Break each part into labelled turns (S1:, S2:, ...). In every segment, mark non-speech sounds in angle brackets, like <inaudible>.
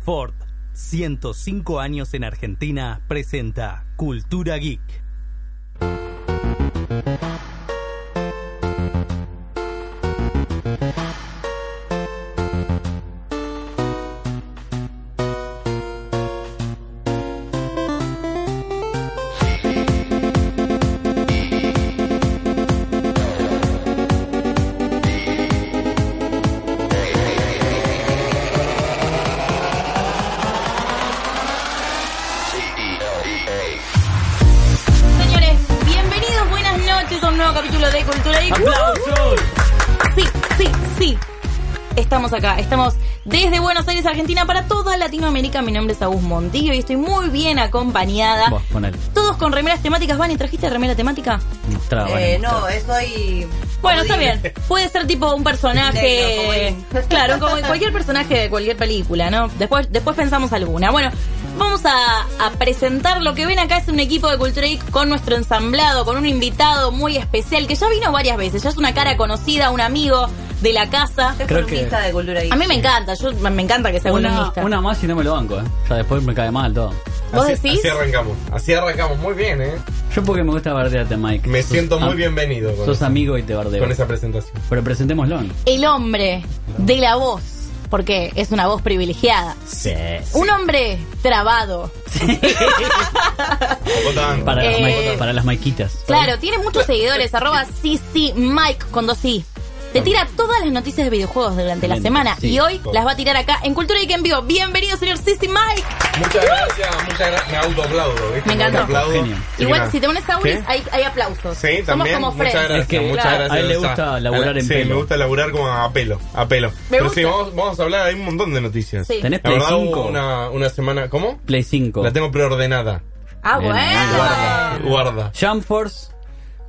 S1: Ford, 105 años en Argentina, presenta Cultura Geek.
S2: Señores, bienvenidos, buenas noches a un nuevo capítulo de Cultura Geek.
S1: ¡Aplausos!
S2: Sí, sí, sí. Estamos acá, estamos desde Buenos Aires, Argentina, para toda Latinoamérica. Mi nombre es Agus Montillo y estoy muy bien acompañada.
S1: Vos, ponele.
S2: Todos con remeras temáticas. Vani, ¿trajiste remera temática?
S1: Mostrá, vale,
S3: Eh, no,
S1: mostrá.
S3: soy.
S2: Bueno,
S3: comodín.
S2: está bien. Puede ser tipo un personaje.
S3: Negro,
S2: <laughs>
S3: comodín.
S2: claro, como en cualquier personaje de cualquier película, ¿no? Después, después pensamos alguna. Bueno, vamos a, a presentar lo que ven acá es un equipo de Cultura Geek con nuestro ensamblado, con un invitado muy especial que ya vino varias veces. Ya es una cara conocida, un amigo de la casa.
S3: Soy
S1: Creo
S3: columnista
S1: que-
S3: de cultura geek.
S2: A mí me encanta, yo me encanta que sea
S1: Una,
S2: columnista.
S1: una más y no me lo banco, eh. Ya después me cae mal todo.
S2: ¿Vos
S4: así,
S2: decís?
S4: Así arrancamos, así arrancamos, muy bien, ¿eh?
S1: Yo porque me gusta bardearte, Mike.
S4: Me
S1: Sos
S4: siento muy
S1: am-
S4: bienvenido con,
S1: Sos
S4: esa-
S1: amigo y te bardeo.
S4: con esa presentación.
S1: Pero presentémoslo.
S2: El hombre de la voz, porque es una voz privilegiada.
S1: Sí.
S2: Un hombre trabado.
S4: Tampoco
S1: <laughs>
S4: tanto.
S1: Para, las,
S2: Eh,
S1: Mike- para las maiquitas.
S2: Claro, tiene muchos seguidores, arroba sí, sí, Mike con dos i. Te tira todas las noticias de videojuegos durante la
S1: Excelente,
S2: semana
S1: sí.
S2: y hoy las va a tirar acá en Cultura y que envío. Bienvenido, señor Sisi Mike.
S4: Muchas gracias, muchas gracias. Me autoaplaudo, ¿viste?
S2: Me encantó.
S4: autoaplaudo.
S1: Genio.
S4: Y
S2: Igual,
S4: mira.
S2: si te pones a Ulis,
S4: ¿Qué?
S2: hay, hay aplausos.
S4: Sí, también.
S2: Somos como
S4: muchas
S2: friends.
S4: gracias,
S1: Es que,
S4: muchas
S1: claro,
S4: gracias.
S1: a él le
S4: o sea,
S1: gusta laburar
S4: a la-
S1: en
S4: sí,
S1: pelo.
S4: me gusta laburar como a pelo, a pelo. Pero sí,
S2: gusta.
S4: vamos, vamos a hablar, hay un montón de noticias.
S2: Sí.
S1: ¿Tenés
S4: La
S1: Play
S4: verdad hubo
S1: 5?
S4: una, una semana... ¿Cómo?
S1: Play 5.
S4: La tengo preordenada.
S2: Ah,
S1: Bien,
S2: bueno.
S1: Ah.
S4: Guarda, guarda.
S1: Jump Force.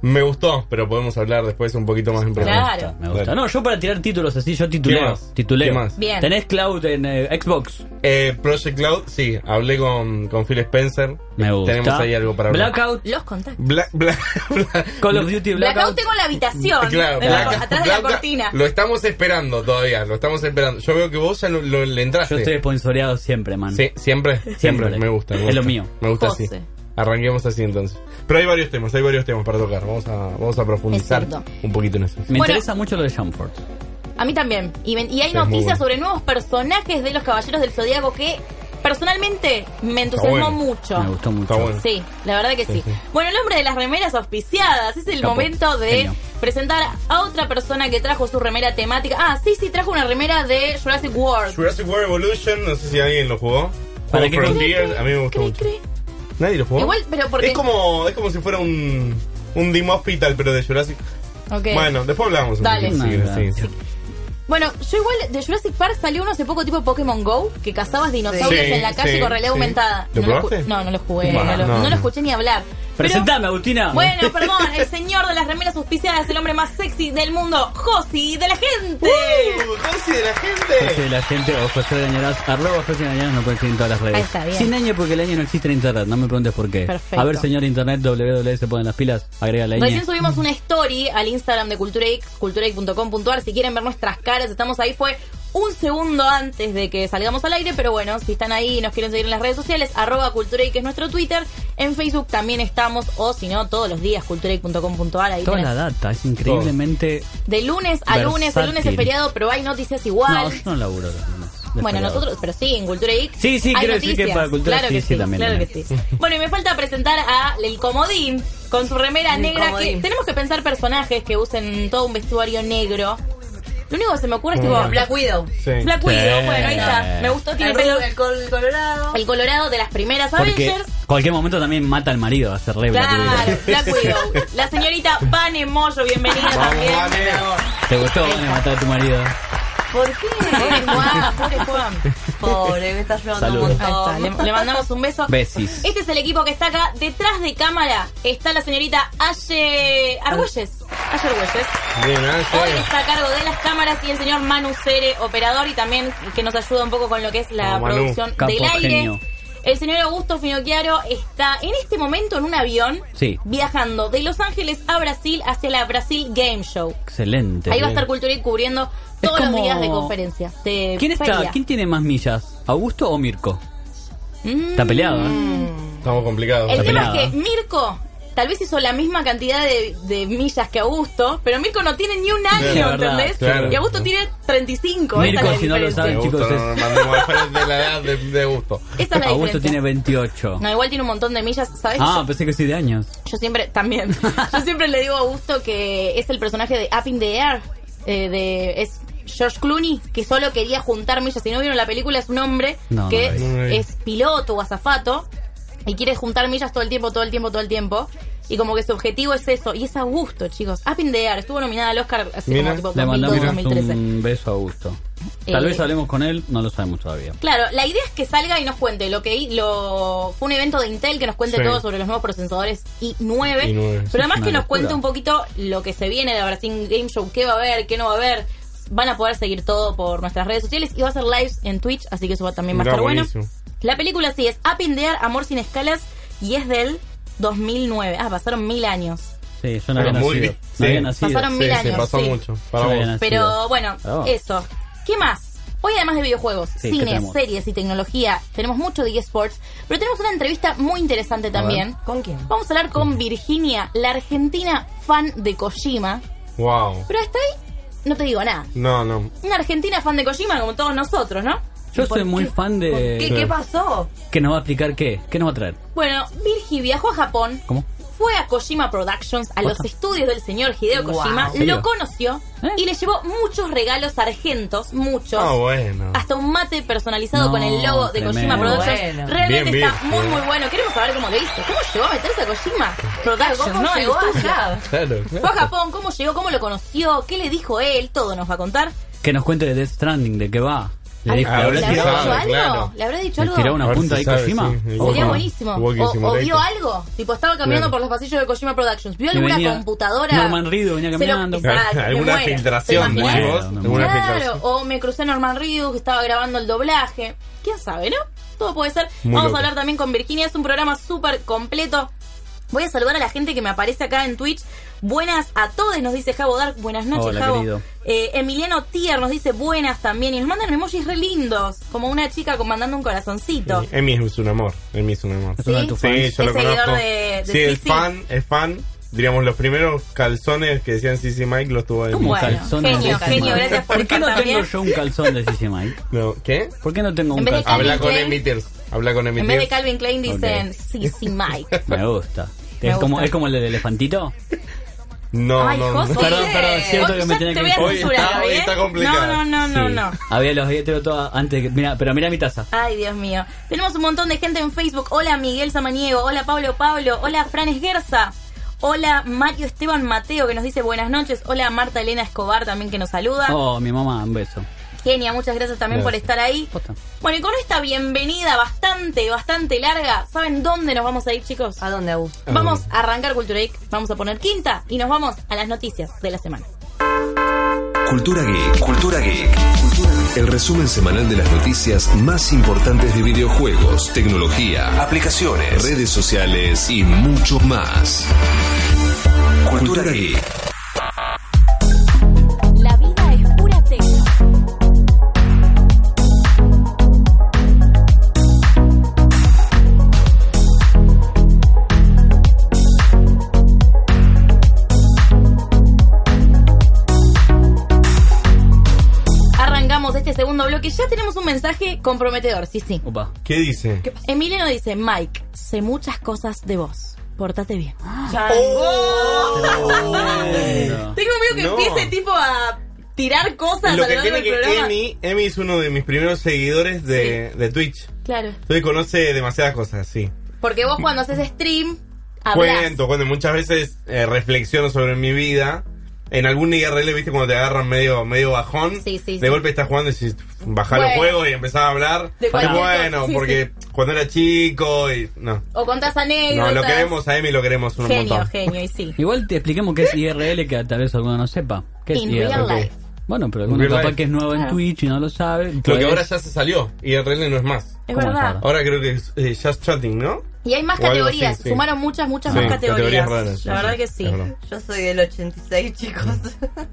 S4: Me gustó, pero podemos hablar después un poquito más en profundidad.
S2: Claro.
S1: Me gusta.
S4: Dale.
S1: No, yo para tirar títulos así, yo tituleo.
S4: ¿Qué más?
S1: Tituleo.
S4: ¿Qué más?
S2: Bien.
S1: ¿Tenés Cloud en eh, Xbox?
S4: Eh, Project Cloud, sí, hablé con, con Phil Spencer.
S1: Me gusta.
S4: Tenemos ahí algo para hablar.
S1: Blackout.
S2: Los contactos.
S4: Bla- bla- <laughs> bla-
S1: Call of Duty
S2: Blackout
S1: Blackout.
S2: tengo en la habitación.
S4: Claro,
S2: de la-
S4: Blackout-
S2: atrás de la
S4: Blackout-
S2: cortina.
S4: Lo estamos esperando todavía, lo estamos esperando. Yo veo que vos ya lo, lo- le entraste.
S1: Yo estoy sponsoreado siempre, man.
S4: Sí, siempre, siempre,
S1: Siempre.
S4: me gusta. me
S1: Es
S4: gusta.
S1: lo mío.
S4: Me gusta así.
S2: Pose.
S4: Arranquemos así entonces. Pero hay varios temas, hay varios temas para tocar. Vamos a, vamos a profundizar
S2: Es cierto.
S4: un poquito en eso.
S1: Me
S2: Bueno.
S1: interesa mucho lo de Jump Force.
S2: A mí también. Y, ven- y hay
S4: Sí, es muy
S2: noticias
S4: bueno.
S2: sobre nuevos personajes de los Caballeros del Zodiaco que personalmente me entusiasmó
S4: bueno.
S2: mucho.
S1: Me gustó mucho.
S4: Está bueno.
S2: Sí, la verdad que sí.
S4: sí.
S2: Bueno, el hombre de las remeras auspiciadas. Es el
S1: Capo,
S2: momento de
S1: genio.
S2: presentar a otra persona que trajo su remera temática. Ah, sí, sí, trajo una remera de Jurassic World.
S4: Jurassic World Evolution, no sé si alguien lo jugó.
S1: ¿Para
S4: Juego
S1: qué?
S4: Frontier, a mí me gustó
S2: Cri,
S4: mucho.
S2: cri.
S4: Nadie lo jugó.
S2: Igual, pero porque-
S4: Es como, es como si fuera un, un Dim Hospital, pero de Jurassic.
S2: Ok.
S4: Bueno, después hablamos un
S2: Dale.
S4: poquito, sí,
S1: Nada.
S4: sí, sí.
S2: Bueno, yo igual de Jurassic Park salió uno hace poco tipo Pokémon Go, que cazabas dinosaurios
S4: Sí,
S2: en la calle
S4: sí,
S2: con realidad
S4: sí.
S2: aumentada.
S4: ¿Lo
S2: no,
S4: probaste?
S2: ju- no, no lo jugué,
S4: Bah,
S2: no, lo,
S4: no,
S2: no lo
S4: no.
S2: escuché ni hablar. Pero-
S1: Presentame, Agustina.
S2: bueno, perdón, el señor de las remeras auspiciadas, el hombre más sexy del mundo, Josi de la gente.
S4: Uh, José de la
S1: José de
S4: gente!
S1: la gente o José de Añaraz, arroba José de Añaraz, no pueden seguir en todas las redes.
S2: Ahí está, bien.
S1: Sin año porque el año no existe en internet, no me preguntes por qué.
S2: Perfecto.
S1: A ver, señor internet, www se ponen las pilas, agrega la ñ.
S2: Recién subimos una story al Instagram de Cultura X, culturax.com.ar. Si quieren ver nuestras caras, estamos ahí. Fue un segundo antes de que salgamos al aire, pero bueno, si están ahí y nos quieren seguir en las redes sociales, arroba Cultura Geek es nuestro Twitter. En Facebook también estamos, o si no, todos los días, culturax.com.ar. Ahí
S1: Toda
S2: tenés.
S1: la data, es increíblemente...
S2: De lunes a lunes, el lunes es
S1: Versátil.
S2: feriado, pero hay noticias igual.
S1: No, yo no laburo. los lunes, de
S2: Bueno,
S1: feriado.
S2: nosotros, pero sí, en Cultura Geek.
S1: Sí, sí,
S2: hay
S1: quiero decir que
S2: noticias.
S1: para Cultura
S2: claro
S1: sí,
S2: que
S1: sí, también,
S2: Claro que
S1: también.
S2: sí. Bueno, y me falta presentar a El Comodín con su remera
S3: El
S2: negra. Que
S3: Comodín.
S2: tenemos que pensar personajes que usen todo un vestuario negro. Lo único que se me ocurre es
S4: Mm.
S2: tipo Black,
S3: Black Widow.
S4: Sí.
S2: Black
S1: Sí.
S2: Widow. Bueno, ahí está. Me gustó, tiene
S3: El,
S2: pelo.
S3: rubio, el col colorado.
S2: El colorado de las primeras
S1: Porque
S2: Avengers.
S1: cualquier momento también mata al marido, va a ser re Black
S2: Claro,
S1: Widow.
S2: Black Widow. La señorita Vane Moyo, bienvenida también.
S4: Vamos, Vane.
S1: ¿Te gustó? Van a matar a tu marido.
S3: ¿Por qué?
S2: Pobre Juan, pobre Juan.
S3: Pobre, me estás llevando
S1: Saludos.
S3: un
S2: Ahí está,
S3: montón.
S2: le, le mandamos un beso.
S1: Besis.
S2: Este es el equipo que está acá. Detrás de cámara está la señorita Aye Argüelles. Aye Argüelles.
S4: Bien, ah, sí.
S2: Hoy está a cargo de las cámaras y el señor Manu Cere, operador, y también que nos ayuda un poco con lo que es la
S4: Ah, Manu.
S2: producción
S1: Capo,
S2: del aire.
S1: genio.
S2: El señor Augusto Finocchiaro está en este momento en un avión
S1: Sí.
S2: viajando de Los Ángeles a Brasil hacia la Brasil Game Show.
S1: Excelente.
S2: Ahí va a estar Cultura y cubriendo todos
S1: como-
S2: los días de conferencia. de
S1: ¿Quién está?
S2: feria.
S1: ¿Quién tiene más millas?
S5: ¿Augusto o Mirko?
S2: Mm.
S5: Está peleado, ¿eh?
S4: Estamos complicados.
S2: El
S5: Está
S2: tema
S5: pelado,
S2: es que Mirko tal vez hizo la misma cantidad de, de millas que Augusto, pero Mirko no tiene ni un
S5: Es
S2: año,
S5: verdad,
S2: ¿entendés?
S4: claro.
S2: Y Augusto tiene 35.
S5: Mirko,
S2: esa es la
S5: si no lo
S2: diferencia.
S5: saben,
S4: De gusto,
S5: chicos,
S4: no, no, no, no, es de la edad de, de gusto.
S2: Esa es la
S5: Augusto
S2: diferencia.
S5: tiene 28.
S2: No, igual tiene un montón de millas, ¿sabes?
S5: Ah, pensé que sí de años.
S2: Yo siempre, también, yo siempre le digo a Augusto que es el personaje de Up in the Air, eh, de, es George Clooney, que solo quería juntar millas. Si no vieron la película, es un hombre
S5: No, no
S2: que
S5: la vi.
S4: No la vi.
S2: es piloto o azafato y quiere juntar millas todo el tiempo, todo el tiempo, todo el tiempo. Y como que su objetivo es eso, y es Augusto, chicos. Up in the Air, estuvo nominada al Oscar así
S4: Mira,
S2: como tipo
S5: Le
S2: 2002,
S5: mandamos
S2: 2013.
S5: un beso a Augusto. Tal
S2: Eh,
S5: vez hablemos con él, no lo sabemos todavía.
S2: Claro, la idea es que salga y nos cuente lo que hi- lo fue un evento de Intel que nos cuente
S4: Sí.
S2: todo sobre los nuevos procesadores i9,
S4: i9,
S2: pero
S5: es
S2: además
S5: una
S2: que nos
S5: locura.
S2: cuente un poquito lo que se viene de Brasil Game Show, qué va a haber, qué no va a haber. Van a poder seguir todo por nuestras redes sociales y va a hacer lives en Twitch, así que eso va- también va a
S4: Mirá,
S2: estar bueno.
S4: buenísimo.
S2: La película sí es Up in the Air, Amor sin escalas y es del 2009. Ah, pasaron mil años.
S5: Sí, yo no había
S4: Pero muy
S5: nacido.
S4: bien.
S5: No
S4: Sí.
S5: había nacido.
S2: Pasaron mil
S4: sí,
S2: años,
S4: Sí, pasó
S2: sí.
S4: mucho.
S5: Yo había
S4: Para
S5: nacido.
S2: Pero bueno,
S5: Bravo.
S2: eso. ¿Qué más? Hoy además de videojuegos,
S5: Ah, Sí, ¿qué
S2: cine,
S5: tenemos?
S2: series y tecnología, tenemos mucho de eSports, pero tenemos una entrevista muy interesante también.
S3: ¿Con quién?
S2: Vamos a hablar con Virginia, la argentina fan de Kojima,
S4: Wow.
S2: pero hasta ahí no te digo nada.
S4: No, no.
S2: Una argentina fan de Kojima como todos nosotros, ¿no?
S5: Yo
S3: ¿Por
S5: soy muy
S3: qué?
S5: fan
S3: ¿Por ¿Qué,
S5: de...
S3: ¿Qué pasó?
S5: ¿Qué nos va a explicar qué? ¿Qué nos va a traer?
S2: Bueno, Virgi viajó a Japón,
S5: ¿Cómo?
S2: fue a Kojima Productions, a los estudios del señor Hideo
S3: Wow.
S2: Kojima,
S5: ¿En serio?
S2: lo conoció
S5: ¿Eh?
S2: y le llevó muchos regalos argentos, muchos.
S4: Ah, bueno.
S2: hasta un mate personalizado
S5: No,
S2: con el logo de
S5: tremendo.
S2: Kojima Productions.
S3: Bueno.
S2: Realmente
S4: Bien,
S2: está
S4: bien.
S5: eh.
S2: muy muy bueno. Queremos saber cómo lo hizo. ¿Cómo llegó a meterse a Kojima Productions?
S3: ¿Cómo
S2: No,
S3: llegó
S2: Al estudio.
S3: allá?
S4: Claro,
S2: Fue a
S4: claro.
S2: Japón, cómo llegó, cómo lo conoció, qué le dijo él, todo nos va a contar.
S5: Que nos cuente de Death Stranding, de qué va.
S2: Ah,
S5: Le, dijo,
S4: a
S5: le
S4: ver
S5: habrá
S2: ¿Le
S4: si
S2: habrá
S5: tirado-
S2: dicho
S4: sabe,
S2: algo?
S4: claro.
S2: ¿Le habrá dicho
S5: le
S2: algo?
S5: tiró
S4: A
S5: una
S4: ver
S5: punta
S4: si
S5: ahí
S4: sabe,
S5: Kojima.
S4: sí.
S5: Ojo.
S2: Sería
S4: Ojo.
S2: buenísimo. O,
S4: Walking
S2: o vio
S4: Simulator.
S2: algo. Tipo, estaba caminando
S4: Claro.
S2: por los pasillos de Kojima Productions. Vio
S5: Y
S2: alguna
S5: venía
S2: computadora.
S5: Norman Reedus, venía
S2: Se lo-
S5: caminando.
S4: Ah, <laughs>
S2: Exacto,
S5: <laughs>
S2: me
S4: Alguna
S2: muero.
S4: filtración,
S2: ¿Te imaginas?
S5: Bueno,
S4: dijimos.
S5: me
S4: Alguna
S2: claro,
S4: filtración.
S2: o me crucé a Norman Reedus que estaba grabando el doblaje. ¿Quién sabe, no? Todo puede ser.
S4: Muy
S2: Vamos
S4: loco.
S2: a hablar también con Virginia, es un programa súper completo. Voy a saludar a la gente que me aparece acá en Twitch. Buenas a todos, nos dice Javo Dark. Buenas noches,
S5: Hola,
S2: Javo.
S5: querido.
S2: Eh, Emiliano Tier nos dice buenas también. Y nos mandan emojis re lindos, como una chica con- mandando un corazoncito.
S4: Sí, Emi es un amor. Emi es un amor.
S5: Es una de
S2: ¿Sí?
S5: tus
S4: Sí,
S5: fans.
S4: yo lo
S2: Es seguidor
S4: conozco.
S2: de- de
S4: sí, es
S2: Sisi.
S4: fan, es fan. Diríamos, los primeros calzones que decían CC Mike los tuvo
S5: ¿Cómo
S4: Emi.
S2: Bueno,
S5: calzones
S2: genio,
S5: de
S2: genio,
S5: Mike?
S2: gracias por
S5: ¿Por qué no
S2: estar
S5: tengo
S2: también?
S5: yo un calzón de CC Mike?
S4: No, ¿Qué?
S5: ¿Por qué no tengo
S2: En
S5: un
S2: vez de
S5: calzón?
S4: Habla con
S2: Klein.
S4: Emi Tears. Habla con Emi
S2: En vez de
S4: Tears.
S2: Calvin Klein dicen
S5: Ok.
S2: sí, sí, Mike.
S5: Me gusta.
S2: Me
S5: es, Como,
S2: gusta.
S5: es como el del elefantito.
S4: No,
S2: Ay,
S4: <laughs> no,
S2: José.
S4: no.
S5: Perdón, perdón, siento
S2: Hoy
S5: que me
S2: ya
S5: tenía
S2: te
S5: que-
S2: voy a
S4: Hoy
S2: censurar,
S4: está- hoy
S2: ¿eh?
S4: está complicado.
S2: No, no, no,
S4: Sí.
S2: no, no.
S5: Había los heteros todos antes que... Mira, pero mira mi taza.
S2: Ay, Dios mío. Tenemos un montón de gente en Facebook. Hola, Miguel Samaniego. Hola, Pablo Pablo. Hola, Fran Esguerza. Hola, Mario Esteban Mateo, que nos dice buenas noches. Hola, Marta Elena Escobar, también que nos saluda.
S5: Oh, mi mamá, un beso.
S2: Genia, muchas gracias también por
S4: Gracias.
S2: estar ahí.
S5: Posta.
S2: Bueno, y con esta bienvenida bastante, bastante larga, ¿saben dónde nos vamos a ir, chicos?
S5: Ah.
S3: ¿A dónde, Agus?
S2: Vamos a arrancar Cultura Geek, vamos a poner quinta y nos vamos a las noticias de la semana.
S6: Cultura Geek. Cultura Geek. El resumen semanal de las noticias más importantes de videojuegos, tecnología, aplicaciones, redes sociales y mucho más. Cultura Geek.
S2: La vida es pura tecno. Arrancamos este segundo bloque. Ya tenemos un mensaje comprometedor, sí, sí.
S5: Opa.
S4: ¿Qué dice?
S2: Emiliano dice, Mike, sé muchas cosas de vos. Pórtate bien.
S3: Ah. Oh.
S4: Oh.
S5: Lindo.
S2: Tengo miedo que
S4: No.
S2: empiece tipo a tirar cosas
S4: Lo
S2: a
S4: que
S2: lo largo
S4: tiene
S2: del
S4: que
S2: programa.
S4: Emi, Emi es uno de mis primeros seguidores de, de Twitch.
S2: Claro.
S4: Entonces conoce demasiadas cosas, sí.
S2: Porque vos cuando haces stream, hablas.
S4: Cuento, cuento. Muchas veces eh, reflexiono sobre mi vida. En algún IRL, viste, cuando te agarran medio, medio bajón.
S2: Sí, sí, sí.
S4: de golpe estás jugando y decís, bajar los
S2: Bueno.
S4: juegos y empezás a hablar.
S2: De
S4: Y
S2: cualquier cosa,
S4: bueno,
S2: sí,
S4: porque cuando era chico y. No.
S2: O contás
S4: No,
S2: anécdotas.
S4: lo queremos a Emi, lo queremos un
S2: Genio,
S4: montón.
S2: genio, y sí.
S5: Igual te expliquemos qué es IRL, que tal vez alguno no sepa. ¿Qué es
S2: In
S5: IRL?
S2: real life.
S5: Bueno, pero
S4: In
S5: alguno
S4: real
S5: capaz
S4: life.
S5: que es nuevo en
S2: Claro.
S5: Twitch y no lo sabe.
S4: Lo
S5: pues-
S4: que ahora ya se salió, IRL no es más.
S2: Es
S5: ¿Cómo es
S2: verdad.
S5: ahora?
S4: Ahora creo que es eh, Just Chatting, ¿no?
S2: Y hay más
S4: O algo
S2: categorías.
S4: así, sí.
S2: Sumaron muchas, muchas
S4: Sí,
S2: más categorías.
S4: categorías raras,
S2: la
S4: sí,
S2: verdad
S4: sí,
S2: que
S4: es
S2: sí.
S4: verdad.
S3: Mm. Yo soy del 86, chicos.
S5: ¿Del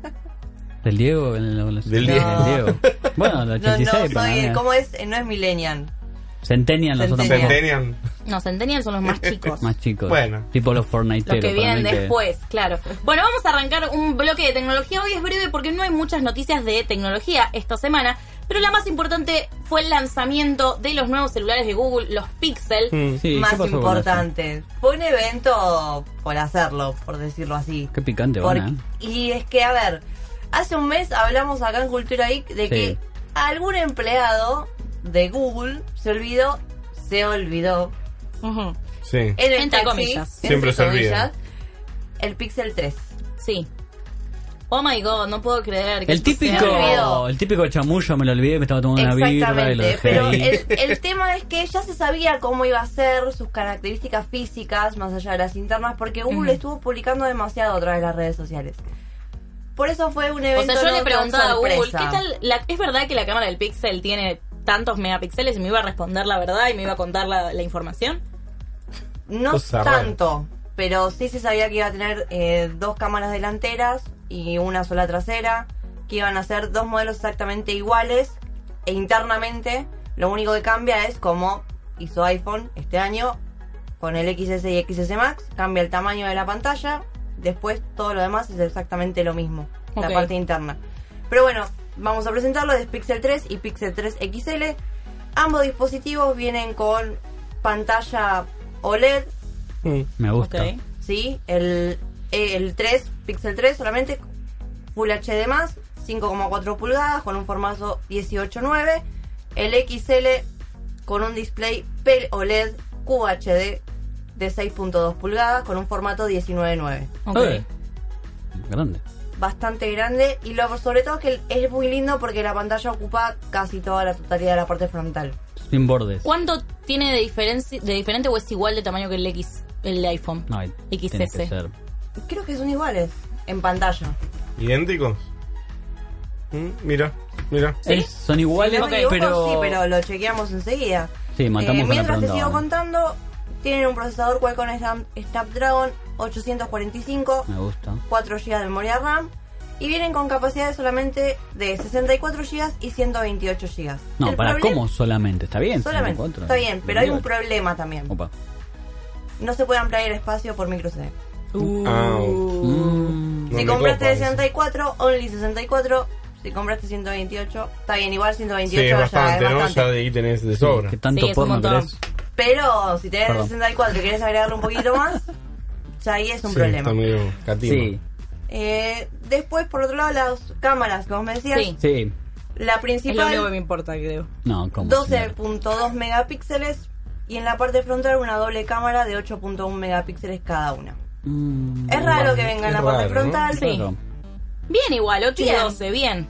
S5: ¿Del Diego? En la- en la-
S4: Del
S5: Diego.
S3: Diego.
S5: Bueno, el
S3: <laughs> No,
S5: 86.
S3: no,
S5: para
S3: soy,
S5: mí.
S3: ¿cómo es? Eh, No es millennial.
S5: Centennial, nosotros
S3: Centennial.
S5: somos
S4: Centennial.
S2: No, Centennial son los
S4: <laughs>
S2: más chicos.
S5: más chicos.
S4: Bueno.
S5: Tipo los Fortnite.
S2: Los que vienen después, claro. Bueno, vamos a arrancar un bloque de tecnología. Hoy es breve porque no hay muchas noticias de tecnología esta semana, pero la más importante fue el lanzamiento de los nuevos celulares de Google, los Pixel.
S5: Mm.
S3: más importante. Fue un evento por hacerlo, por decirlo así.
S5: Qué picante,
S3: Por-
S5: van, ¿eh?
S3: Y es que, a ver, hace un mes hablamos acá en Cultura Geek de
S5: Sí.
S3: que algún empleado de Google se olvidó, se olvidó,
S4: Mm.
S2: Ujú.
S4: Sí.
S3: en el
S2: Entre
S3: taxi,
S2: comillas.
S3: entre
S4: Siempre se
S3: comillas,
S4: olvida.
S3: el Pixel 3.
S2: Sí. Oh my god, no puedo creer. que
S5: El
S2: esto sea-
S5: típico,
S3: olvidó.
S5: el típico chamullo, me lo olvidé, me estaba tomando una birra y lo dejé
S3: pero
S5: ahí.
S3: el, el tema es que ya se sabía cómo iba a ser, sus características físicas, más allá de las internas, porque Google
S2: Ujú.
S3: estuvo publicando demasiado a través de las redes sociales. Por eso fue un
S2: O
S3: evento.
S2: sea, yo le
S3: no tan
S2: preguntaba a Google, ¿qué
S3: sorpresa.
S2: tal? la- ¿Es verdad que la cámara del Pixel tiene tantos megapíxeles? Y me iba a responder la verdad y me iba a contar la, la información.
S3: No
S4: Cosa rara.
S3: tanto, pero sí se sabía que iba a tener eh, dos cámaras delanteras y una sola trasera, que iban a ser dos modelos exactamente iguales e internamente lo único que cambia es como hizo iPhone este año con el XS y XS Max, cambia el tamaño de la pantalla, después todo lo demás es exactamente lo mismo,
S2: Ok.
S3: la parte interna. Pero bueno, vamos a presentarlo, es Pixel 3 y Pixel 3 XL. Ambos dispositivos vienen con pantalla E OLED,
S2: Eh.
S5: Me gusta.
S2: Ok.
S3: ¿sí? El, el 3, Pixel 3 solamente, Full HD más, 5,4 pulgadas con un formato 18.9, el XL con un display PEL OLED QHD de 6.2 pulgadas con un formato 19.9.
S2: Ok.
S5: Eh, grande.
S3: Bastante grande y lo sobre todo que es muy lindo porque la pantalla ocupa casi toda la totalidad de la parte frontal.
S5: Sin bordes.
S2: ¿Cuánto tiene de, diferenci- de diferente o es igual de tamaño que el X, el iPhone?
S5: No, ahí tiene que
S2: XS.
S5: ser.
S3: Creo que son iguales en pantalla.
S4: ¿Idénticos? Mm, Mira, mira.
S5: Es- son iguales,
S3: Si no me equivoco,
S5: pero...
S3: Sí, pero lo chequeamos enseguida.
S5: Sí, matamos
S3: Eh,
S5: con la
S3: mientras te
S5: pregunta.
S3: sigo
S5: ahora.
S3: contando, tienen un procesador Qualcomm Snap- Snapdragon 845,
S5: Me gusta.
S3: 4 GB de memoria RAM y vienen con capacidades solamente de 64 GB y 128 GB.
S5: No,
S3: El
S5: para,
S3: problema-
S5: ¿cómo solamente? ¿Está bien?
S3: Solamente.
S5: 64.
S3: Está bien, pero hay un
S5: Olvídate.
S3: problema también.
S5: Opa.
S3: No se puede ampliar el espacio por microCD.
S5: Mm,
S4: No
S3: Si
S4: me
S3: compraste
S4: copa
S3: de
S4: eso.
S3: 64, only 64. Si compraste 128, está bien, igual 128
S4: Sí, es
S3: ya
S4: bastante,
S3: es
S4: ¿no?
S3: bastante.
S4: Ya de ahí tenés de sobra.
S5: ¿Qué tanto
S2: Sí, es un
S5: porno
S2: montón.
S5: querés?
S3: Pero si tenés el
S5: Perdón.
S3: 64 y querés agregarle un poquito
S4: <laughs>
S3: más, ya ahí es un
S4: Sí,
S3: problema.
S4: Está medio catino.
S5: Sí,
S3: Eh, después, por otro lado, las cámaras, como me decías,
S2: Sí.
S5: sí.
S3: la
S2: Es lo único que
S3: principal
S2: me importa, creo.
S5: No, ¿cómo? señor?
S3: 12.2 megapíxeles y en la parte frontal una doble cámara de 8.1 megapíxeles cada una.
S5: Mm,
S3: Es raro que venga en la
S4: es
S3: parte
S4: raro, ¿no?
S3: frontal,
S2: Sí.
S5: raro.
S2: Bien igual, 8 y
S3: Bien.
S2: 12, bien.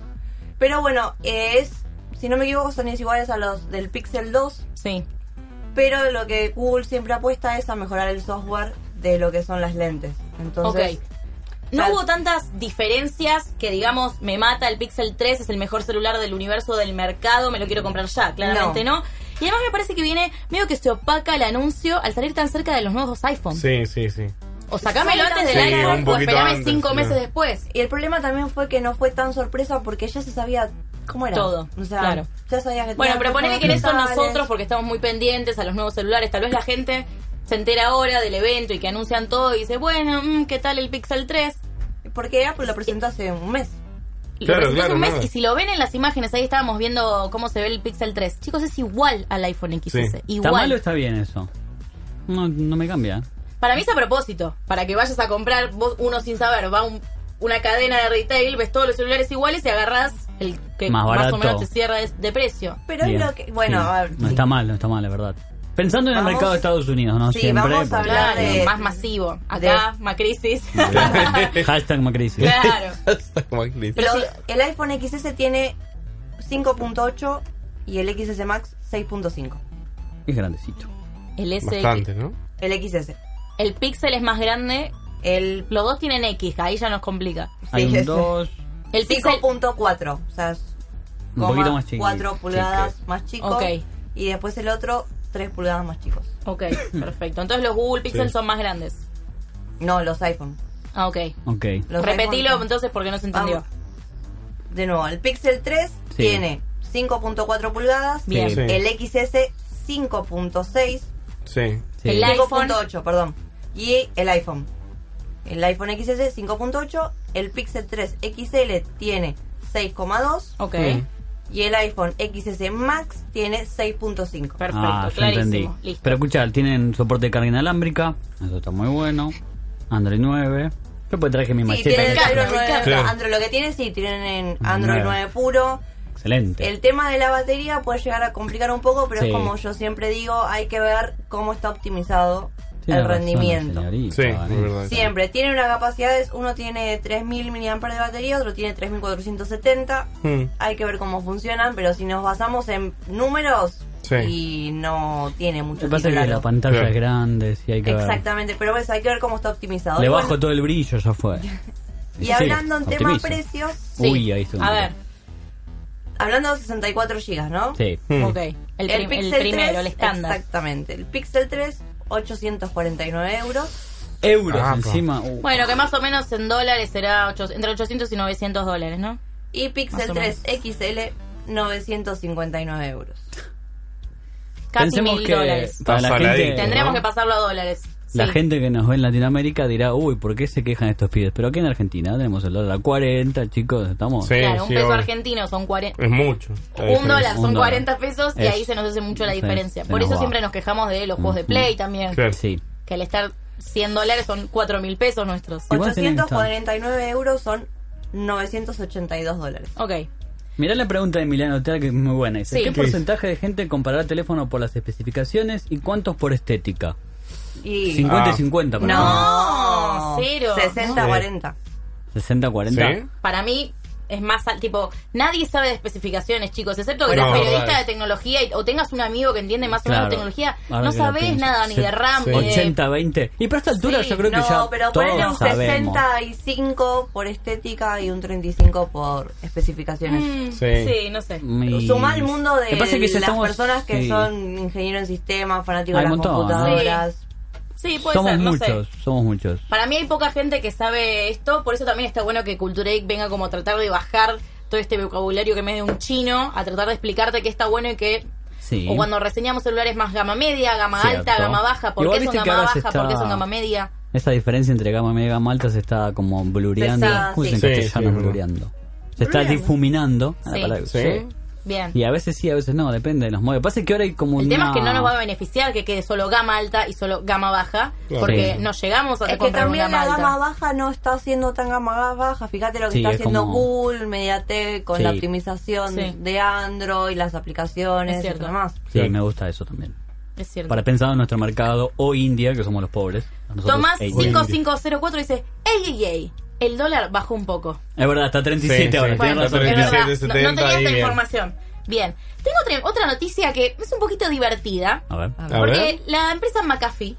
S3: pero bueno, eh, es, si no me equivoco, son iguales a los del Pixel 2,
S2: Sí.
S3: pero lo que Google siempre apuesta es a mejorar el software de lo que son las lentes. Entonces,
S2: ok. No
S3: tal-
S2: hubo tantas diferencias que digamos, me mata el Pixel 3, es el mejor celular del universo del mercado, me lo quiero comprar ya, claramente no. Y además me parece que viene medio que se opaca el anuncio al salir tan cerca de los nuevos iPhone.
S4: Sí, sí,
S2: <laughs>
S4: sí.
S2: O sacámelo
S3: Sí,
S2: antes del
S3: un
S2: iPhone o
S4: poquito
S2: esperame
S4: antes,
S2: cinco
S4: sí.
S2: meses después.
S3: Y el problema también fue que no fue tan sorpresa porque ya se sabía cómo era.
S2: Todo,
S3: O sea,
S2: claro.
S3: ya sabías que
S2: Bueno,
S3: tenía
S2: pero ponele que en
S3: todos
S2: eso
S3: los cristales.
S2: nosotros, porque estamos muy pendientes a los nuevos celulares, tal vez la gente se entera ahora del evento y que anuncian todo y dice, bueno, mm, ¿qué tal el Pixel 3?
S3: Porque Apple lo presentó hace un mes.
S2: Y lo
S4: Claro,
S2: presentó hace un
S4: claro,
S2: mes
S4: nada.
S2: y si lo ven en las imágenes, ahí estábamos viendo cómo se ve el Pixel 3. Chicos, es igual al iPhone XS.
S4: Sí.
S5: ¿Está mal o
S2: Igual.
S5: está bien eso? No, no me cambia.
S2: Para mí es a propósito. Para que vayas a comprar vos uno sin saber. Va a un- una cadena de retail, ves todos los celulares iguales y agarrás el que
S5: Más
S2: más,
S5: barato.
S2: o menos te cierra de, de precio.
S3: Pero
S5: Bien,
S3: es lo que. Bueno,
S5: sí.
S3: a ver.
S5: No
S3: sí.
S5: está mal, no está mal, la verdad. Pensando en el
S3: Vamos-
S5: mercado de Estados Unidos, ¿no?
S3: Sí,
S5: Siempre.
S3: vamos
S5: porque-
S3: a hablar
S2: Claro,
S3: de-
S2: más masivo. Acá,
S3: <laughs>
S2: Macrisis.
S5: Hashtag Macrisis.
S4: <laughs>
S2: claro.
S4: Como Chris.
S3: Pero el iPhone XS tiene 5.8 y el XS Max 6.5.
S5: Es grandecito.
S2: El
S4: Bastante,
S2: S,
S4: ¿no?
S3: El XS.
S2: el Pixel es más grande.
S3: El.
S2: Los dos tienen X, ahí ya nos complica.
S5: Hay
S3: sí,
S5: un
S3: ese.
S5: 2.
S2: El Pixel
S3: 5.4. O sea, es
S5: Un
S3: coma
S5: poquito más chiquito.
S3: 4 pulgadas más chicos.
S2: Ok.
S3: Y después el otro, 3 pulgadas más chicos.
S2: Ok, perfecto. Entonces los Google Pixel
S4: Sí.
S2: son más grandes.
S3: No, los iPhone.
S2: Ah, ok.
S5: Ok.
S3: Los
S2: Repetilo
S3: iPhone-
S2: entonces porque no se entendió.
S3: Vamos. de nuevo, el Pixel 3
S5: Sí.
S3: tiene 5.4 pulgadas,
S5: Bien.
S4: Sí.
S3: el XS 5.6,
S4: Sí.
S5: Sí.
S2: El iPhone.
S3: 5.8, perdón, y el iPhone. El iPhone XS 5.8, el Pixel 3 XL tiene 6.2
S2: Ok.
S4: Mm.
S3: y el iPhone XS Max tiene 6.5.
S2: Perfecto,
S5: Ah, ya
S2: clarísimo.
S5: entendí.
S2: Listo.
S5: Pero escucha, tienen soporte de carga inalámbrica. Eso está muy bueno. Android 9. Yo pues traje mi
S3: Sí,
S5: macheta.
S3: tienen
S5: que
S3: el
S2: Claro,
S3: Android
S5: traje.
S2: claro.
S3: 9,
S4: Claro.
S3: Android, lo que tiene sí, tienen en
S5: Ah,
S3: Android
S5: nueve.
S3: 9 puro.
S5: Excelente.
S3: El tema de la batería puede llegar a complicar un poco, pero
S5: Sí.
S3: es como yo siempre digo, hay que ver cómo está optimizado
S5: Tiene
S3: el
S5: razón,
S3: rendimiento.
S5: señorita,
S4: Sí,
S5: Vanessa.
S4: es verdad.
S3: Siempre, tiene unas capacidades, uno tiene 3.000 mAh de batería, otro tiene 3.470.
S4: Mm.
S3: Hay que ver cómo funcionan, pero si nos basamos en números,
S4: Sí.
S3: y no tiene
S5: Lo que
S3: mucho
S5: pasa es que
S3: titular.
S5: la pantalla
S4: Claro.
S5: es grande, sí hay que ver.
S3: Exactamente, pero ves, hay que ver cómo está optimizado.
S5: Le
S3: Y
S5: bajo
S3: bueno,
S5: todo el brillo, ya
S3: <laughs>
S5: fue.
S3: y
S5: Sí,
S3: hablando en tema
S5: optimizo.
S3: precios,
S2: Sí.
S5: Uy, ahí estuvo.
S2: A ver,
S3: hablando de 64 GB, ¿no?
S5: Sí.
S4: Mm.
S2: ok. El,
S3: El,
S2: prim- el
S3: Pixel
S2: primero,
S3: 3,
S2: el estándar.
S3: Exactamente. El Pixel 3, 849 euros.
S5: Euros
S4: Ah, pa.
S5: encima. uh.
S2: Bueno, que más o menos en dólares será ocho- entre 800 y 900 dólares, ¿no?
S3: Y
S2: Más
S3: Pixel
S2: o
S3: 3 XL, 959 euros.
S2: Casi
S5: Pensemos
S2: mil
S5: que
S2: dólares.
S5: para la
S4: Pasadito,
S5: gente,
S4: ¿no?
S2: Tendríamos que pasarlo a dólares.
S5: la
S2: Sí.
S5: gente que nos ve en Latinoamérica dirá, uy, ¿por qué se quejan estos pibes? Pero aquí en Argentina tenemos el dólar a 40, chicos, estamos.
S4: Sí,
S2: Claro, un
S4: sí,
S2: peso
S4: obvio.
S2: argentino son 40.
S4: Es mucho. la
S2: Un
S4: diferencia.
S2: dólar son
S5: Un dólar.
S2: 40 pesos y
S5: Es-
S2: ahí se nos hace mucho la
S5: sí,
S2: diferencia.
S5: se
S2: Por
S5: nos
S2: eso
S5: va.
S2: siempre nos quejamos de los juegos de
S5: Ujú.
S2: Play también.
S4: Claro.
S5: Sí.
S2: Que al estar 100 dólares son 4 mil pesos nuestros.
S5: Igual tenés que estar.
S3: 849 euros son 982 dólares.
S2: Ok.
S5: Mirá la pregunta de Milano Tea que es muy buena. Dice,
S2: Sí.
S5: ¿Qué
S2: ¿Qué
S5: porcentaje de gente comprará teléfono por las especificaciones y cuántos por estética?
S3: Y...
S5: 50 y
S4: Ah.
S5: 50 para mí.
S3: No,
S2: Cero.
S3: 60-40.
S5: 60 40.
S4: ¿Sí?
S2: Para mí es más al- tipo nadie sabe de especificaciones chicos excepto que
S4: No,
S2: seas periodista
S4: verdad.
S2: de tecnología y- o tengas un amigo que entiende más o menos
S5: Claro.
S2: de tecnología
S5: Ahora
S2: no
S5: que lo
S2: sabés
S5: pienso.
S2: nada ni
S5: Se-
S2: de RAM eh,
S4: sí.
S2: ni de-
S5: 80 20. Y para esta altura
S2: Sí,
S5: yo creo que ya
S3: No, pero ponele un
S5: todos sabemos.
S3: 65 por estética y un 35 por especificaciones.
S2: Mm,
S4: Sí.
S2: sí no sé
S5: Mi-
S3: Suma el mundo de
S5: Me parece que ya
S3: las
S5: estamos-
S3: personas que
S5: sí.
S3: son ingenieros en sistemas, fanáticos
S5: Hay
S3: de las
S5: un montón, ¿no?
S3: computadoras.
S2: sí puede
S5: somos
S2: ser no sé
S5: muchos, somos muchos.
S2: Para mí hay poca gente que sabe esto, por eso también está bueno que Cultura Geek venga como a tratar de bajar todo este vocabulario que me de un chino, a tratar de explicarte qué está bueno y qué...
S5: Sí.
S2: O cuando reseñamos celulares más gama media, gama
S5: Cierto.
S2: alta, gama baja, por
S5: Igual
S2: qué son
S5: viste que
S2: gama
S5: ahora
S2: baja,
S5: se
S2: por qué
S5: está-
S2: son gama media.
S5: Esa diferencia entre gama media y gama alta se está como blureando.
S3: Pesada,
S5: ¿Cómo se dice en
S4: sí. Sí,
S5: castellano
S4: sí, es
S5: blureando? Se está
S3: Blureando.
S5: difuminando. Ah, a la
S2: Sí.
S5: palabra.
S4: Sí.
S2: Bien.
S5: Y a veces sí, a veces no, depende de los modelos. Pasa que ahora hay como
S2: El
S5: una...
S2: tema es que no nos va a beneficiar que quede solo gama alta y solo gama baja,
S4: Claro.
S2: porque
S5: Sí.
S2: no llegamos a
S3: Es que
S2: comprar una
S3: también la
S2: gama alta.
S3: gama baja no está haciendo tan gama baja. Fíjate lo que
S5: Sí,
S3: está
S5: es
S3: haciendo
S5: como-
S3: Google, Mediatek, con
S5: Sí.
S3: la optimización
S2: Sí.
S3: de Android, las aplicaciones
S2: Es
S3: y
S2: cierto.
S3: demás.
S5: Sí,
S4: Claro.
S5: me gusta eso también.
S2: Es cierto.
S5: Para pensar en nuestro mercado o India, que somos los pobres. A nosotros, e
S2: Tomás
S5: ey,
S4: cinco-
S2: 5504 dice, ey, ey, ey, el dólar bajó un poco.
S5: Es verdad, está 37
S4: Sí,
S5: ahora,
S4: sí.
S5: tenés
S2: Bueno,
S5: razón.
S2: es verdad.
S4: 37,
S2: No- no,
S4: 70,
S2: tenía
S4: ahí
S2: esta
S4: bien.
S2: información. Bien. Tengo otra, otra noticia que es un poquito divertida.
S5: A ver.
S4: A
S2: porque
S4: ver.
S2: la empresa McAfee,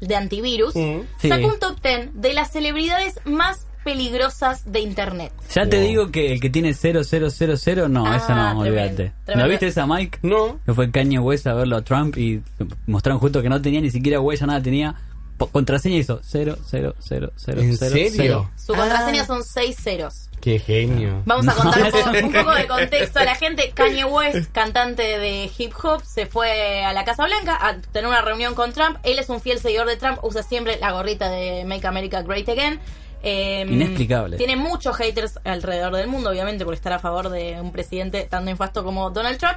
S2: de antivirus,
S4: Mm.
S5: Sí.
S2: sacó un top 10 de las celebridades más peligrosas de internet.
S5: Ya te
S4: Wow.
S5: digo que el que tiene 0000, no,
S2: Ah,
S5: esa no,
S2: tremendo,
S5: olvídate. ¿No
S2: tremendo.
S5: viste esa, Mike?
S4: No.
S5: Que fue Kanye West a verlo a Trump y mostraron justo que no tenía ni siquiera huella, nada tenía. Po- contraseña hizo 000000.
S4: ¿En serio?
S2: Su
S3: Ah.
S2: contraseña son 6 ceros.
S4: Qué genio.
S2: Vamos a
S5: No.
S2: contar un poco, un poco de contexto a la gente. Kanye West, cantante de hip hop, se fue a la Casa Blanca a tener una reunión con Trump. Él es un fiel seguidor de Trump, usa siempre la gorrita de Make America Great Again. Eh,
S5: Inexplicable.
S2: Tiene muchos haters alrededor del mundo, obviamente, por estar a favor de un presidente tan nefasto como Donald Trump.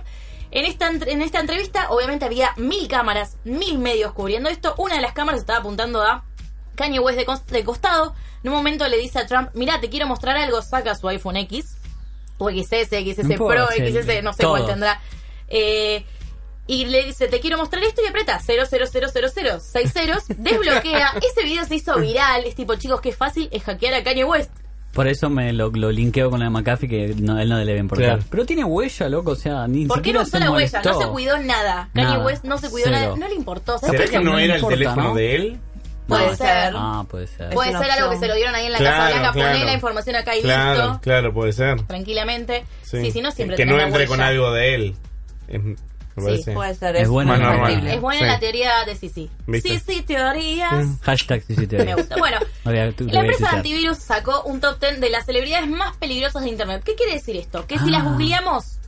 S2: En esta, entre- en esta entrevista, obviamente, había mil cámaras, mil medios cubriendo esto. Una de las cámaras estaba apuntando a Kanye West de, cons- de costado. En un momento le dice a Trump, mira, te quiero mostrar algo, saca su iPhone X. O XS, XS
S5: No
S2: Pro,
S5: importa, sí,
S2: XS, no sé
S5: todo.
S2: cuál tendrá. Eh, y le dice, te quiero mostrar esto y aprieta 00000, 6 ceros, desbloquea. Ese video se hizo viral. Es tipo, chicos, qué fácil es hackear a Kanye West.
S5: Por eso me lo, lo linkeo con la de McAfee, que no, él no le debe importar.
S4: Claro.
S5: Pero tiene huella, loco, o sea, ni
S2: ¿Por qué
S5: siquiera
S2: no usó
S5: se
S2: la huella?
S5: molestó.
S2: No se cuidó nada. Kanye
S5: Nada,
S2: West no se cuidó
S5: cero.
S2: nada. No le importó. ¿sabes?
S4: ¿Será
S5: Capaz
S4: que
S5: que
S4: no
S5: no
S4: era el
S5: importa,
S4: teléfono
S5: ¿no?
S4: de él?
S2: Puede
S3: No.
S2: ser.
S5: Ah, puede ser.
S2: Puede
S3: una
S2: ser algo que
S3: opción.
S2: se lo dieron ahí en la Casa
S4: Claro,
S2: Blanca.
S4: claro.
S2: Poné la información acá y
S4: claro,
S2: listo.
S4: claro, puede ser.
S2: Tranquilamente. Sí,
S4: Sí.
S2: si no siempre
S4: que
S2: tenés
S4: no
S2: la
S4: entre
S2: huella.
S4: con algo de él. Es- me
S3: Sí,
S4: parece.
S3: puede ser.
S5: Es buena,
S4: Más
S5: es
S4: normal.
S5: factible.
S2: Es buena
S4: Sí.
S2: la teoría de Sisi.
S4: ¿Viste?
S2: Sisi teorías.
S5: Hashtag sí, sí, te
S2: Me
S5: digo.
S2: gusta.
S5: <laughs>
S2: Bueno,
S5: Lo voy a- lo voy a
S2: la empresa de
S5: tuitear.
S2: antivirus sacó un top 10 de las celebridades más peligrosas de Internet. ¿Qué quiere decir esto? Que si
S5: Ah.
S2: las googleamos,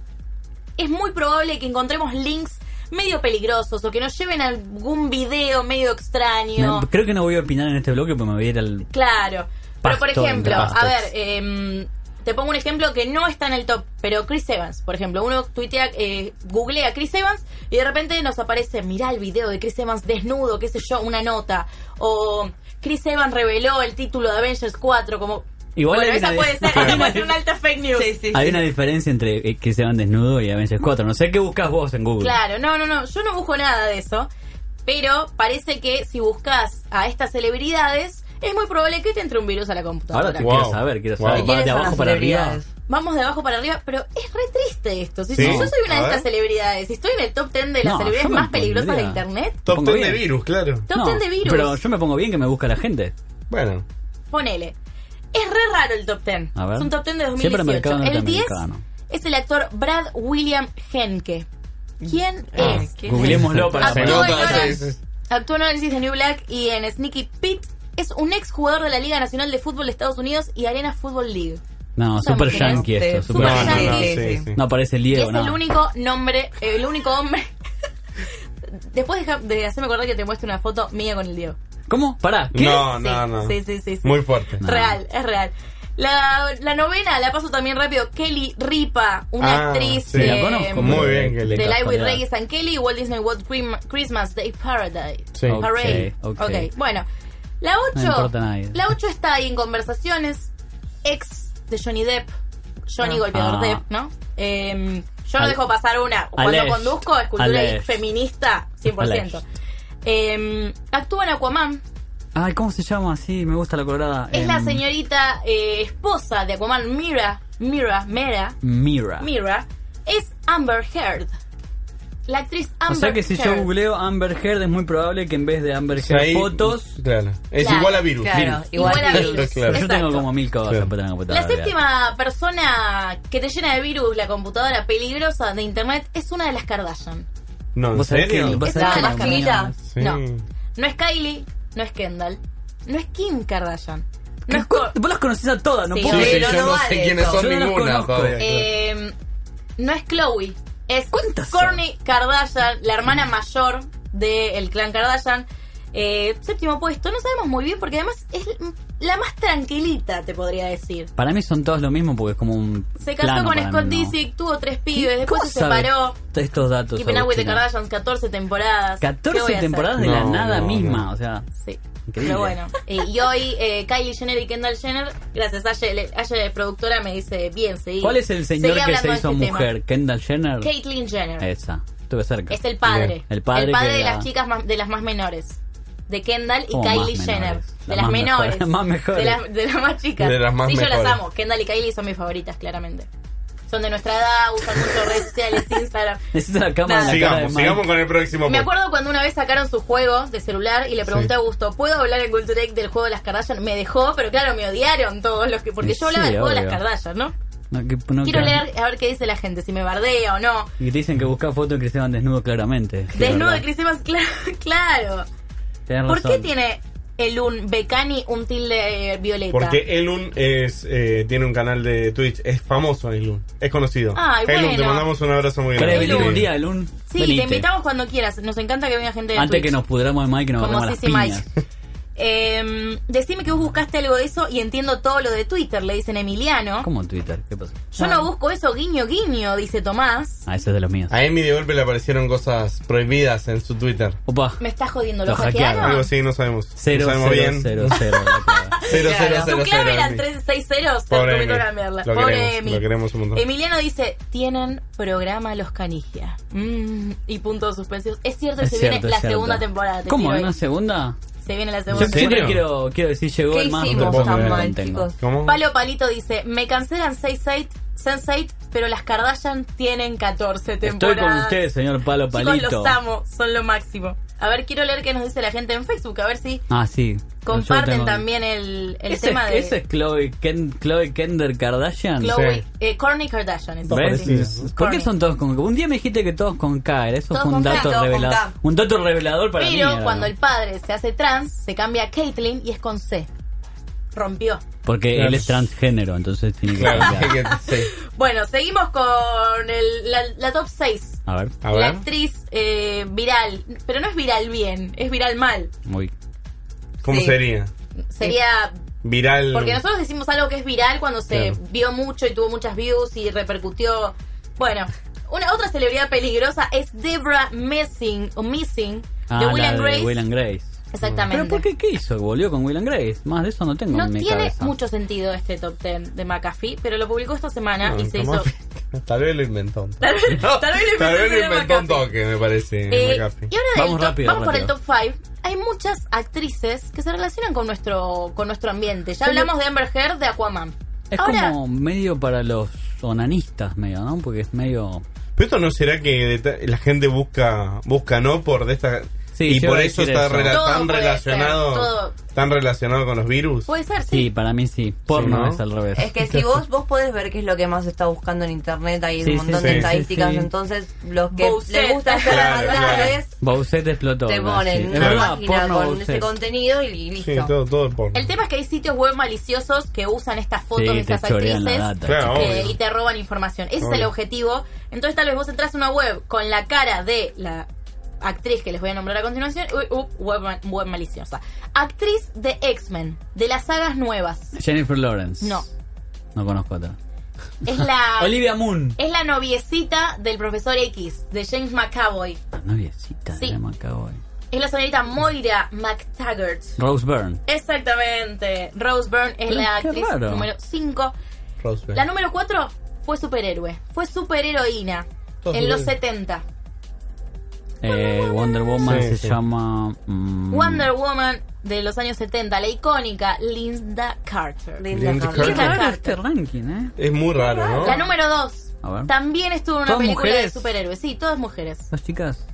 S2: es muy probable que encontremos links medio peligrosos o que nos lleven a algún video medio extraño.
S5: Me- Creo que no voy a opinar en este bloque porque me voy a ir al.
S2: Claro. Pero por
S5: Pasto
S2: ejemplo,
S5: entre
S2: a
S5: pastos.
S2: ver, em, te pongo un ejemplo que no está en el top, pero Chris Evans, por ejemplo, uno tuitea, eh, googlea Chris Evans y de repente nos aparece, mirá el video de Chris Evans desnudo, qué sé yo, una nota. O Chris Evans reveló el título de Avengers 4 como...
S5: Igual
S2: bueno,
S5: hay
S2: esa
S5: una-
S2: puede ser, esa puede ser una alta fake news.
S3: Sí, sí,
S5: Hay
S3: sí.
S5: una diferencia entre eh, que se van desnudo y Avengers 4. No sé qué buscas vos en Google.
S2: Claro, no, no, no, yo no busco nada de eso, pero parece que si buscas a estas celebridades, es muy probable que te entre un virus a la computadora.
S5: Ahora te
S4: Wow.
S5: quiero saber, quiero
S4: Wow.
S5: saber.
S4: ¿Y
S5: ¿Vas
S3: ¿Quiénes
S5: de
S3: son
S5: abajo
S3: las
S5: para arriba.
S3: celebridades?
S2: Vamos de abajo para arriba, pero es re triste esto. Si
S4: Sí.
S2: yo soy una
S4: A
S2: de estas
S4: ver.
S2: celebridades y estoy en el top 10 de las
S5: No,
S2: celebridades
S5: yo me
S2: más peligrosas de
S5: pondría-
S2: internet,
S4: Top
S5: Pongo
S4: 10 de
S5: bien.
S4: virus, claro.
S2: top 10 de virus,
S5: Pero yo me pongo bien que me busca la gente.
S4: Bueno.
S2: ponele. Es re raro el top 10.
S5: A ver.
S2: Es un top 10 de
S5: Siempre
S2: 2018.
S5: mercado
S2: El 10
S5: norteamericano.
S2: es el actor Brad William Henke. ¿Quién
S3: Ah,
S2: es? Ah,
S3: ¿quién
S5: Googleémoslo para
S2: Actuó
S4: Se
S2: en,
S5: saber.
S4: nota,
S2: Orange-
S4: sí, sí.
S2: actuó en Orange is the New Black y en Sneaky Pete. Es un ex jugador de la Liga Nacional de Fútbol de Estados Unidos y Arena Football League.
S5: No,
S2: Yo
S5: super
S2: me quedé
S5: yankee
S3: este,
S5: esto.
S4: No,
S5: Super
S2: Super
S4: no, no,
S2: yankee.
S4: sí, sí.
S5: No aparece el
S2: Y
S5: Diego,
S2: es el
S5: no.
S2: único nombre, el único hombre. <laughs> Después deja- de hacerme acordar que te muestre una foto mía con el Diego.
S5: ¿Cómo? Pará. ¿qué?
S4: No,
S2: Sí,
S4: no, no.
S2: Sí, sí, sí. sí.
S4: Muy fuerte.
S5: No.
S2: Real, es real. La, la novena la paso también rápido. Kelly Ripa, una
S4: Ah,
S2: actriz
S4: sí, la
S2: eh,
S4: conozco. Muy bien, que le-
S2: de Live with
S5: Casualidad.
S2: Reggae and Kelly y Walt Disney World Cream- Christmas Day Paradise.
S4: Sí. Ok,
S2: Parade.
S5: ok.
S2: ok, bueno. La
S5: No importa
S2: 8.
S5: nadie.
S2: la 8 está ahí en conversaciones. Ex de Johnny Depp. Johnny
S3: Ah.
S2: Golpeador
S5: Ah.
S2: Depp, ¿no? Eh, yo no
S5: Ale-
S2: dejo pasar una. Cuando
S5: Alej.
S2: conduzco, es cultura
S5: Alej.
S2: feminista 100%.
S5: Alej.
S2: Eh, actúa en Aquaman.
S5: Ay, ¿cómo se llama? Sí, me gusta la colorada.
S2: Es la
S5: Em,
S2: señorita eh, esposa de Aquaman, Mira, Mira, Mera,
S5: Mira.
S2: Mira, es Amber Heard. La actriz
S5: O
S2: Amber
S5: sea que si yo
S2: Heard.
S5: googleo Amber Heard es muy probable que en vez de Amber Heard
S4: Ahí-
S5: fotos,
S4: Claro. Es
S2: Claro,
S4: igual a virus.
S3: Claro,
S4: virus.
S2: Igual a
S3: igual.
S2: virus.
S4: <laughs> Claro.
S5: yo
S2: Exacto.
S5: tengo como mil cosas
S4: Sí.
S5: para la computadora.
S2: La séptima persona que te llena de virus la computadora peligrosa de internet es una de las Kardashian.
S4: No, ¿en
S5: ¿Vos sabés
S4: serio?
S5: que, vos
S3: ¿Es
S5: sabés
S3: la
S5: que no
S3: más
S5: me-
S3: chiquita?
S4: Sí.
S2: No, no es Kylie, no es Kendall, no es Kim Kardashian, no es
S5: ¿Cu-
S2: Cor-
S5: Vos las conocés a todas, no
S2: Sí,
S5: puedo
S4: Sí, sí,
S3: Pero
S4: yo
S3: no
S4: no sé
S3: vale
S4: quiénes
S3: eso.
S4: son
S5: Yo no los
S4: ninguna
S5: conozco.
S4: todavía.
S2: Eh, no es Chloe, es
S5: ¿Cuántas son?
S2: Kourtney Kardashian, la hermana mayor del clan Kardashian. Eh, séptimo puesto, no sabemos muy bien porque además es la más tranquilita, te podría decir.
S5: Para mí son todas lo mismo porque es como un.
S2: Se casó
S5: plano
S2: con
S5: para
S2: Scott
S5: mí, ¿no?
S2: Disick, tuvo tres
S5: ¿Qué-
S2: pibes, después
S5: cómo
S2: se
S5: sabes
S2: separó.
S5: t- Estos datos.
S2: Keeping Up with the
S5: Agustina?
S2: Kardashians, 14 temporadas. ¿Qué voy a
S5: 14
S2: hacer?
S5: temporadas de la
S4: No,
S5: nada
S4: no,
S5: misma,
S4: no.
S5: o sea.
S2: Sí.
S5: Increíble.
S2: Pero bueno. Eh, y hoy eh, Kylie Jenner y Kendall Jenner, gracias a Ayer, productora, me dice bien, seguí.
S5: ¿Cuál es el señor
S2: Seguí
S5: que
S2: hablando
S5: se
S2: de
S5: hizo
S2: este
S5: mujer? ¿Kendall Jenner?
S2: tema. Caitlyn Jenner.
S5: Esa. Estuve cerca.
S2: Es el padre.
S5: Bien. El padre, que
S2: de
S5: la-
S2: las chicas más- de las más menores. De Kendall y
S5: ¿Cómo más
S2: Kylie
S5: menores?
S2: Jenner. De
S5: Las
S2: las
S5: más
S2: menores.
S5: mejores, <laughs> las más mejores.
S2: De las, de las más chicas.
S4: De las más
S2: sí, yo las
S4: mejores.
S2: amo. Kendall y Kylie son mis favoritas, claramente. Son de nuestra edad, usan mucho redes
S5: <laughs>
S2: sociales, Instagram.
S5: Necesito la cámara en
S2: Nada.
S5: la cara de
S4: Sigamos,
S5: Mike.
S4: sigamos con el
S2: Me
S4: próximo. punto.
S2: acuerdo cuando una vez sacaron su juego de celular y le pregunté
S4: Sí.
S2: a Gusto, ¿puedo hablar en Culture Egg del juego de las Kardashian? Me dejó, pero claro, me odiaron todos los que. Porque
S5: Sí,
S2: yo hablaba del juego de las
S5: obvio.
S2: Kardashian, ¿no?
S5: No, que- no,
S2: Quiero
S5: que-
S2: leer a ver qué dice la gente, si me bardea o no.
S5: Y te dicen que busca fotos de Cristian desnudo claramente. Sí,
S2: Desnudo de
S5: verdad.
S2: Chris Evans, claro. <laughs> claro.
S5: Tenés
S2: ¿Por qué
S5: razón.
S2: tiene el un Becani un tilde eh, violeta?
S4: Porque Elun es, eh, tiene un canal de Twitch. Es famoso Elun. Es conocido.
S2: Ay,
S4: Elun,
S2: bueno.
S4: te mandamos un abrazo muy
S5: ¿Querés
S4: grande.
S5: venir un
S2: Elun.
S5: día, Elun?
S2: Sí,
S5: Venite.
S2: te invitamos cuando quieras. Nos encanta que venga gente de
S5: Antes
S2: Twitch.
S5: que nos pudramos de Mike y nos
S2: Como
S5: agarremos las
S2: Sissy
S5: piñas.
S2: Mike. <laughs> Em, decime que vos buscaste algo de eso y entiendo todo lo de Twitter, le dicen Emiliano.
S5: ¿Cómo en Twitter? ¿Qué pasó?
S2: Yo no busco eso, guiño, guiño, dice Tomás.
S5: Ah, ese es de los míos.
S4: A Emi de golpe le aparecieron cosas prohibidas en su Twitter.
S5: Opa.
S2: Me estás jodiendo,
S5: Lo
S2: ¿lo
S5: hackearon.
S2: hackearon?
S4: Algo así, no sabemos.
S5: Cero,
S4: no sabemos
S5: cero,
S4: bien.
S5: cero,
S2: <laughs>
S5: cero, la clave.
S4: Cero, cero,
S2: Tu
S4: cero, cero,
S2: clave eran
S4: Emi.
S2: 366 ceros, te
S4: Pobre
S2: tocó
S4: Emi.
S2: cambiarla.
S4: Lo
S2: Pobre
S4: queremos,
S2: Emi.
S4: lo queremos un montón.
S2: Emiliano dice, tienen programa Los Canigia. Mm, y puntos suspensivos. Es cierto, que
S5: Es
S2: se
S5: cierto,
S2: viene la
S5: es cierto.
S2: segunda temporada. te
S5: ¿Cómo?
S2: tiro
S5: ¿Una
S2: ahí.
S5: segunda?
S2: Se viene la
S5: Yo
S2: segunda
S4: ¿En serio?
S5: siempre quiero, quiero decir, llegó
S3: ¿Qué
S5: el más
S3: hicimos
S5: pero
S3: tan
S5: me
S3: mal,
S5: contengo.
S3: chicos?
S4: ¿Cómo?
S2: Palo Palito dice, me cancelan Sense8, Sense8 pero las Kardashian tienen 14
S5: Estoy con
S2: temporadas.
S5: usted, señor Palo
S2: Chicos,
S5: Palito.
S2: los amo, son lo máximo. A ver, quiero leer qué nos dice la gente en Facebook, a ver si
S5: Ah, sí.
S2: comparten
S5: Yo tengo-
S2: también el, el
S5: Ese
S2: tema
S5: es,
S2: de
S5: ese es Chloe, Ken, Chloe Kender Kardashian.
S2: Chloe,
S4: Sí.
S2: eh, Kourtney Kardashian. es
S5: ¿Ves?
S2: así.
S5: ¿Por
S2: Kourtney.
S5: qué son todos con K? Un día me dijiste que todos con K, era eso
S2: Todos
S5: fue un
S2: con K,
S5: dato
S3: todos con
S5: revelador.
S3: K.
S5: Un dato revelador para mí.
S2: Pero
S5: era.
S2: cuando el padre se hace trans, se cambia a Caitlyn y es con C. Rompió.
S5: Porque
S4: Claro.
S5: él es transgénero, entonces tiene
S2: <laughs>
S5: que
S4: <laughs> Claro,
S5: cambiar.
S4: que- sí.
S2: Bueno, seguimos con el- la, la top 6.
S5: A ver,
S4: A
S2: La
S4: ver.
S2: actriz eh, viral, pero no es viral bien, es viral mal.
S5: muy.
S4: ¿Cómo
S3: Sí.
S4: sería?
S2: Sería
S4: Viral.
S2: Porque nosotros decimos algo que es viral cuando se
S4: Claro.
S2: vio mucho y tuvo muchas views y repercutió. Bueno, una otra celebridad peligrosa es Debra Messing o Missing
S5: Ah,
S2: de
S5: la
S2: Will and Grace.
S5: Will and Grace.
S2: Exactamente.
S5: ¿Pero por qué qué hizo? ¿Volvió con Will and Grace? Más de eso no tengo
S2: No
S5: en mi
S2: tiene
S5: cabeza.
S2: mucho sentido este top 10 de McAfee, pero lo publicó esta semana
S4: No,
S2: y se hizo.
S4: jamás- <laughs> Tal vez lo inventó.
S2: <laughs> Tal vez- tal vez lo
S4: Tal
S2: inventó
S4: vez lo
S2: el
S4: inventó un
S2: McAfee.
S4: toque, me parece.
S2: Eh, y ahora
S4: McAfee.
S2: del
S5: Vamos
S2: top-
S5: rápido,
S2: vamos por el
S5: rápido.
S2: top 5. Hay muchas actrices que se relacionan con nuestro con nuestro ambiente. Ya hablamos de Amber Heard, de Aquaman.
S5: Es
S2: Ahora,
S5: como medio para los onanistas, medio, ¿no? Porque es medio.
S4: Pero esto no será que de ta- la gente busca busca no por de esta
S5: Sí,
S4: y
S5: yo
S4: por
S5: iba a
S4: eso
S5: decir
S4: está
S5: eso.
S4: rela-
S2: Todo
S4: tan
S2: puede
S4: relacionado
S2: ser, todo.
S4: tan relacionado con los virus.
S2: puede ser, sí.
S5: Sí, para mí sí. Porno
S4: ¿no?
S5: es al revés.
S3: Es que si vos vos podés ver qué es lo que más se está buscando en internet, hay
S5: Sí,
S3: un
S5: sí,
S3: montón
S4: sí,
S3: de
S4: sí,
S3: estadísticas,
S5: sí.
S3: entonces los que
S2: Bouset.
S3: les gusta hacer
S4: Claro,
S3: las maldades
S5: Bauset explotó.
S3: te
S5: ahora, sí.
S3: ponen
S5: Es
S3: una
S5: verdad,
S3: página
S5: porno
S3: con
S5: Bauset.
S3: ese contenido y listo.
S4: Sí, todo, todo por.
S2: El tema es que hay sitios web maliciosos que usan estas fotos de
S5: Sí, te
S2: estas
S5: chorean la
S2: actrices
S5: data.
S4: Claro,
S2: que-
S4: obvio.
S2: y te roban información. Ese es el
S4: Obvio.
S2: objetivo. Entonces tal vez vos entras a una web con la cara de la actriz que les voy a nombrar a continuación, Uy, up, web, ma- web maliciosa. Actriz de X-Men, de las sagas nuevas.
S5: Jennifer Lawrence.
S2: No.
S5: No conozco otra.
S2: Es la
S5: Olivia Moon.
S2: es la noviecita del profesor X, de James McAvoy.
S5: Ah, Noviecita,
S2: Sí.
S5: se llama Cowboy.
S2: Es la señorita Moira McTaggart.
S5: Rose Byrne.
S2: Exactamente. Rose Byrne es
S5: Pero
S2: la
S5: qué
S2: actriz
S5: raro.
S2: número 5
S4: Roswell.
S2: La número 4 fue superhéroe. Fue superheroína.
S4: Todos
S2: en los
S4: superhéroes.
S2: 70.
S5: Eh, Wonder Woman
S4: Sí,
S5: se
S4: sí.
S5: llama. mm,
S2: Wonder Woman de los años 70. La icónica Linda Carter.
S3: Linda
S4: Linda
S3: Carter.
S5: Qué
S2: Linda
S5: raro
S2: Carter.
S5: este ranking, ¿eh?
S4: Es muy raro, ¿no?
S2: La número 2.
S5: A ver.
S2: También estuvo en una
S5: ¿Todas
S2: película de
S5: mujeres?
S2: superhéroes. Sí, todas mujeres.
S5: Las chicas.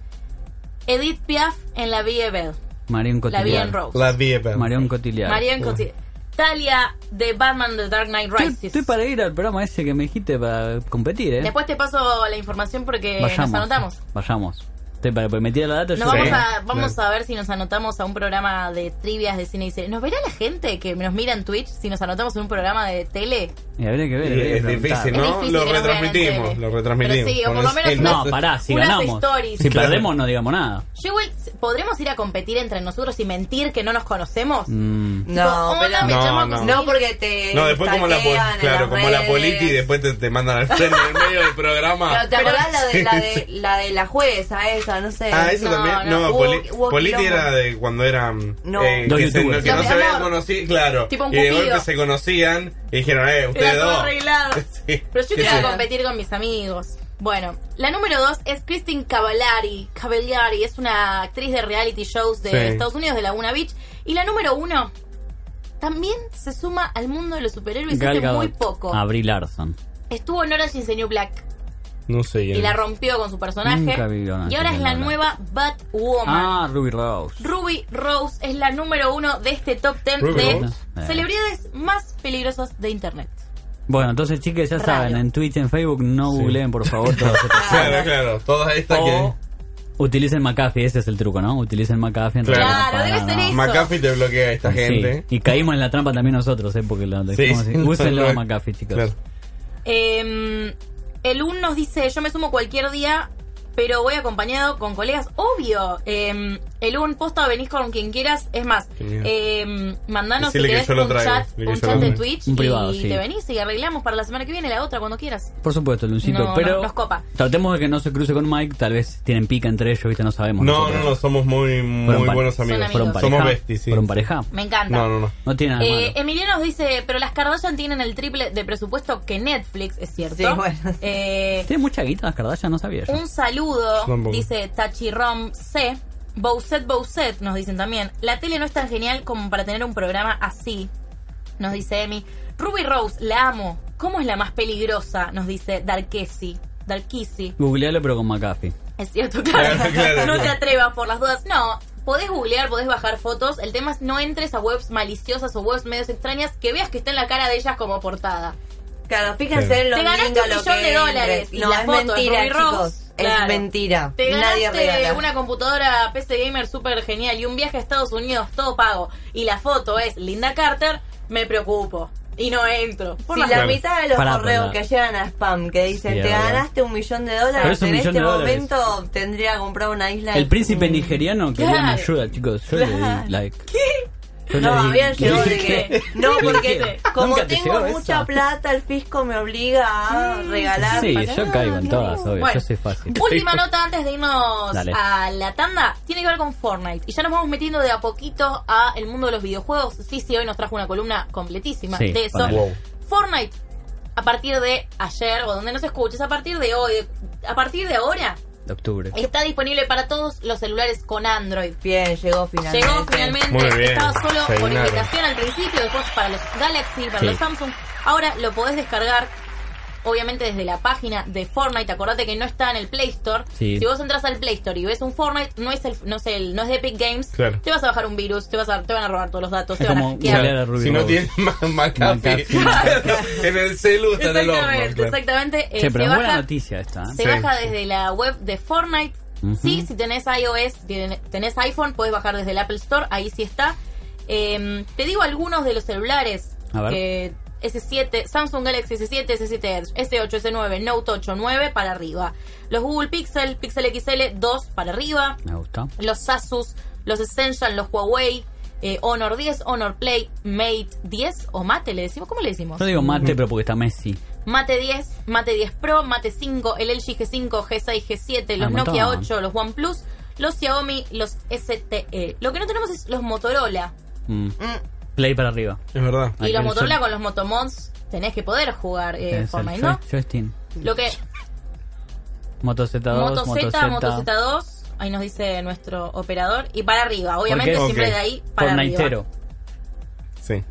S2: Edith Piaf en La E Vie Belle.
S5: Marion
S2: La Vie en
S5: Cotillard.
S2: Rose.
S4: La vieja.
S5: Marion Cotillard.
S2: Marion Cotillard. Talia de Batman The Dark Knight
S5: Oh. Estoy-
S2: Rises.
S5: Estoy para ir al programa ese que me dijiste para competir, ¿eh?
S2: Después te paso la información porque
S5: Vayamos.
S2: nos anotamos.
S5: Vayamos. Estoy para porque me tira la data.
S2: No,
S5: yo
S2: vamos,
S5: sé.
S2: a, vamos a ver si nos anotamos a un programa de trivias de cine y series. ¿Nos verá la gente que nos mira en Twitch si nos anotamos en un programa de tele?
S5: Y habría que ver.
S4: Y
S5: habría que
S4: es
S5: preguntar.
S4: difícil, ¿no?
S2: difícil
S4: Lo
S2: que nos vean en
S4: retransmitimos,
S2: tele.
S4: lo retransmitimos.
S2: Pero sí, o por
S4: Con
S2: lo
S4: el-
S2: menos
S4: el-
S5: No, pará, si
S2: Unas
S5: ganamos.
S2: stories.
S5: Si
S2: Claro.
S5: perdemos, no digamos nada.
S2: Jewel, ¿podremos ir a competir entre nosotros y mentir que no nos conocemos?
S5: Mm.
S2: Tipo,
S3: No,
S2: hola,
S3: pero
S2: me
S4: No,
S2: llamo
S4: no.
S2: Agustín.
S3: no porque te
S4: No, después como la
S3: stalkean
S4: poli-
S3: en
S4: claro,
S3: las
S4: como la
S3: redes.
S4: politi y después te, te mandan al frente en el medio del
S3: Pero
S4: programa.
S3: te acordás la de,
S4: Sí,
S3: la, de,
S4: sí.
S3: la de la jueza esa, no sé.
S4: Ah, eso
S2: No,
S4: también.
S2: no,
S4: No,
S3: hubo-
S4: Poli-
S3: hubo
S4: Politi
S3: quilombo.
S4: era de cuando eran.
S3: No.
S4: eh,
S5: Dos
S4: que se,
S5: youtubers.
S4: que no
S2: Los
S4: se
S2: de
S4: veían
S2: amor.
S4: conocidos, claro.
S2: Tipo un
S4: y de
S2: cupido.
S4: golpe se conocían y dijeron, eh,
S2: Era
S4: ustedes
S2: todo
S4: dos.
S2: arreglado.
S4: <laughs> Sí.
S2: Pero yo
S4: Sí,
S2: quiero
S4: sí.
S2: competir con mis amigos. Bueno, la número dos es Christine Cavallari. Cavallari es una actriz de reality shows de
S4: Sí.
S2: Estados Unidos, de Laguna Beach. Y la número uno también se suma al mundo de los superhéroes hace muy poco.
S5: A Brie Larson.
S2: Estuvo en Orange is the New Black
S4: No sé.
S2: y
S5: eh.
S2: la rompió con su personaje.
S5: Nunca vi Orange
S2: y ahora
S5: is the
S2: es la
S5: New
S2: nueva Batwoman.
S5: Ah, Ruby Rose.
S2: Ruby Rose es la número uno de este top 10
S4: Ruby
S2: de
S4: Rose.
S5: Eh.
S2: celebridades más peligrosas de internet.
S5: Bueno, entonces, chicas, ya
S2: Raro.
S5: saben, en Twitch, en Facebook, no googleen, por favor, todas
S2: <laughs>
S5: estas
S4: Claro, claro. Todas estas
S5: O
S4: que.
S5: utilicen McAfee, ese es el truco, ¿no? Utilicen McAfee en
S4: Claro.
S5: realidad
S2: Claro,
S5: para
S2: debe ser
S5: nada.
S2: eso.
S4: Ah, McAfee te bloquea a esta
S5: Sí,
S4: gente.
S5: Y caímos en la trampa también nosotros, ¿eh? Porque lo dejamos
S4: <laughs>
S5: así. Úsenlo a McAfee, chicos.
S4: Claro.
S2: Eh, el un nos dice, yo me sumo cualquier día, pero voy acompañado con colegas. Obvio. Eh, el un posta, venís con quien quieras. Es más,
S4: Qué miedo.
S2: eh, mandanos si
S4: Decile que
S2: querés
S4: yo lo
S2: un
S4: traigo,
S2: chat,
S4: decile que
S2: un
S4: yo lo
S2: chat de
S4: traigo.
S2: Twitch
S5: Un privado,
S2: y
S5: sí.
S2: te venís y arreglamos para la semana que viene la otra cuando quieras.
S5: Por supuesto, Luncito,
S2: No,
S5: pero
S2: no, nos copa.
S5: tratemos de que no se cruce con Mike, tal vez tienen pica entre ellos, viste, no sabemos.
S4: No,
S5: nosotros.
S4: no, no. Somos muy, muy
S5: Fueron pare-
S4: buenos
S2: Son
S4: amigos.
S5: Fueron
S2: amigos.
S5: pareja.
S4: Somos besties, sí.
S5: Fueron pareja.
S2: Me encanta.
S4: No, no, no.
S5: No tiene nada de
S2: Eh,
S5: malo.
S2: Emiliano nos dice, pero las Kardashian tienen el triple de presupuesto que Netflix, es cierto.
S3: Sí, bueno.
S2: Eh,
S5: Tiene mucha guita las Kardashian, no sabía yo.
S2: Un saludo,
S4: Tampoco.
S2: dice Tachirom C. Bouset Bouset, nos dicen también. La tele no es tan genial como para tener un programa así. Nos dice Emi. Ruby Rose, la amo. ¿Cómo es la más peligrosa? Nos dice Darkesi. Darkisi.
S5: Googlealo, pero con McAfee.
S2: Es cierto, <laughs> claro.
S4: Claro, claro,
S2: no
S4: claro.
S2: te atrevas por las dudas. No, podés googlear, podés bajar fotos. El tema es no entres a webs maliciosas o webs medios extrañas que veas que está en la cara de ellas como portada.
S3: Claro, fíjense
S4: Claro.
S3: en lo
S2: Te ganaste
S3: lindo
S2: un
S3: lo
S2: millón
S3: que
S2: de
S3: es.
S2: dólares y
S3: No,
S2: la
S3: es
S2: foto es
S3: mentira,
S2: Ruby
S3: chicos.
S2: Rose.
S3: Es
S2: Claro.
S3: mentira.
S2: Te
S3: Nadie
S2: ganaste
S3: regala.
S2: una computadora PC Gamer súper genial y un viaje a Estados Unidos todo pago. Y la foto es Linda Carter, me preocupo. Y no entro. Por
S3: Si
S2: las
S3: la
S4: Claro.
S3: mitad de los
S5: Pará,
S3: correos
S5: pará.
S3: que llegan a spam que dicen
S5: Sí, es
S3: te
S5: verdad.
S3: ganaste un millón de
S5: Pero
S3: dólares,
S5: es un
S3: en
S5: millón
S3: este
S5: de dólares.
S3: momento tendría que comprar una isla.
S5: El príncipe
S3: Mm.
S5: nigeriano quería
S2: Claro.
S5: una ayuda, chicos. Yo le di like. ¿Qué?
S3: No, habían
S5: <laughs>
S3: llegado de
S2: dije.
S3: que. No,
S5: Le
S3: porque
S5: dije,
S3: como
S5: "Nunca te
S3: tengo
S5: llegó
S3: mucha
S5: esa".
S3: plata, el fisco me obliga a regalar.
S5: Sí,
S3: para-
S5: yo caigo en todas, obvio.
S2: Bueno.
S5: Yo soy fácil.
S2: Última nota antes de irnos
S5: Dale.
S2: a la tanda, tiene que ver con Fortnite. Y ya nos vamos metiendo de a poquito a el mundo de los videojuegos. Sí, sí, hoy nos trajo una columna completísima
S5: Sí,
S2: de eso.
S5: ponele.
S4: Wow.
S2: Fortnite, a partir de ayer, o donde nos escuches, a partir de hoy, a partir de ahora,
S5: De octubre.
S2: está disponible para todos los celulares con Android.
S3: Bien, llegó finalmente.
S2: Llegó finalmente,
S4: Muy bien,
S2: estaba solo
S4: se
S2: por
S4: dignaron.
S2: invitación al principio, después para los Galaxy, para
S5: Sí.
S2: los Samsung. Ahora lo podés descargar, obviamente desde la página de Fortnite. Acordate que no está en el Play Store.
S5: Sí.
S2: Si vos entras al Play Store y ves un Fortnite, no es el, no es el, no es de Epic Games,
S4: Claro.
S2: te vas a bajar un virus, te vas a, te van a robar todos los datos, te
S5: Es
S2: van a
S5: como
S2: hackear.
S5: googlear a Ruby
S4: Si no
S5: Rose.
S4: tiene
S5: <laughs>
S4: más McAfee. <laughs> en el celu está en el horno.
S2: Exactamente,
S4: claro.
S2: exactamente. Eh,
S5: Che, pero
S2: se
S5: es buena
S2: baja-
S5: noticia esta. ¿eh?
S2: Se
S4: Sí.
S2: baja desde la web de Fortnite.
S5: Ujú.
S2: Sí, si tenés iOS, tiene- tenés iPhone, puedes bajar desde el Apple Store, ahí sí está. Eh, te digo algunos de los celulares.
S5: A ver.
S2: que S7, Samsung Galaxy S7, S7 Edge, S8, S9, Note 8, 9 para arriba. Los Google Pixel, Pixel XL 2 para arriba.
S5: Me gusta.
S2: Los Asus, los Essential, los Huawei, eh, Honor 10, Honor Play, Mate 10 o Mate le decimos. ¿Cómo le decimos?
S5: Yo digo mate, pero porque está Messi.
S2: Mate 10, Mate 10 Pro, Mate 5, el LG G5, G6, G7, los
S5: Ah, un
S2: Nokia
S5: montón.
S2: 8, los OnePlus, los Xiaomi, los STE. Lo que no tenemos es los Motorola.
S5: Mm.
S3: Mm,
S5: Play para arriba.
S4: Es verdad.
S2: Y
S5: Ahí
S2: los
S5: Ah, el
S2: Motorola
S5: sol-
S2: con los Motomods tenés que poder jugar eh,
S5: es el
S2: Fortnite, ¿no?
S5: joy- Joystick.
S2: Lo que
S5: Moto Z2,
S2: Moto Z, Moto Z2, ahí nos dice nuestro operador, y para arriba, obviamente
S5: Porque-
S2: siempre
S4: Ok.
S2: de ahí para
S5: Fortnitero.
S4: Sí.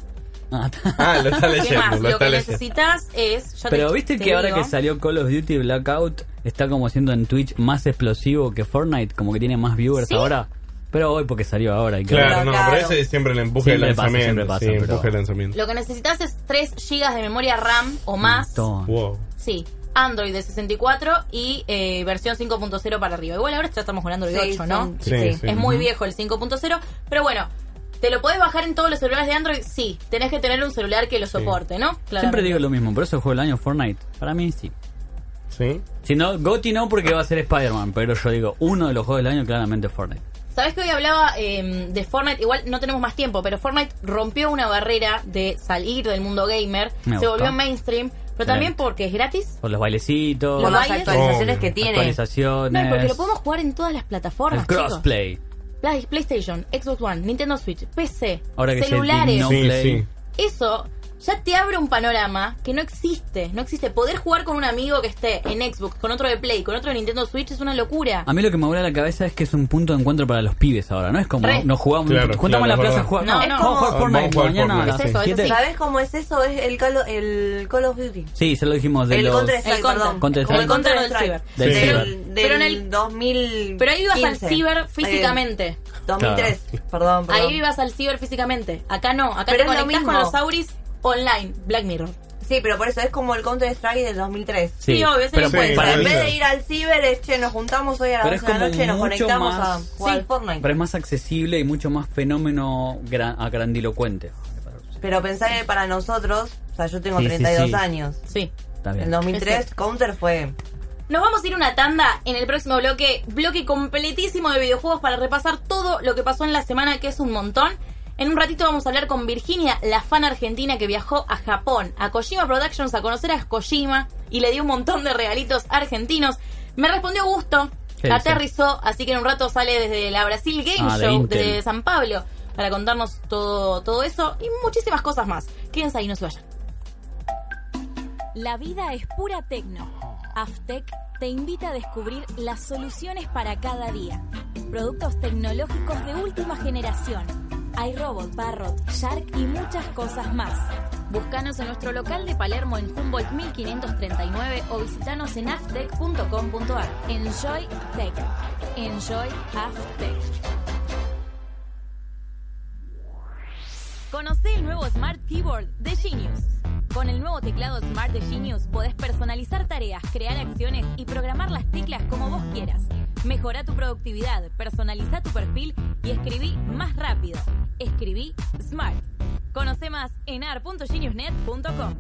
S5: Ah, está.
S4: Ah, lo está
S2: arriba. <laughs> ¿Qué
S4: leyendo.
S2: más?
S4: Lo
S2: Lo
S4: está
S2: que
S4: leyendo.
S2: necesitas es. ya te-
S5: Pero viste
S2: te
S5: que ahora
S2: digo.
S5: que salió Call of Duty Blackout está como siendo en Twitch más explosivo que Fortnite, como que tiene más viewers
S2: ¿Sí?
S5: ahora. Pero hoy porque salió ahora. hay que ver.
S4: Claro, no,
S3: Claro.
S4: pero ese es siempre el empuje del
S5: Siempre pasa,
S4: lanzamiento.
S5: siempre pasa,
S4: sí,
S5: pero-
S4: empuje del lanzamiento.
S2: Lo que necesitas es 3 GB de memoria RAM o más.
S5: Montón.
S4: Wow.
S2: Sí, Android de 64 y eh, versión 5.0 para arriba. Igual ahora ya estamos con Android
S3: sí,
S2: 8, ¿no?
S3: son-
S4: Sí, sí.
S2: Es muy viejo el 5.0, pero bueno, ¿te lo podés bajar en todos los celulares de Android? Sí, tenés que tener un celular que lo soporte, ¿no?
S5: Siempre
S2: Claramente.
S5: digo lo mismo, por eso el juego del año Fortnite. Para mí sí.
S4: Sí.
S5: Si no, Gotti no porque va a ser Spider-Man, pero yo digo, uno de los juegos del año claramente es Fortnite.
S2: Sabés que hoy hablaba eh, de Fortnite, igual no tenemos más tiempo, pero Fortnite rompió una barrera de salir del mundo gamer,
S5: Me
S2: se
S5: gustó.
S2: volvió mainstream, pero también porque es gratis.
S5: Por los bailecitos,
S2: Los
S3: Por las
S2: bailes.
S3: actualizaciones
S4: Oh,
S3: que tiene.
S5: actualizaciones,
S2: No, y porque lo podemos jugar en todas las
S5: el
S2: plataformas. chicos.
S5: crossplay.
S2: Play- PlayStation, Xbox One, Nintendo Switch, PC,
S5: Ahora que se
S2: celulares.
S5: No
S4: sí,
S5: play.
S4: sí.
S2: Eso ya te abre un panorama que no existe. No existe. Poder jugar con un amigo que esté en Xbox, con otro de Play, con otro de Nintendo Switch es una locura.
S3: Ah,
S5: A mí lo que me vuela la cabeza es que es un punto de encuentro para los pibes ahora, no es como
S2: Re.
S5: nos jugamos,
S4: Claro,
S5: nos juntamos
S4: claro,
S5: en la plaza
S4: es
S5: a
S4: verdad.
S5: jugar.
S2: No,
S5: No,
S2: es
S5: vamos a
S4: como-
S5: jugar Fortnite
S4: Vamos a jugar
S5: mañana a
S4: Fortnite,
S5: las
S2: Es eso, es
S5: siete.
S2: así.
S3: ¿Sabes cómo es eso? Es el Call, el Call of Duty.
S5: Sí, ya lo dijimos de
S3: el
S5: los
S3: Contra Strike,
S2: el Contra.
S3: perdón.
S5: Contra
S3: Como el
S5: Strike.
S3: Contra
S2: Del
S3: Strike.
S4: ciber. Del
S5: ciber.
S3: Del,
S2: Pero en el-
S3: el 2000.
S2: Pero ahí ibas al ciber
S3: Eh,
S2: físicamente.
S3: 2003, perdón, perdón.
S2: Ahí ibas al ciber físicamente. Acá no. Acá
S3: Pero
S2: te
S3: es lo
S2: conectás con
S3: mismo.
S2: los Auris online. Black Mirror.
S3: Sí, pero por eso es como el Counter Strike del 2003.
S5: Sí,
S2: Sí, obvio, ese
S5: pero
S2: no puede
S4: Sí,
S5: para
S3: en
S5: mí-
S3: vez de ir al ciber, es che, nos juntamos hoy a
S5: Pero es
S3: las 11 de
S5: como
S3: la noche y nos
S5: mucho
S3: conectamos
S5: más-
S3: a jugar
S2: Sí,
S3: al Fortnite.
S5: pero es más accesible y mucho más fenómeno gra- agrandilocuente.
S3: Pero pensar que para nosotros, o sea, yo tengo
S5: Sí, sí,
S3: 32
S5: sí.
S3: años.
S2: Sí.
S5: Está
S3: En
S5: bien.
S3: 2003, Counter fue.
S2: Nos vamos a ir una tanda en el próximo bloque, bloque completísimo de videojuegos para repasar todo lo que pasó en la semana, que es un montón. En un ratito vamos a hablar con Virginia, la fan argentina que viajó a Japón, a Kojima Productions, a conocer a Kojima y le dio un montón de regalitos argentinos. Me respondió gusto,
S5: ¿Qué dice?
S2: aterrizó, así que en un rato sale desde la Brasil Game
S5: Ah, de
S2: Show,
S5: Intel.
S2: desde San Pablo, para contarnos todo, todo eso y muchísimas cosas más. Quédense ahí, no se vayan.
S7: La vida es pura tecno. Aftec te invita a descubrir las soluciones para cada día. Productos tecnológicos de última generación. iRobot, Parrot, Shark y muchas cosas más. Búscanos en nuestro local de Palermo en Humboldt 1539 o visitanos en aftec.com.ar. Enjoy Tech. Enjoy Aftec. Conoce el nuevo Smart Keyboard de Genius. Con el nuevo teclado Smart de Genius podés personalizar tareas, crear acciones y programar las teclas como vos quieras. Mejora tu productividad, personaliza tu perfil y escribí más rápido. Escribí Smart. Conoce más en ar.geniusnet.com.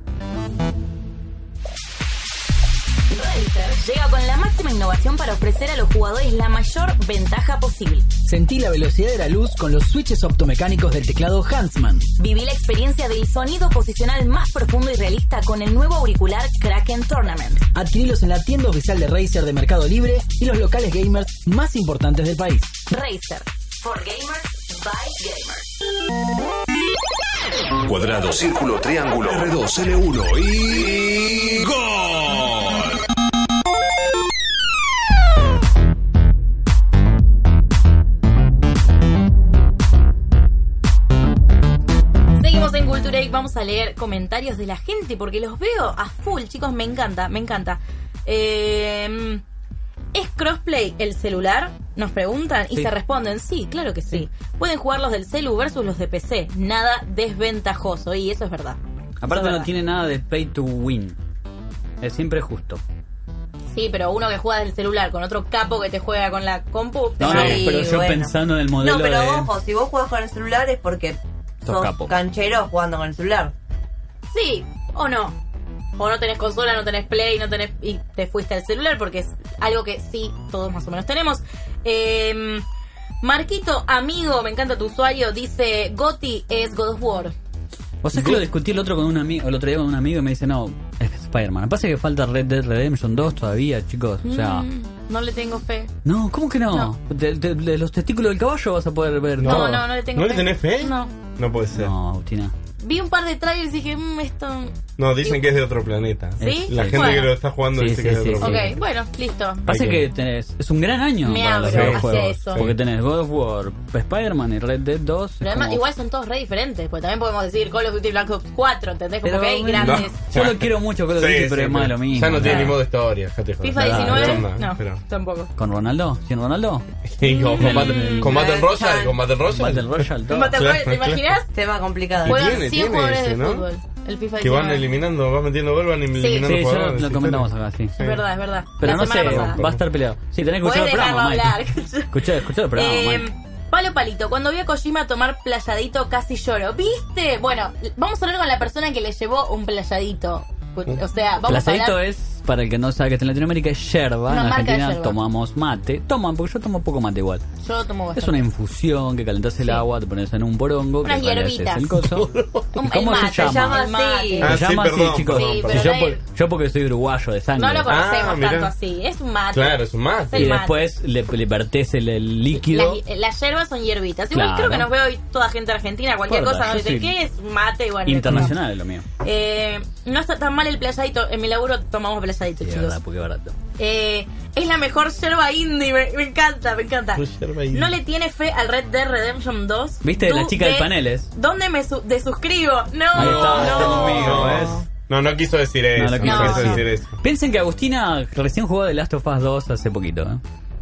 S7: Razer llega con la máxima innovación para ofrecer a los jugadores la mayor ventaja posible.
S8: Sentí la velocidad de la luz con los switches optomecánicos del teclado Huntsman.
S7: Viví la experiencia del sonido posicional más profundo y realista con el nuevo auricular Kraken Tournament.
S8: Adquirilos en la tienda oficial de Razer de Mercado Libre y los locales gamers más importantes del país.
S7: Razer. For gamers by gamers.
S6: Cuadrado, círculo, triángulo, R2, L1 y... ¡Gol!
S2: Seguimos en Cultura y vamos a leer comentarios de la gente porque los veo a full, chicos, me encanta, me encanta. Eh, ¿Es crossplay el celular? Nos preguntan y
S5: Sí.
S2: se responden, sí, claro que sí. Pueden jugar los del celu versus los de PC, nada desventajoso y eso es verdad. Eso es
S5: Aparte no
S2: verdad.
S5: tiene nada de pay to win. Es siempre justo.
S2: Sí, pero uno que juega del celular con otro capo que te juega con la compu.
S5: No, no,
S3: Sí,
S5: pero yo
S3: bueno.
S5: pensando en el modelo
S3: No, pero
S5: de...
S3: ojo, si vos jugás con el celular es porque
S5: Sos
S3: sos
S5: capo.
S3: canchero jugando con el celular.
S2: Sí, o no. O no tenés consola, no tenés play, no tenés. y te fuiste al celular porque es algo que sí todos más o menos tenemos. Eh, Marquito, amigo, me encanta tu usuario, dice Goti es God of War.
S5: Vos sabés que lo discutí el otro con un amigo, el otro día con un amigo y me dice, no, es Spider-Man. Pasa que falta Red Dead Redemption 2 todavía, chicos. O sea,
S2: Mm, no le tengo fe.
S5: no, ¿cómo que no?
S2: No.
S5: De, de- de los testículos del caballo vas a poder ver
S2: No,
S5: todo.
S2: no, no le tengo
S4: ¿No
S2: fe.
S4: le tenés fe?
S2: No.
S4: No puede ser. No,
S5: No, Agustina.
S2: Vi un par de trailers y dije, "Mm, esto.
S4: dicen que es de otro planeta.
S2: ¿Sí?
S4: La gente
S2: Bueno.
S4: que lo está jugando
S5: Sí,
S4: dice
S5: sí,
S4: que es de
S5: sí,
S4: otro
S5: sí.
S2: Ok,
S4: planeta.
S2: bueno, listo.
S5: Pasa
S4: Hay
S5: que
S4: que-
S5: tenés, es un gran año
S2: Me
S5: para los
S2: abro hacia
S5: videojuegos.
S2: eso.
S5: Porque tenés God of War, Spider-Man y Red Dead 2.
S2: Pero además, igual son todos re diferentes, porque también podemos decir Call of Duty Black Ops 4, ¿entendés? Como
S5: Pero
S2: que hay
S5: bueno.
S2: grandes.
S4: No.
S5: Yo lo quiero mucho, Call of Duty,
S4: Sí,
S5: pero
S4: sí,
S5: es más de lo mismo.
S4: Ya no tiene
S5: ¿verdad?
S4: ni modo historia, ya te jodas.
S2: FIFA
S5: Claro,
S2: 19,
S4: onda,
S2: no, Mm,
S4: pero-
S2: tampoco.
S5: ¿Con Ronaldo? ¿Sin Ronaldo?
S4: <laughs> Y con, con Battle- con Battle Royale, con Battle Royale.
S5: Battle Royale todo.
S2: Battle Royale, ¿Te
S4: claro.
S2: imaginas?
S3: Tema complicado.
S4: Bueno,
S2: Juegan
S4: tiene,
S2: 100 jugadores
S4: ese,
S2: de
S4: ¿no?
S2: fútbol. El
S3: Pues
S2: FIFA
S4: Que van
S2: 19.
S4: eliminando, van metiendo gol, van eliminando
S5: Sí, ya
S4: jugadores.
S5: lo
S4: sí,
S5: comentamos
S4: claro.
S5: acá, sí.
S2: Es verdad, es verdad.
S5: Pero
S2: La
S5: no sé,
S2: semana pasada.
S5: va a estar peleado. Sí, tenés que
S2: Podés
S5: escuchar el programa,
S2: dejarlo
S5: Mike.
S2: hablar. <laughs>
S5: Escuchá, escuchá el programa,
S2: Eh,
S5: Mike.
S2: Palo Palito, cuando vi a Kojima tomar playadito casi lloro. ¿Viste? Bueno, vamos a hablar con la persona que le llevó un playadito. O sea, vamos a
S5: Placadito
S2: hablar...
S5: es, para el que no sabe que está en Latinoamérica, es
S2: Una
S5: yerba. en
S2: marca de
S5: Argentina
S2: yerba.
S5: tomamos mate. Toman, porque yo tomo poco mate igual.
S2: Yo tomo
S5: Es
S2: bastante.
S5: una infusión que calentás el
S2: Sí.
S5: agua, te pones en un borongo, que
S2: Unas
S5: en realidad
S2: hierbitas.
S5: es
S2: <laughs>
S5: el coso.
S2: Un-
S5: ¿Y ¿Cómo
S2: el
S5: se
S2: mate,
S5: llama?
S3: El
S2: así.
S3: mate.
S4: Ah,
S5: Se
S4: sí,
S5: llama así,
S4: perdón,
S5: chicos.
S4: perdón,
S2: Sí,
S4: perdón.
S2: pero
S5: Si yo,
S2: no
S5: por-
S2: hay-
S5: yo porque soy uruguayo de sangre.
S2: No lo conocemos
S4: Ah, mirá.
S2: tanto así. Es un mate.
S4: Claro, es un más.
S2: Sí.
S5: y
S2: el mate.
S5: después le, le vertés el, el líquido.
S2: Las, las hierbas son hierbitas. Igual
S5: Claro.
S2: creo que nos veo hoy toda gente argentina, cualquier
S5: Importa,
S2: cosa, nos
S5: yo
S2: dice,
S5: soy
S2: ¿qué es un mate? Y Bueno,
S5: Internacional es lo mío.
S2: Eh, no está tan mal el playadito. En mi laburo tomamos playadito,
S5: Sí, es
S2: chicos.
S5: verdad, porque es barato.
S2: Eh, es la mejor yerba indie. Me, me encanta, me encanta.
S4: Pues yerba indie.
S2: No le tiene fe al Red Dead Redemption 2.
S5: Viste, la
S2: Du-
S5: chica del panel es.
S2: ¿Dónde me su- desuscribo? No,
S5: Ahí está, está
S2: no.
S5: conmigo.
S4: No, no, no quiso decir eso.
S5: lo
S4: No,
S5: quiso
S4: quiso
S2: decir.
S4: decir eso.
S5: Piensen que Agustina recién jugó The Last of Us 2 hace poquito, ¿eh?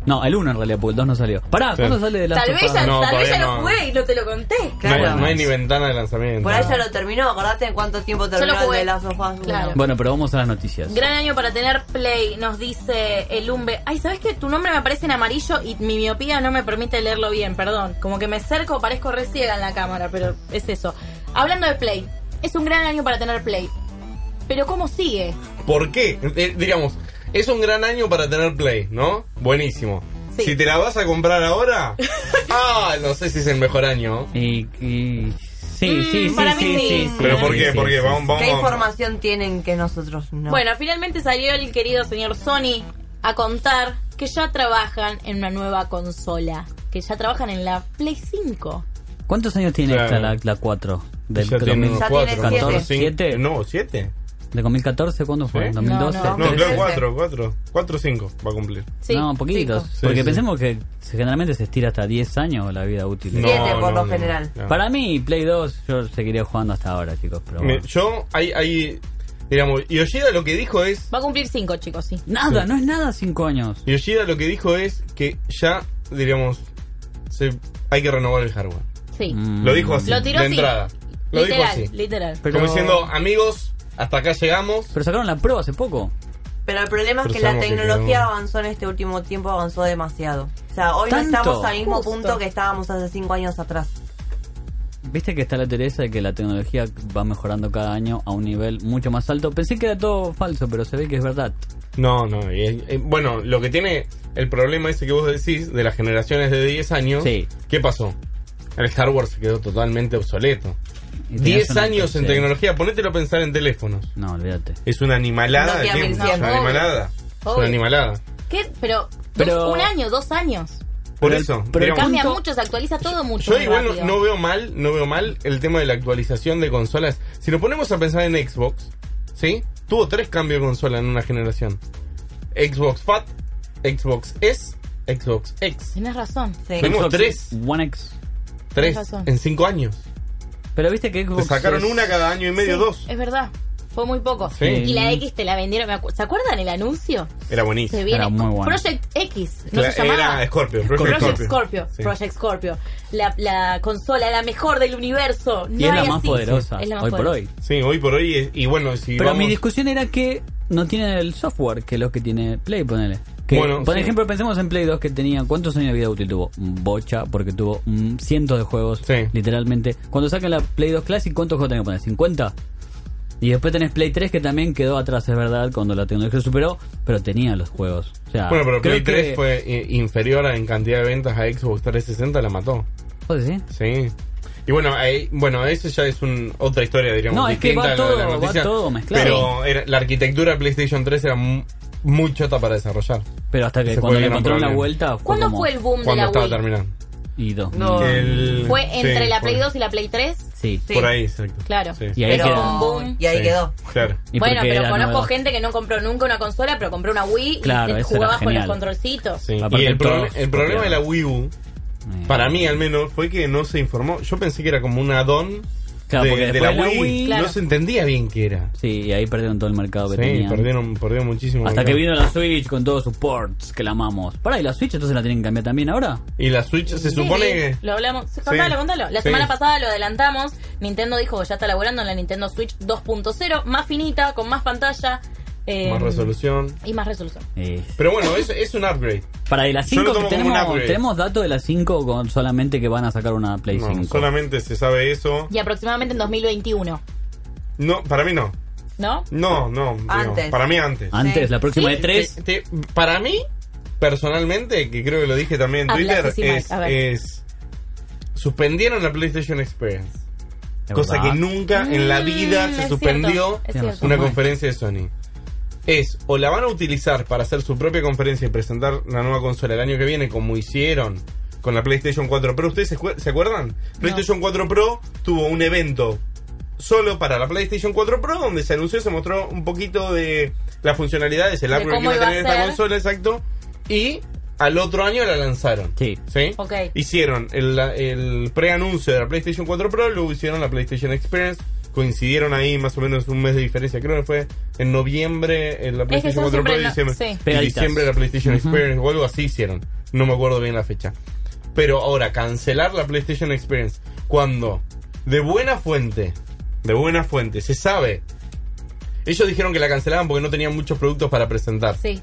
S5: No, el 1 en realidad, porque el 2 no salió. Pará,
S4: Sí.
S5: ¿cuándo sale The Last
S2: Tal
S5: of
S2: vez
S5: Us?
S2: ya,
S4: No,
S2: tal vez ya
S4: todavía
S2: lo
S4: no.
S2: jugué y no te lo conté.
S4: No hay,
S3: Claro.
S4: no hay ni ventana de lanzamiento.
S3: Por ahí ya lo terminó, acordate cuánto tiempo
S2: lo
S3: terminó el
S2: jugué.
S3: de Last of Us uno.
S2: Claro.
S5: Bueno, pero vamos a las noticias.
S2: Gran año para tener play, nos dice el Umbe. Ay, ¿sabes que Tu nombre me aparece en amarillo y mi miopía no me permite leerlo bien, perdón. Como que me cerco, parezco re ciega en la cámara, pero es eso. Hablando de play, es un gran año para tener play. Pero ¿cómo sigue?
S4: ¿Por qué? Eh, digamos, es un gran año para tener Play, ¿no? Buenísimo.
S2: Sí.
S4: Si te la vas a
S3: <laughs>
S4: comprar ahora, ah, no sé si es el mejor año.
S5: Y, y- Sí, sí, sí,
S2: Mm, para mí
S5: sí,
S2: sí.
S5: sí, sí,
S4: Pero
S5: sí,
S4: ¿por qué?
S5: sí,
S4: ¿Por
S5: sí,
S4: qué? Vamos,
S3: ¿Qué
S4: vamos.
S3: información tienen que nosotros no?
S2: Bueno, finalmente salió el querido señor Sony a contar que ya trabajan en una nueva consola. Que ya trabajan en la Play 5.
S5: ¿Cuántos años tiene
S4: Claro.
S5: esta la, la 4? Del
S4: Ya tiene unos
S3: Ya
S4: cuatro,
S3: tiene
S4: cuatro,
S3: siete.
S4: cinco-
S5: Siete.
S4: No, siete.
S5: ¿De 2014 cuándo fue?
S4: ¿Sí?
S5: ¿2012?
S2: No,
S4: No,
S2: Pero
S4: claro,
S2: ese-
S4: 4, 4. 4 5 va a cumplir.
S2: Sí,
S5: no, poquitos.
S2: cinco.
S4: Sí,
S5: porque
S4: sí.
S5: pensemos que se- generalmente se estira hasta 10 años la vida útil. ¿eh?
S4: No,
S3: Siete por
S4: no,
S3: lo
S4: no,
S3: general.
S4: no.
S5: Para mí, Play 2, yo seguiría jugando hasta ahora, chicos. Pero
S4: Me-
S5: bueno.
S4: yo, hay, hay, digamos, Yoshida lo que dijo es,
S2: Va a cumplir cinco, chicos, sí.
S5: Nada, no es nada 5 años.
S4: Yoshida lo que dijo es que ya, diríamos, se, hay que renovar el hardware.
S2: Sí.
S5: Mm.
S4: Lo dijo así,
S2: Lo tiró
S4: de
S2: así.
S4: entrada. Lo dijo
S2: literal,
S4: así.
S2: literal.
S5: Pero-
S4: Como diciendo, amigos, hasta acá llegamos.
S5: Pero sacaron la prueba hace poco.
S3: Pero el problema es
S4: Pero
S3: que la
S4: sabemos que
S3: tecnología
S4: quedó-
S3: avanzó en este último tiempo, avanzó demasiado. O sea, hoy
S5: ¿Tanto?
S3: no estamos al mismo
S2: Justo.
S3: punto que estábamos hace cinco años atrás.
S5: Viste que está la Teresa de que la tecnología va mejorando cada año a un nivel mucho más alto. Pensé que era todo falso, pero se ve que es verdad.
S4: No, no. y es- eh, bueno, lo que tiene el problema ese que vos decís de las generaciones de 10 años,
S5: Sí.
S4: ¿qué pasó? El hardware se quedó totalmente obsoleto.
S5: Y tenías
S4: 10
S5: una
S4: años en
S5: PC.
S4: tecnología, ponételo a pensar en teléfonos.
S5: No, olvídate.
S4: Es una animalada
S3: No,
S4: de
S3: que
S4: tiempo,
S3: a mí
S4: es una
S2: no.
S4: animalada. Es
S2: Obvio.
S4: una animalada.
S2: ¿Qué? Pero, dos-
S5: Pero-
S2: un año, dos años.
S4: Por
S5: Pero el-
S4: eso,
S5: pero el
S4: digamos,
S2: Cambia
S5: punto-
S2: mucho, se actualiza todo mucho.
S4: yo
S2: muy
S4: igual no,
S2: rápido.
S4: no veo mal, no veo mal el tema de la actualización de consolas. Si lo ponemos a pensar en Xbox, ¿sí? Tuvo tres cambios de consola en una generación. Xbox Fat, Xbox S, Xbox X.
S2: Tenés razón.
S3: Sí.
S4: Tenemos
S5: Xbox
S4: tres.
S5: One X.
S2: Tenés
S4: Tres
S2: razón.
S4: en cinco años.
S5: Pero viste que
S4: Te
S5: Xbox
S4: sacaron
S5: es-
S4: una cada año y medio,
S2: Sí,
S4: dos.
S2: Es verdad. Fue muy poco.
S4: Sí.
S2: Y la X te la vendieron. me acu- ¿Se acuerdan el anuncio?
S4: Era
S2: Se
S4: buenísimo.
S2: viene.
S5: Era muy bueno.
S2: Project X. ¿No
S4: Cla-
S2: se llamaba?
S4: Era Scorpio, Project
S2: Project
S4: Scorpio.
S2: Scorpio.
S4: Sí.
S2: Project Scorpio. La, la consola, la mejor del universo. No
S5: Y es la
S2: hay
S5: más
S2: así.
S5: poderosa
S2: Es la más
S5: hoy por
S2: poderosa.
S5: hoy.
S4: Sí, hoy por hoy es- y bueno, si
S5: Pero mi
S4: vamos-
S5: discusión era que no tiene el software que los que tiene Play, ponele. Que,
S4: Bueno,
S5: por
S4: sí.
S5: ejemplo, pensemos en Play 2 que tenía cuántos años de vida útil tuvo. Un Bocha, porque tuvo mm, cientos de juegos,
S4: Sí.
S5: literalmente. Cuando saquen la Play 2 Classic, ¿cuántos juegos tenés que poner? 50. Y después tenés Play 3 que también quedó atrás, es verdad, cuando la tecnología superó, pero tenía los juegos. O sea,
S4: Bueno, pero
S5: creo
S4: Play
S5: que-
S4: 3 fue eh, inferior en cantidad de ventas a Xbox 360, la mató.
S5: ¿Vos decís?
S4: Sí. Y bueno, ahí- bueno, eso ya es un- otra historia, diríamos.
S5: No, es que va
S4: distinta a lo de la
S5: todo- va
S4: noticia,
S5: todo mezclado.
S4: Pero era- la arquitectura de PlayStation 3 era mu- muy chota para desarrollar.
S5: Pero hasta que
S4: Ese
S5: cuando
S4: fue el
S5: le
S4: gran
S5: encontraron la
S4: problema.
S5: vuelta. Fue
S2: ¿Cuándo
S5: como-
S2: fue el boom de
S4: Cuando
S2: la
S4: estaba
S2: Wii?
S4: terminando.
S5: Y dos.
S3: No.
S4: El-
S2: ¿Fue entre
S4: sí,
S2: la
S4: fue-
S2: Play 2 y la Play 3?
S5: Sí.
S3: Sí.
S4: Por ahí, exacto.
S2: Claro.
S4: Sí.
S5: Y ahí
S3: Pero-
S5: queda.
S2: Boom.
S3: Y ahí
S4: Sí,
S3: quedó.
S4: Claro.
S5: Y
S2: bueno,
S5: porque
S2: pero
S5: era
S2: conozco
S5: nuevo.
S2: gente que no compró nunca una consola, pero compró una Wii
S5: Claro,
S2: y te
S5: eso era
S2: jugabas con los
S5: genial.
S2: controlcitos.
S4: Sí.
S5: Aparte
S4: Y el,
S5: todos
S4: proble- el problema de la Wii U,
S5: Eh.
S4: para mí al menos, fue que no se informó. Yo pensé que era como un add-on
S5: Claro,
S4: de,
S5: porque
S4: de la
S5: después
S4: Wii.
S5: la Wii-
S2: Claro.
S4: No se entendía bien qué era.
S5: Sí, y ahí perdieron todo el mercado que
S4: Sí,
S5: tenían.
S4: perdieron, perdieron muchísimo.
S5: Hasta que
S4: mercado.
S5: vino la Switch con todos sus ports que la amamos. Pará, ¿y la Switch entonces la tienen que cambiar también ahora?
S4: Y la Switch se supone
S2: Sí,
S4: que...
S2: sí, Lo hablamos. Contalo, contalo. La
S4: Sí.
S2: semana pasada lo adelantamos. Nintendo dijo que ya está laburando en la Nintendo Switch 2.0, más finita, con más pantalla. eh,
S4: Más resolución.
S2: Y más resolución.
S5: Eh,
S4: Pero bueno, es, es un upgrade.
S5: para de las
S4: Yo lo
S5: 5
S4: tomo como un
S5: tenemos,
S4: upgrade.
S5: tenemos datos de las 5 con solamente que van a sacar una Play
S4: No,
S5: 5.
S4: solamente se sabe eso.
S2: Y aproximadamente en 2021,
S4: No, para mí no.
S2: ¿no?
S4: No, no. digo,
S3: Antes.
S4: para mí antes.
S5: Antes,
S3: Sí.
S5: la próxima de 3.
S4: Te- te- para mí, personalmente, que creo que lo dije también en
S2: Habla,
S4: Twitter,
S2: sí, sí, Mike,
S4: es,
S2: a ver.
S4: es- Suspendieron la PlayStation Experience. Cosa que nunca en la vida
S2: Mm,
S4: se
S2: es
S4: suspendió
S2: cierto, es
S5: Tienes
S2: cierto.
S4: una
S5: Ajá.
S4: conferencia de Sony. Es o la van a utilizar para hacer su propia conferencia y presentar la nueva consola el año que viene, como hicieron con la PlayStation 4 Pro. ¿Ustedes se, acuer- se acuerdan? PlayStation 4 Pro tuvo un evento solo para la PlayStation 4 Pro donde se anunció, se mostró un poquito de las funcionalidades, el
S2: De
S4: upgrade que
S2: cómo
S4: iba a
S2: iba a
S4: tener esta
S2: ser.
S4: consola, exacto. Y al otro año la lanzaron.
S5: Sí.
S4: ¿Sí?
S2: Ok.
S4: Hicieron el, el preanuncio de la PlayStation 4 Pro, luego hicieron la PlayStation Experience. Coincidieron ahí más o menos un mes de diferencia. Creo que fue en noviembre en la
S2: que son
S4: PlayStation 4 Pro y
S2: siempre no-
S4: diciembre,
S2: sí.
S4: y
S5: Pegaditas.
S4: diciembre la PlayStation Experience o algo así hicieron. No me acuerdo bien la fecha. Pero ahora, cancelar la PlayStation Experience cuando de buena fuente, de buena fuente, se sabe. Ellos dijeron que la cancelaban porque no tenían muchos productos para presentar.
S2: Sí.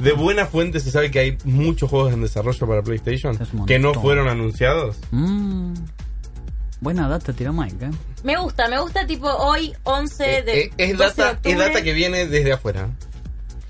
S4: De buena fuente se sabe que hay muchos juegos en desarrollo para PlayStation
S5: Es un
S4: que no
S5: montón.
S4: fueron anunciados.
S5: Mm. buena data tiró Mike, ¿eh?
S2: Me gusta, me gusta tipo hoy 11 de...
S4: Eh, eh,
S2: 12
S4: es,
S2: de
S4: data, es
S2: octubre.
S4: data que viene desde afuera.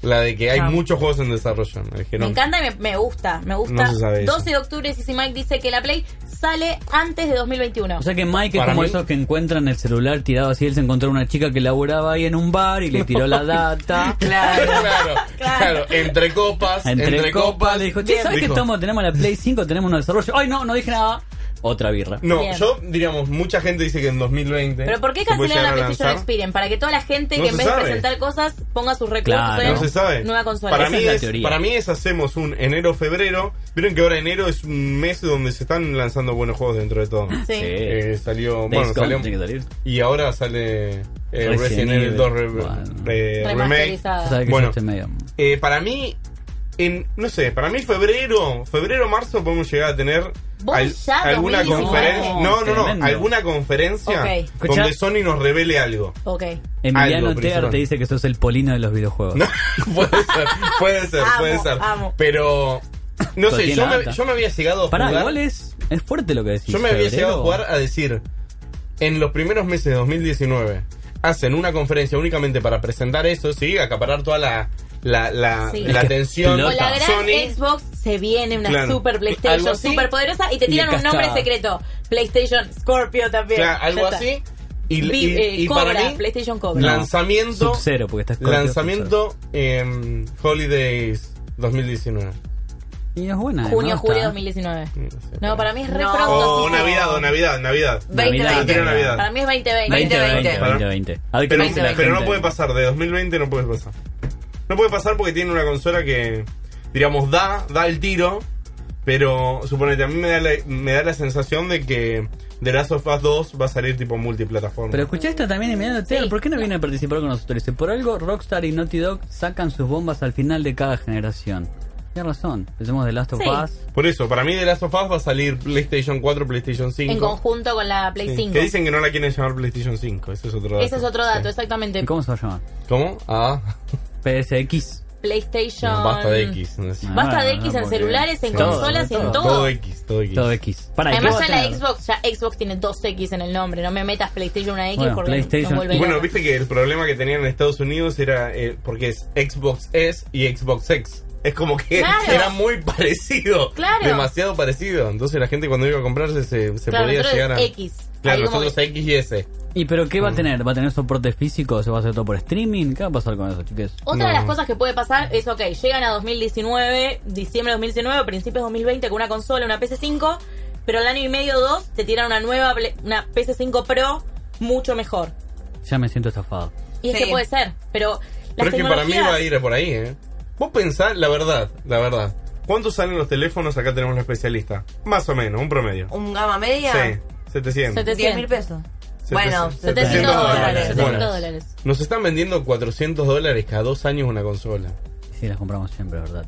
S4: La de que hay muchos juegos en desarrollo. Me
S2: Me
S4: dijeron.
S2: encanta y me, me gusta, me gusta.
S4: No se sabe eso.
S2: 12 de octubre, CC Mike dice que la Play sale antes de 2021.
S5: O sea que Mike es
S4: Para
S5: como
S4: mí-
S5: esos que encuentran el celular tirado así. Él se encontró una chica que laburaba ahí en un bar y le tiró
S4: <laughs>
S5: la data.
S4: <laughs> Claro,
S2: <laughs>
S3: Claro.
S4: claro, claro. Entre copas,
S5: Entre, copas, le dijo, "Che, ¿sabes que
S4: Dijo,
S5: estamos, tenemos la Play 5, tenemos un desarrollo? Ay, no, no dije nada. otra birra.
S4: No,
S2: Bien.
S4: yo diríamos, mucha gente dice que en 2020.
S2: Pero ¿por qué
S4: se
S2: cancelaron la
S4: puede llegar a
S2: PlayStation
S4: lanzar.
S2: Experience? Para que toda la gente
S4: No
S2: que
S4: se
S2: en vez de
S4: sabe.
S2: presentar cosas ponga sus recursos
S5: Claro.
S2: en
S4: No se sabe.
S2: nueva consola.
S4: Para
S5: Esa
S4: mí,
S5: es la
S4: es,
S5: teoría.
S4: para mí es hacemos un enero-febrero. Vieron que ahora enero es un mes donde se están lanzando buenos juegos dentro de todo.
S2: Sí. Ah.
S4: Eh, salió,
S5: Ah, Days
S4: bueno,
S5: Gone
S4: salió,
S5: tiene que salir.
S4: y ahora sale eh,
S5: Resident
S4: Resident Evil
S5: Evil.
S4: 2 re-
S5: Bueno.
S4: re- remake.
S2: Remasterizada.
S5: Ya sabe que
S4: Bueno.
S5: yo estoy medio-
S4: Eh, para mí, en, no sé, para mí febrero, febrero, marzo podemos llegar a tener
S2: Vos ya
S4: alguna
S2: 2019.
S4: conferencia. No, no, no,
S5: Tremendo.
S4: alguna conferencia
S2: Ok.
S4: donde
S5: Escuchá.
S4: Sony nos revele algo.
S2: Ok.
S5: Emiliano
S4: Algo,
S5: Tear
S4: principal.
S5: te dice que sos el polino de los videojuegos.
S4: No, <laughs> puede ser, puede ser,
S3: Amo,
S4: puede ser.
S3: amo.
S4: Pero, no sé,
S5: Tiene
S4: yo me,
S5: data.
S4: yo me había llegado a
S5: Pará,
S4: jugar.
S5: igual es, es fuerte lo que decís.
S4: Yo me había
S5: febrero.
S4: llegado a jugar a decir, en los primeros meses de 2019, hacen una conferencia únicamente para presentar eso, sí, acaparar toda la, la, la,
S2: Sí.
S4: la
S5: Es que
S4: atención.
S2: O
S5: explota.
S2: la gran
S4: Sony,
S2: Xbox se viene una
S4: Claro.
S2: super
S4: Algo
S2: PlayStation
S4: así.
S2: super poderosa y te
S5: Y
S2: tiran
S5: acá
S2: un nombre
S5: está.
S2: secreto. PlayStation Scorpio también.
S4: claro, algo
S2: Ya está.
S4: así. Y,
S2: Vi-
S4: y-
S2: eh,
S4: y
S2: Cobra,
S4: para mí,
S2: PlayStation Cobra.
S4: lanzamiento,
S5: Sub-Zero, porque estás
S4: lanzamiento em, Holidays 2019.
S5: Y es buena.
S2: Junio,
S5: ¿no?
S2: julio
S5: Está.
S2: 2019. No, para mí es re
S3: No.
S2: pronto.
S4: O
S2: sí, sí.
S4: Oh, Navidad, o Navidad, Navidad.
S5: Navidad.
S2: 2020.
S4: Pero Navidad.
S2: Para mí es 2020.
S5: 20, 20,
S3: 20,
S5: 20,
S4: ¿no?
S5: 20. A ver qué
S4: Pero,
S5: dice la
S4: pero no
S5: gente.
S4: puede pasar, de 2020 no puede pasar. No puede pasar porque tiene una consola que, digamos, da, da el tiro, pero suponete, a mí me da la, me da la sensación de que The Last of Us 2 va a salir tipo multiplataforma.
S5: Pero escuché esto también, Emiliano Tear.
S2: Sí.
S5: ¿Por qué no viene a participar con nosotros? Dice, por algo Rockstar y Naughty Dog sacan sus bombas al final de cada generación. Tienes razón. Pensemos de Last of
S2: Sí.
S5: Us.
S4: Por eso, para mí The Last of Us va a salir PlayStation 4, PlayStation 5.
S2: En conjunto con la Play
S4: Sí,
S2: 5.
S4: Que dicen que no la quieren llamar PlayStation 5, ese es otro dato.
S2: Ese es otro dato,
S4: Sí.
S2: exactamente.
S5: ¿Y ¿Cómo se va a llamar?
S4: ¿Cómo? Ah,
S5: PSX.
S2: PlayStation.
S4: no, basta de X. no sé.
S5: Ah,
S2: Basta de X en
S5: porque-
S2: celulares, en
S5: Sí.
S2: consolas,
S5: Todo,
S2: en
S5: todo.
S2: todo.
S4: Todo X, todo X.
S5: Todo X. Para, ¿y qué
S2: Además
S5: va
S2: ya
S5: a
S2: la
S5: tener?
S2: Xbox, ya Xbox tiene dos X en el nombre, no me metas PlayStation una X
S5: Bueno,
S2: porque
S5: PlayStation.
S2: me vuelve
S4: Bueno,
S2: loca.
S4: viste que el problema que tenían en Estados Unidos era eh, porque es Xbox S y Xbox X. Es como que <laughs>
S2: Claro.
S4: era muy parecido.
S2: Claro.
S4: Demasiado parecido. Entonces la gente cuando iba a comprarse se, se
S2: Claro,
S4: podía
S2: nosotros
S4: llegar a...
S2: X.
S4: Claro,
S2: Ahí como
S4: nosotros X y S.
S5: ¿Y pero qué va a tener? ¿Va a tener soporte físico? ¿Se va a hacer todo por streaming? ¿Qué va a pasar con eso, chiques?
S2: Otra de
S4: No.
S2: las cosas que puede pasar es, ok, llegan a 2019, diciembre de 2019, principios de 2020 con una consola, una PC5, pero al año y medio o dos te tiran una nueva, ple- una PC5 Pro mucho mejor.
S5: Ya me siento estafado.
S2: Y es
S3: Sí.
S2: que puede ser, pero las
S4: Pero es que para mí
S2: tecnologías-
S4: va a ir por ahí, ¿eh? Vos pensás, la verdad, la verdad. ¿Cuántos salen los teléfonos? Acá tenemos la especialista. Más o menos, un promedio.
S3: ¿Un gama media?
S4: Sí, 700.
S2: 700.
S3: 10 mil pesos. Bueno,
S2: 700 dólares.
S4: Bueno,
S2: 700 dólares.
S4: Nos están vendiendo 400 dólares cada dos años una consola.
S5: Sí, las compramos siempre, ¿verdad?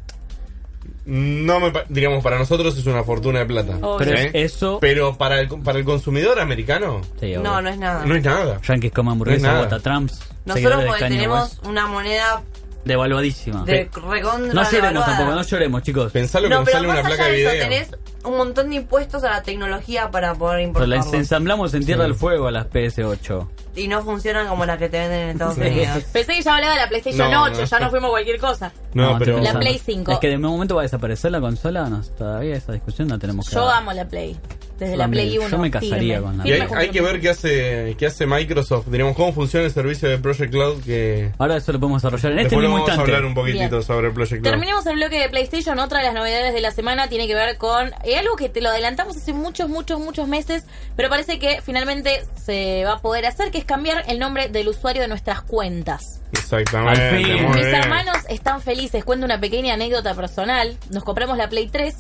S4: No me pa- digamos, para nosotros es una fortuna de plata.
S2: Obvio.
S5: Pero
S4: ¿Sí?
S5: es eso...
S4: Pero para el, para el consumidor americano,
S5: Sí, obvio.
S3: No, no es nada.
S4: no es nada.
S5: Yankees coman
S4: No es
S5: hamburguesa,
S4: nada.
S5: vota Trumps.
S3: Nosotros
S5: seguidores de
S3: porque
S5: Kanye
S3: tenemos
S5: West.
S3: una moneda
S5: Devaluadísima.
S3: de recontra
S5: No lloremos
S3: devaluada.
S5: tampoco, no lloremos, chicos.
S4: Pensalo
S3: No,
S4: cuando
S3: pero
S4: sale una
S3: más
S4: placa
S3: allá
S4: de
S3: de
S4: video.
S3: eso tenés un montón de impuestos a la tecnología para poder
S5: Pero
S3: importarlo.
S5: las ensamblamos en Tierra del Fuego a las PS8.
S3: Y no funcionan como las que te venden en Estados
S5: Sí.
S3: Unidos.
S2: Pensé que ya hablaba de la PlayStation
S4: No,
S2: 8,
S4: no.
S2: ya no fuimos cualquier cosa.
S4: No, pero.
S5: estoy
S2: La
S5: pensando.
S2: Play 5.
S5: Es que de momento va a desaparecer la consola, no, todavía esa discusión la tenemos que
S2: Yo
S5: dar.
S2: amo la Play. Desde
S5: Yo
S2: la
S5: también.
S2: Play 1.
S5: Yo me casaría
S2: firme.
S5: con la
S4: Y hay,
S2: Firme
S4: hay que
S2: compromiso.
S4: ver qué hace, qué hace Microsoft. Diríamos, cómo funciona el servicio de Project Cloud. Que
S5: Ahora eso lo podemos desarrollar en este
S4: después lo
S5: mismo
S4: vamos a
S5: instante.
S4: hablar un poquitito
S2: Bien.
S4: sobre Project Cloud.
S2: Terminemos el bloque de PlayStation. Otra de las novedades de la semana tiene que ver con eh, algo que te lo adelantamos hace muchos, muchos, muchos meses, pero parece que finalmente se va a poder hacer, que es cambiar el nombre del usuario de nuestras cuentas.
S4: Exactamente.
S5: Al fin.
S4: muy
S2: Mis
S4: bien.
S2: hermanos están felices. Cuento una pequeña anécdota personal. Nos compramos la Play 3.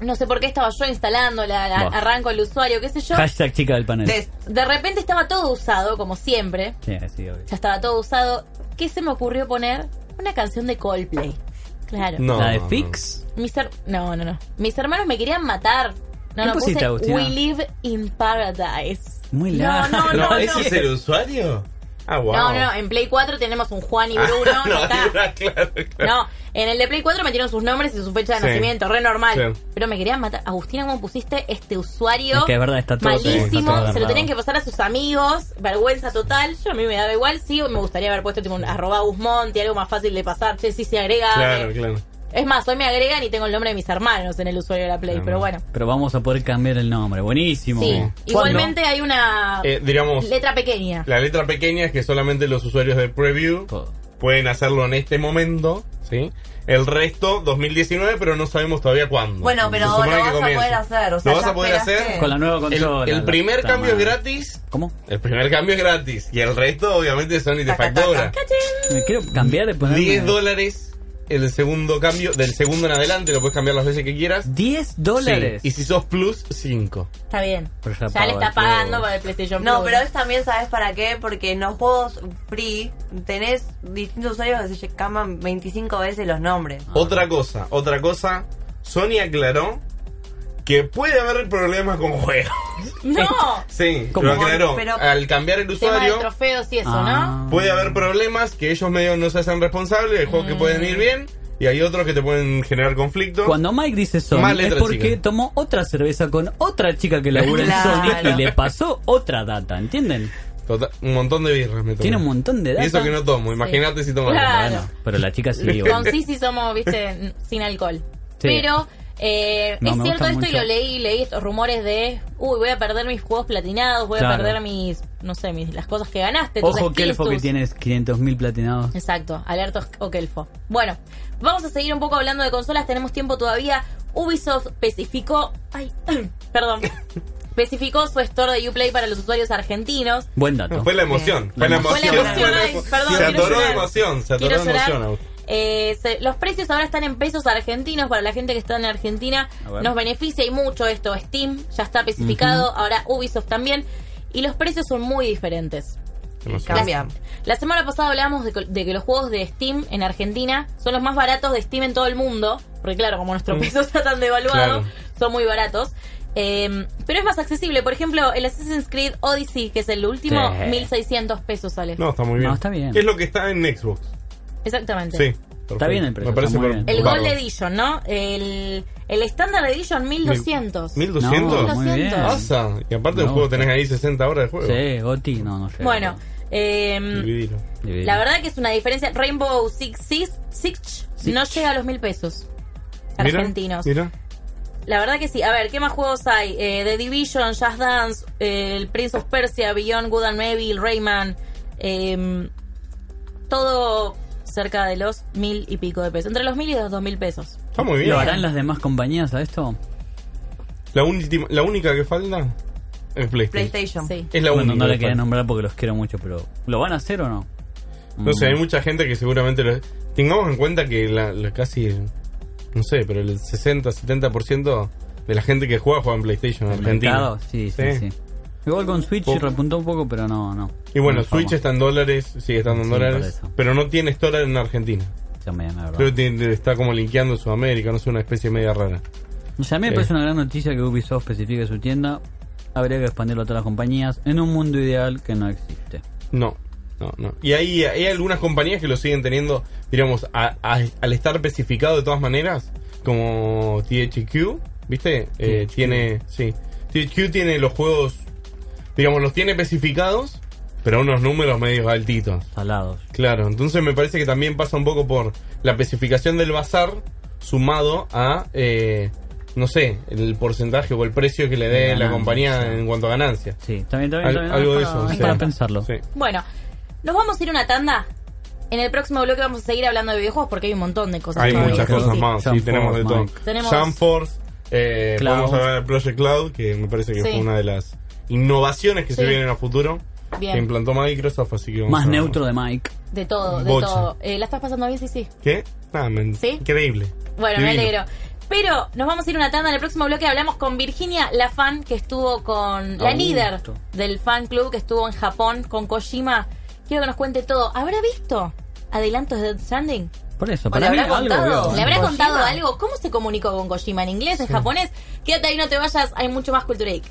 S2: No sé por qué estaba yo instalándola, la-
S5: Buah.
S2: arranco el usuario, qué sé yo.
S5: Hashtag chica del panel.
S3: Des-
S2: De repente estaba todo usado, como siempre.
S5: Sí, sí, obvio.
S2: Ya estaba todo usado. ¿Qué se me ocurrió poner? Una canción de Coldplay. Claro.
S4: No,
S5: la de
S4: no.
S5: Fix.
S2: Mis her- no, no, no. Mis hermanos me querían matar. No,
S5: ¿Qué
S2: no,
S5: pusiste,
S2: puse
S5: Agustina?
S2: We live in paradise.
S5: Muy
S2: no,
S5: largo.
S2: no,
S4: No,
S2: no,
S4: ¿ese
S2: no.
S4: es el usuario? Ah, wow.
S2: No, no, no. En Play 4 tenemos un Juan y Bruno.
S4: Ah,
S2: ya
S4: <laughs> no,
S2: está.
S4: claro, <laughs> claro.
S2: No, en el de Play 4 metieron sus nombres y su fecha de
S4: Sí.
S2: nacimiento, re normal.
S4: Sí.
S2: Pero me querían matar. Agustina, ¿cómo pusiste este usuario?
S5: Es que es verdad, está todo-
S4: sí, está
S2: malísimo.
S4: todo
S2: se
S5: agarrado.
S2: lo tenían que pasar a sus amigos. Vergüenza total. Yo a mí me daba igual. Sí, me gustaría haber puesto tipo un arroba Guzmonti, algo más fácil de pasar. Che, sí, se agrega.
S4: Claro, claro.
S2: Es más, hoy me agregan y tengo el nombre de mis hermanos en el usuario de la Play,
S4: Ah,
S2: pero
S4: no.
S2: bueno.
S5: Pero vamos a poder cambiar el nombre. Buenísimo.
S2: Sí,
S5: ¿Cuándo?
S2: igualmente hay una
S4: Eh, diríamos,
S2: letra pequeña.
S4: la letra pequeña es que solamente los usuarios de Preview
S5: Todo.
S4: pueden hacerlo en este momento. ¿sí? El resto, 2019, pero no sabemos todavía cuándo.
S3: Bueno, pero
S4: Se supone
S3: lo
S4: que
S3: vas a
S4: comienza.
S3: poder hacer, o sea,
S4: lo vas
S3: ya
S4: a poder
S3: esperaste.
S4: hacer
S5: Con la nueva
S4: El,
S5: consola.
S4: el primer
S5: la
S4: cambio es
S5: puta madre.
S4: gratis.
S5: ¿Cómo?
S4: El primer cambio es gratis. Y el resto, obviamente, son y de
S3: Taca, taca.
S4: factura.
S5: Me quiero cambiar de poner.
S4: 10 dólares el segundo cambio. Del segundo en adelante, lo puedes cambiar las veces que quieras.
S5: 10 dólares.
S4: Sí, Y si sos plus, 5.
S2: Está bien.
S5: Pero
S2: Ya,
S5: ya
S2: le está
S5: paga el
S2: pagando
S5: juego.
S2: para el PlayStation
S3: No,
S2: Plus.
S3: pero es también, ¿sabes para qué? Porque en los juegos free tenés distintos usuarios que se llaman 25 veces los nombres.
S5: Ah.
S4: Otra cosa, otra cosa. Sony aclaró que puede haber problemas con juegos. <laughs>
S2: No,
S4: Sí,
S5: ¿Cómo?
S4: lo aclaró.
S3: Pero-
S4: Al cambiar el
S2: Este tema de
S4: usuario,
S2: trofeos y eso,
S5: Ah.
S4: puede haber problemas que ellos medio no se hacen responsables. Hay juegos que pueden ir bien y hay otros que te pueden generar conflicto.
S5: Mm. Cuando Mike dice Sony
S4: Más letra,
S5: es porque
S4: chica.
S5: tomó otra cerveza con otra chica que labura en
S3: Claro.
S5: Sony y le pasó otra data, ¿entienden?
S4: Total- Tota, un montón de birras me tomé.
S5: Tiene un montón de
S4: Y
S5: data.
S4: eso que no tomo, imagínate si tomo algo.
S2: Claro.
S5: Bueno, pero la chica sí.
S2: ¿no? Con
S5: bueno.
S2: sí sí somos, viste, <laughs> n- sin alcohol.
S5: Sí.
S2: Pero eh,
S5: No,
S2: es
S5: me
S2: cierto
S5: gusta
S2: esto y
S5: mucho.
S2: lo leí, leí estos rumores de, uy, voy a perder mis juegos platinados, voy a
S5: Claro.
S2: perder mis, no sé, mis las cosas que ganaste. tus
S5: Ojo que el
S2: skills,
S5: que
S2: tus-
S5: tienes 500.000 platinados.
S2: Exacto, alerta o Kelfo. Bueno, vamos a seguir un poco hablando de consolas, tenemos tiempo todavía. Ubisoft especificó, ay, <clears throat> perdón, especificó su store de Uplay para los usuarios argentinos.
S5: Buen dato.
S4: Fue la emoción, fue la
S5: Fue
S4: emoción.
S5: la emoción,
S4: fue la
S2: ay,
S4: emo-
S2: perdón,
S4: se
S2: quiero
S4: atoró de
S2: llorar.
S4: emoción, se atoró
S2: Quiero
S4: de emoción.
S2: llorar.
S4: Agus.
S2: Eh, se- los precios ahora están en pesos argentinos para la gente que está en Argentina.
S5: A ver.
S2: Nos beneficia y mucho esto. Steam ya está especificado, ahora Ubisoft también. Y los precios son muy diferentes.
S3: Cambia.
S2: La semana pasada hablábamos de, que- de que los juegos de Steam en Argentina son los más baratos de Steam en todo el mundo. Porque claro, como nuestro peso está tan devaluado,
S4: Mm. Claro.
S2: son muy baratos. Eh, pero es más accesible. Por ejemplo, el Assassin's Creed Odyssey, que es el último,
S5: Sí.
S2: 1600 pesos sale.
S4: No, está muy bien.
S5: No, está bien.
S4: Es lo que está en Xbox.
S2: Exactamente.
S4: Sí. perfecto.
S5: bien el precio,
S4: Me parece
S5: está muy bien.
S2: El
S4: bárbaro.
S2: Gold Edition, ¿no? El, el Standard Edition 1200.
S4: 1200.
S5: No, muy bien.
S2: 1200.
S4: Pasa. Y aparte del
S5: No.
S4: juego tenés ahí 60 horas de juego.
S5: Sí, Goti, no, no sé.
S2: Bueno, eh,
S4: Dividilo.
S5: Dividido.
S2: la verdad que es una diferencia. Rainbow Six, Six, Six no llega a los mil pesos
S4: Mira,
S2: argentinos.
S4: Mira.
S2: La verdad que sí. A ver, ¿qué más juegos hay? Eh, The Division, Just Dance, eh, el Prince of Persia, Beyond Good and Evil, Rayman. eh, todo cerca de los mil y pico de pesos. Entre los mil y los dos mil pesos.
S4: Está muy bien.
S5: ¿Lo harán las demás compañías a esto?
S4: La, última, la única que falta es PlayStation.
S3: PlayStation.
S2: Sí.
S4: Es la
S5: Bueno,
S4: única.
S5: no la
S4: que
S5: quería
S4: falta.
S5: nombrar porque los quiero mucho, pero ¿lo van a hacer o no? Mm.
S4: No sé, hay mucha gente que seguramente lo... Tengamos en cuenta que la, la casi, no sé, pero el 60-70% de la gente que juega juega en PlayStation en Argentina.
S5: Mercado, Sí, sí, sí, Igual con Switch
S4: Poco.
S5: repuntó un poco, pero no, no.
S4: Y bueno,
S5: No,
S4: Switch
S5: fama.
S4: está en dólares, sigue estando en
S5: Sí, por
S4: dólares,
S5: eso.
S4: pero no tiene store en Argentina.
S5: También, la verdad.
S4: Creo que tiene- está como linkeando Sudamérica, no sé, una especie media rara.
S5: O sea, a mí
S4: Sí.
S5: me parece una gran noticia que Ubisoft especifique su tienda. Habría que expandirlo a todas las compañías en un mundo ideal que no existe.
S4: No, no, no. Y hay, hay algunas compañías que lo siguen teniendo, digamos, a- a- al estar especificado de todas maneras, como THQ, ¿viste? Eh, tiene, sí. THQ tiene los juegos, digamos, los tiene especificados, pero a unos números medios altitos.
S5: Salados.
S4: Claro, entonces me parece que también pasa un poco por la especificación del bazar sumado a, eh, no sé, el porcentaje o el precio que le
S5: De
S4: dé la
S5: ganancia.
S4: compañía en cuanto a ganancias.
S5: Sí, también, también,
S4: Al-
S5: también.
S4: algo de
S5: Es
S4: eso.
S5: para- Es
S4: sí.
S5: para pensarlo.
S4: Sí.
S2: Bueno, nos vamos a ir a una tanda. En el próximo bloque vamos a seguir hablando de videojuegos porque hay un montón de cosas.
S4: Hay
S5: Claro,
S2: todavía.
S4: muchas
S5: claro.
S4: cosas más,
S5: Jump
S4: sí, tenemos de
S5: Force,
S4: todo.
S5: Mike.
S2: Tenemos-
S4: Jump Force, eh,
S5: Cloud.
S4: vamos a hablar de Project Cloud, que me parece que
S2: Sí.
S4: fue una de las innovaciones que
S2: Sí.
S4: se vienen a futuro,
S2: Bien.
S4: que implantó Microsoft, así que vamos
S5: Más
S4: a-
S5: neutro de Mike.
S2: De todo, de
S4: Bocha.
S2: todo. Eh, ¿La estás pasando bien? Sí, sí.
S4: ¿Qué? Nada, men-
S2: ¿Sí?
S4: increíble.
S2: Bueno, me
S4: Divino. <laughs>
S2: alegro. Pero nos vamos a ir a una tanda. En el próximo bloque hablamos con Virginia, la fan que estuvo con la
S5: Augusto.
S2: líder del fan club que estuvo en Japón con Kojima. Quiero que nos cuente todo. ¿Habrá visto adelantos de Death Stranding?
S5: Por eso,
S3: ¿O
S5: para
S3: le
S5: mí
S3: habrá
S5: algo.
S3: contado?
S5: veo.
S2: ¿Le habrá
S3: ¿Kojima?
S2: contado algo? ¿Cómo se comunicó con Kojima? ¿En inglés? ¿En japonés? Quédate ahí, no te vayas. Hay mucho más Culture Geek.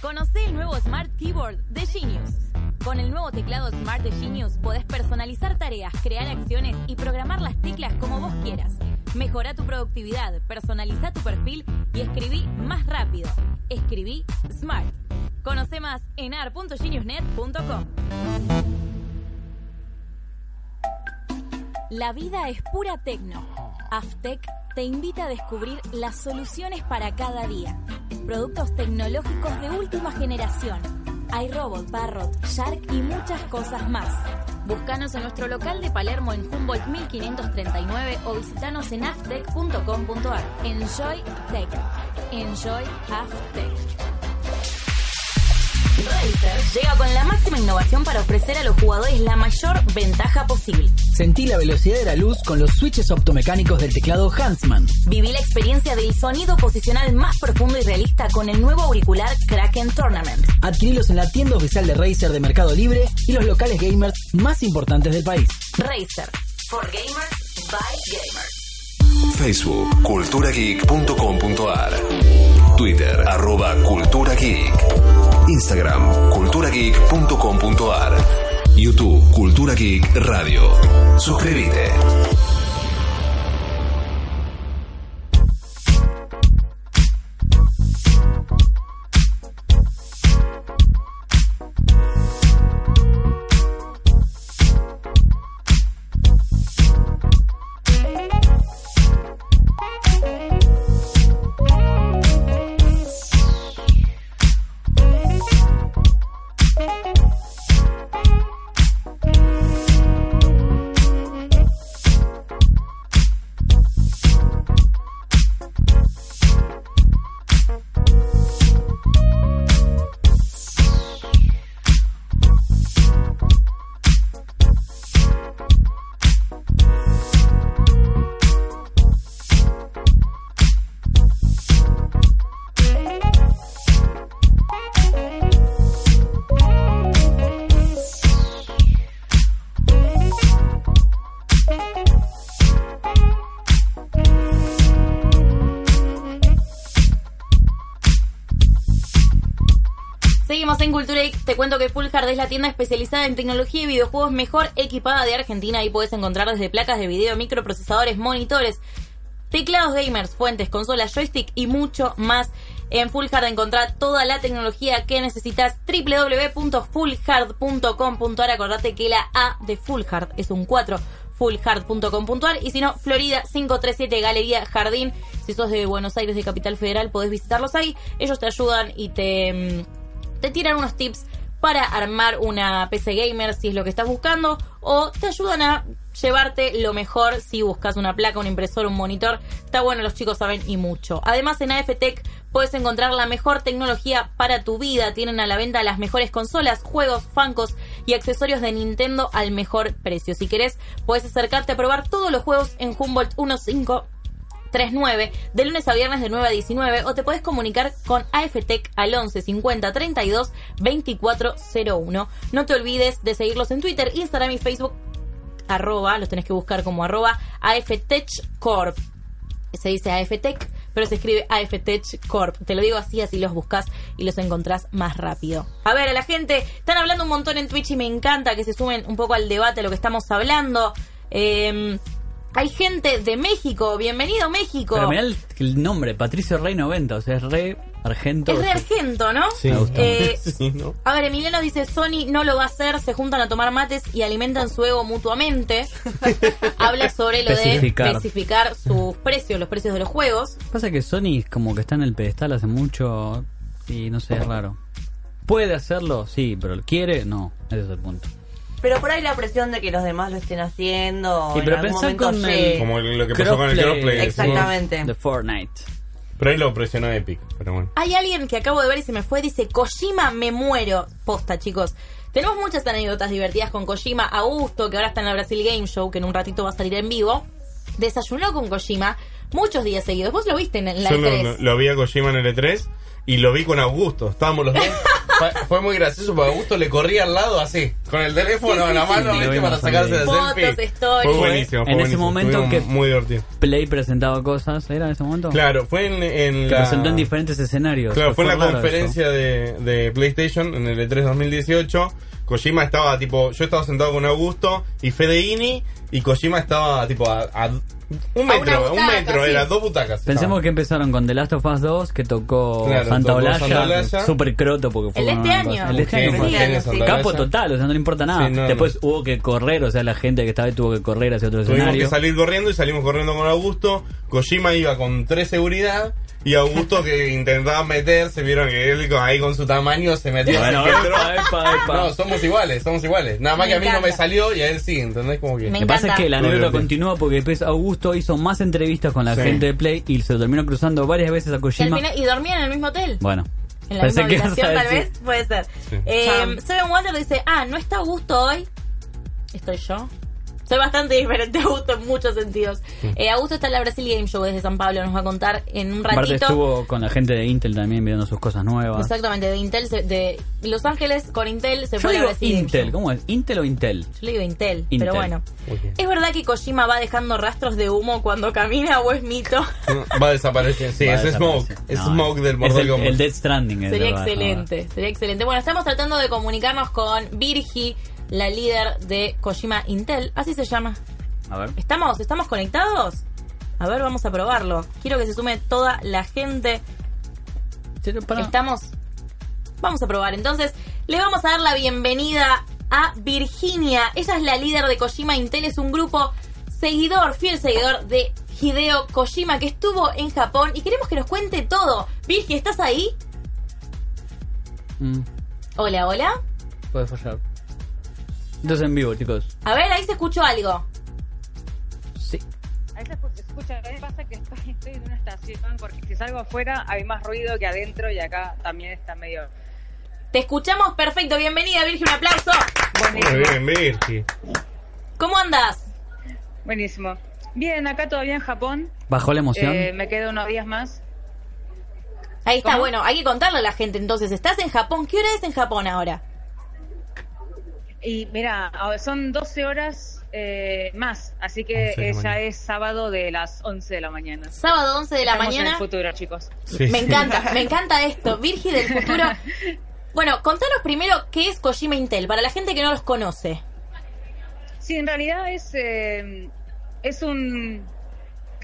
S7: Conoce el nuevo Smart Keyboard de Genius. Con el nuevo teclado Smart de Genius podés personalizar tareas, crear acciones y programar las teclas como vos quieras. Mejora tu productividad, personaliza tu perfil y escribí más rápido. Escribí Smart. Conoce más en ar.geniusnet.com. La vida es pura tecno. Aftec te invita a descubrir las soluciones para cada día. Productos tecnológicos de última generación. Hay robot, Parrot, Shark y muchas cosas más. Buscanos en nuestro local de Palermo en Humboldt 1539 o visitanos en aftec.com.ar. Enjoy Tech. Enjoy Aftec. Razer llega con la máxima innovación para ofrecer a los jugadores la mayor ventaja posible.
S8: Sentí la velocidad de la luz con los switches optomecánicos del teclado Huntsman.
S7: Viví la experiencia del sonido posicional más profundo y realista con el nuevo auricular Kraken Tournament.
S8: Adquirilos en la tienda oficial de Razer de Mercado Libre y los locales gamers más importantes del país.
S7: Razer. For gamers by gamers.
S6: Facebook, culturageek.com.ar. Twitter, arroba Cultura Geek. Instagram, culturageek.com.ar. YouTube, Cultura Geek Radio. Suscríbete.
S2: Seguimos en Cultura Geek. Te cuento que Full Hard es la tienda especializada en tecnología y videojuegos mejor equipada de Argentina. Ahí puedes encontrar desde placas de video, microprocesadores, monitores, teclados gamers, fuentes, consolas, joystick y mucho más. En Full Hard encontrá toda la tecnología que necesitas. www.fullhard.com.ar. Acordate que la A de Full Hard es un 4 fullhard.com.ar y si no, Florida 537 Galería Jardín. Si sos de Buenos Aires, de Capital Federal, podés visitarlos ahí. Ellos te ayudan y te, mm, te tiran unos tips para armar una PC gamer si es lo que estás buscando o te ayudan a llevarte lo mejor si buscas una placa, un impresor, un monitor. Está bueno, los chicos saben y mucho. Además, en AFTech E puedes encontrar la mejor tecnología para tu vida. Tienen a la venta las mejores consolas, juegos, fancos y accesorios de Nintendo al mejor precio. Si querés, puedes acercarte a probar todos los juegos en Humboldt 15. 39 de lunes a viernes de 9 a 19 o te puedes comunicar con AFTEC E al 11 50 32 24 01. No te olvides de seguirlos en Twitter, Instagram y Facebook arroba, los tenés que buscar como arroba AFTech Corp. Se dice AFTech, pero se escribe AFTech Corp. Te lo digo así, así los buscas y los encontrás más rápido. A ver, a la gente, están hablando un montón en Twitch y me encanta que se sumen un poco al debate, a lo que estamos hablando. Eh, hay gente de México, bienvenido México.
S5: Pero mirá el, el nombre, Patricio Rey 90, o sea, es re argento.
S2: Es de Argento, ¿no?
S4: Sí.
S5: Me gusta. <laughs>
S2: Eh,
S4: Sí, ¿no?
S2: a ver, Emiliano dice, Sony no lo va a hacer, se juntan a tomar mates y alimentan su ego mutuamente. Habla sobre lo
S5: Especificar.
S2: de especificar sus precios, los precios de los juegos.
S5: Pasa que Sony como que está en el pedestal hace mucho y no sé, es raro. Puede hacerlo, sí, pero quiere, no. Ese es el punto.
S3: Pero por ahí la presión de que los demás lo estén haciendo.
S5: Sí,
S3: en
S5: pero
S3: algún
S5: pensá
S3: momento
S5: con
S3: llegue.
S2: eh,
S5: el-
S4: Como lo que pasó con el
S5: Crossplay.
S4: crossplay.
S3: Exactamente.
S5: De Fortnite.
S4: Pero ahí lo presionó Epic, pero bueno.
S2: Hay alguien que acabo de ver y se me fue, dice, Kojima, me muero. Posta, chicos. Tenemos muchas anécdotas divertidas con Kojima. Augusto, que ahora está en el Brasil Game Show, que en un ratito va a salir en vivo, desayunó con Kojima muchos días seguidos. Vos lo viste en la E
S4: Yo lo,
S2: 3
S4: lo- lo vi a Kojima en el E3 y lo vi con Augusto. Estábamos los dos. <laughs> Fue, fue muy gracioso porque Augusto le corría al lado así, con el teléfono en la mano
S5: sí, lo
S4: ¿viste?
S5: vimos
S4: para sacarse la
S5: también.
S4: selfie.
S2: Fotos, stories.
S4: Fue buenísimo. fue
S5: En ese
S4: buenísimo.
S5: momento
S4: Estuvo
S5: que-
S4: Muy divertido.
S5: Play presentaba cosas, ¿era en ese momento?
S4: Claro, fue en, en
S5: Que
S4: la...
S5: presentó en diferentes escenarios.
S4: Claro, fue en la
S5: raro
S4: conferencia de, de PlayStation en el E E3 2018. Kojima estaba tipo, yo estaba sentado con Augusto y Fedeini y Kojima estaba tipo a, a un
S2: A una
S4: metro, a un
S2: butaca,
S4: metro,
S2: sí.
S4: era dos butacas.
S5: eso. Pensemos
S4: estaban.
S5: que empezaron con The Last of Us 2, que tocó
S4: Claro,
S5: Santa
S4: tocó
S5: Olalla,
S4: Santa Olalla.
S5: super croto porque fue
S2: El de
S5: una
S2: este
S5: cosa-
S2: año.
S5: El de este año
S4: Genio,
S5: fue-
S4: genio,
S3: Genio,
S4: Santa
S3: sí.
S4: Olalla.
S5: Capo total, o sea, no le importa nada.
S4: Sí, no,
S5: Después hubo que correr, o sea, la gente que estaba ahí tuvo que correr hacia otro
S4: Tuvimos que
S5: escenario.
S4: salir corriendo y salimos corriendo con Augusto. Kojima iba con tres seguridad Y Augusto que intentaba meterse, vieron que él con- ahí con su tamaño se metió. <laughs>
S5: Bueno,
S4: Se filtró.
S5: epa, epa, epa.
S4: No, somos iguales, somos iguales. Nada más
S2: Me
S4: que a mí no
S2: encanta.
S4: me salió y a él sí, ¿entendés? Como que...
S2: Me
S5: Lo que pasa es
S2: encanta.
S5: que la
S4: Muy
S5: anécdota
S4: divertido.
S5: continúa porque después Augusto hizo más entrevistas con la
S4: Sí.
S5: gente de Play y se lo terminó cruzando varias veces a
S2: Y, al
S5: Kojima.
S2: final- y dormían en el mismo hotel.
S5: Bueno,
S2: En la
S5: pensé
S2: misma
S5: que ibas a
S2: habitación, tal
S5: decir-
S2: vez. Puede ser.
S4: Sí.
S2: Eh,
S3: Ya.
S2: Seven Wonder dice: Ah, no está Augusto hoy. Estoy yo. Soy bastante diferente a Augusto en muchos sentidos. Eh, Augusto está en la Brasil Game Show desde San Pablo. Nos va a contar en un
S5: Aparte
S2: ratito.
S5: estuvo con la gente de Intel también viendo sus cosas nuevas.
S2: Exactamente, de Intel, se- de Los Ángeles con Intel se
S5: Yo
S2: fue a la
S5: digo
S2: Brasil Game
S5: Intel,
S2: Show.
S5: ¿cómo es? ¿Intel o Intel?
S2: Yo le digo Intel,
S5: Intel.
S2: pero bueno.
S4: Muy bien.
S2: ¿Es verdad que Kojima va dejando rastros de humo cuando camina o es
S5: <laughs>
S2: mito?
S4: Va a desaparecer. Sí,
S5: Va a
S4: es
S5: desaparecer.
S4: Smoke. Es
S5: No,
S4: Smoke del
S5: es
S4: Mortal
S5: el,
S4: Kombat.
S5: el Death Stranding. es
S2: Sería
S5: verdad,
S2: excelente, sería excelente. Bueno, estamos tratando de comunicarnos con Virgi, la líder de Kojima Intel, así se llama.
S5: no, A ver.
S2: ¿Estamos? ¿Estamos conectados? A ver, vamos a probarlo. Quiero que se sume toda la gente.
S5: Pero para-
S2: Estamos. Vamos a probar. Entonces, le vamos a dar la bienvenida a Virginia. Ella es la líder de Kojima Intel. Es un grupo seguidor, fiel seguidor de Hideo Kojima que estuvo en Japón y queremos que nos cuente todo. Virgi, ¿estás ahí?
S5: Mm,
S2: Hola, hola.
S5: puede fallar. Entonces en vivo, chicos.
S2: A ver, ahí se escuchó algo.
S5: Sí.
S9: A veces escu- escucha, a mí pasa que estoy, estoy en una estación porque si salgo afuera hay más ruido que adentro y acá también está medio...
S2: Te escuchamos perfecto. Bienvenida, Virgi. Un aplauso.
S4: Muy bien, Virgi.
S2: ¿Cómo andas?
S9: Buenísimo. Bien, acá todavía en Japón.
S5: ¿Bajó la emoción?
S9: Eh, me quedo unos días más.
S2: Ahí está.
S9: ¿Cómo?
S2: Bueno, hay que contarle a la gente. Entonces, ¿estás en Japón? ¿Qué hora es en Japón ahora?
S9: Y mira, a- son 12 horas eh, más, así
S4: 11
S9: que
S4: de la
S9: eh, ya
S4: mañana.
S9: es sábado de las 11 de la mañana.
S2: Sábado 11 de la
S9: Estamos En
S2: mañana.
S9: el futuro, chicos.
S4: Sí,
S2: Me
S4: sí.
S9: <laughs>
S2: encanta, me encanta esto. Virgi del futuro. Bueno, contanos primero qué es Kojima Intel, para la gente que no los conoce.
S9: Sí, en realidad es eh, es un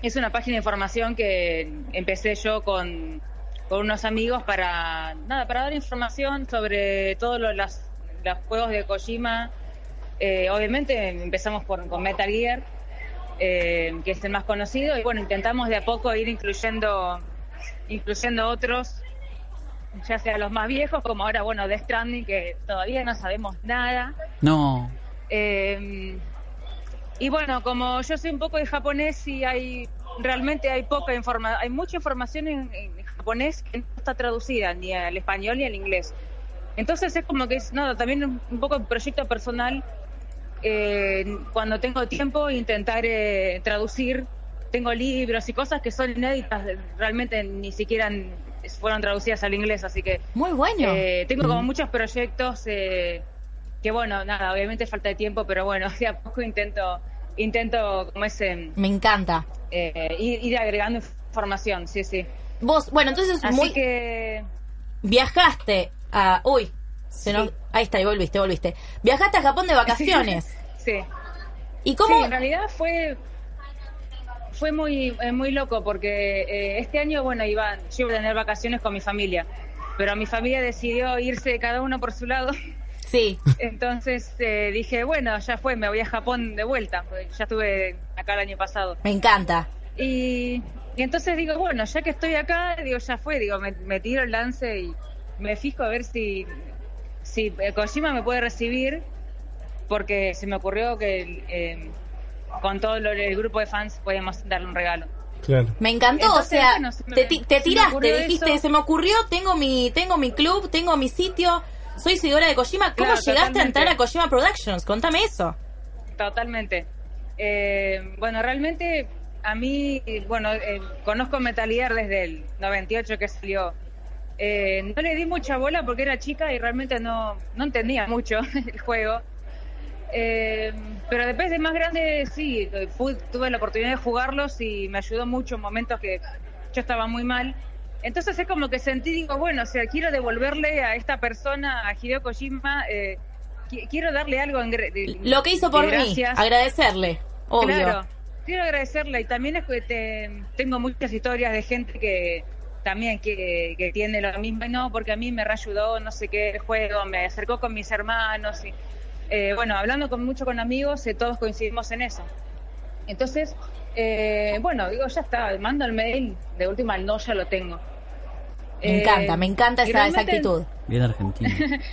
S9: es una página de información que empecé yo con, con unos amigos para nada para dar información sobre todos lo- las- los juegos de Kojima. Eh, obviamente empezamos por, con Metal Gear, eh, que es el más conocido y bueno intentamos de a poco ir incluyendo incluyendo otros ya sea los más viejos como ahora bueno Death Stranding que todavía no sabemos nada
S5: No.
S9: eh, y bueno, como yo soy un poco de japonés y hay realmente hay poca información, hay mucha información en, en japonés que no está traducida ni al español ni al inglés. Entonces es como que es nada, también un, un poco un proyecto personal. eh, cuando tengo tiempo intentar eh, traducir, tengo libros y cosas que son inéditas, realmente ni siquiera fueron traducidas al inglés, así que
S2: Muy bueno.
S9: eh, tengo
S2: Mm.
S9: como muchos proyectos eh, que, bueno, nada, obviamente falta de tiempo, pero bueno, <laughs> de a poco intento, intento como es, em,
S2: me encanta.
S9: eh, ir, ir agregando información, sí, sí.
S2: Vos, bueno, entonces
S9: Así
S2: muy,
S9: que,
S2: viajaste a... Uy, se nos- ahí está, y volviste, volviste. Viajaste a Japón de vacaciones.
S9: <laughs> sí.
S2: ¿Y cómo?
S9: Sí, en realidad fue fue muy eh, muy loco porque eh, este año, bueno, iba, yo iba a tener vacaciones con mi familia, pero mi familia decidió irse cada uno por su lado. <laughs>
S2: Sí,
S9: Entonces eh, dije, bueno, ya fue, me voy a Japón de vuelta. porque Ya estuve acá el año pasado.
S2: me encanta.
S9: Y, y entonces digo, bueno, ya que estoy acá, digo, ya fue, digo, me, me tiro el lance y me fijo a ver si, si eh, Kojima me puede recibir, porque se me ocurrió que eh, con todo lo- el grupo de fans podíamos darle un regalo.
S4: Claro.
S2: Me encantó,
S9: Entonces,
S2: o sea,
S9: bueno, se me-
S2: te, ti- te
S9: se me
S2: tiraste,
S9: ocurrió
S2: dijiste,
S9: eso.
S2: se me ocurrió, tengo mi, tengo mi club, tengo mi sitio, soy seguidora de Kojima. ¿Cómo
S9: Claro,
S2: llegaste a entrar
S9: totalmente.
S2: a Kojima Productions? Contame eso.
S9: Totalmente. Eh, bueno, realmente a mí, bueno, eh, conozco Metal Gear desde el 98 que salió. Eh, no le di mucha bola porque era chica y realmente no, no entendía mucho <laughs> el juego. Eh, pero después de más grande, sí, eh, pu- tuve la oportunidad de jugarlos y me ayudó mucho en momentos que yo estaba muy mal. Entonces es como que sentí, digo, bueno, o sea, quiero devolverle a esta persona, a Hideo Kojima, eh, qui- quiero darle algo en gre- de-
S2: Lo que hizo por
S9: de
S2: mí,
S9: gracias.
S2: agradecerle, obvio.
S9: Claro. Quiero agradecerle y también es que te- tengo muchas historias de gente que también que, que tiene lo mismo. No, porque a mí me reayudó, no sé qué el juego, me acercó con mis hermanos. Y, eh, bueno, hablando con mucho con amigos, eh, todos coincidimos en eso. Entonces, Eh, bueno, digo, ya está, mando el mail, de última el no ya lo tengo.
S2: Me
S9: Eh,
S2: encanta, me encanta
S9: y
S2: esa, esa
S9: realmente
S2: actitud.
S5: Bien
S9: <laughs>
S5: argentino.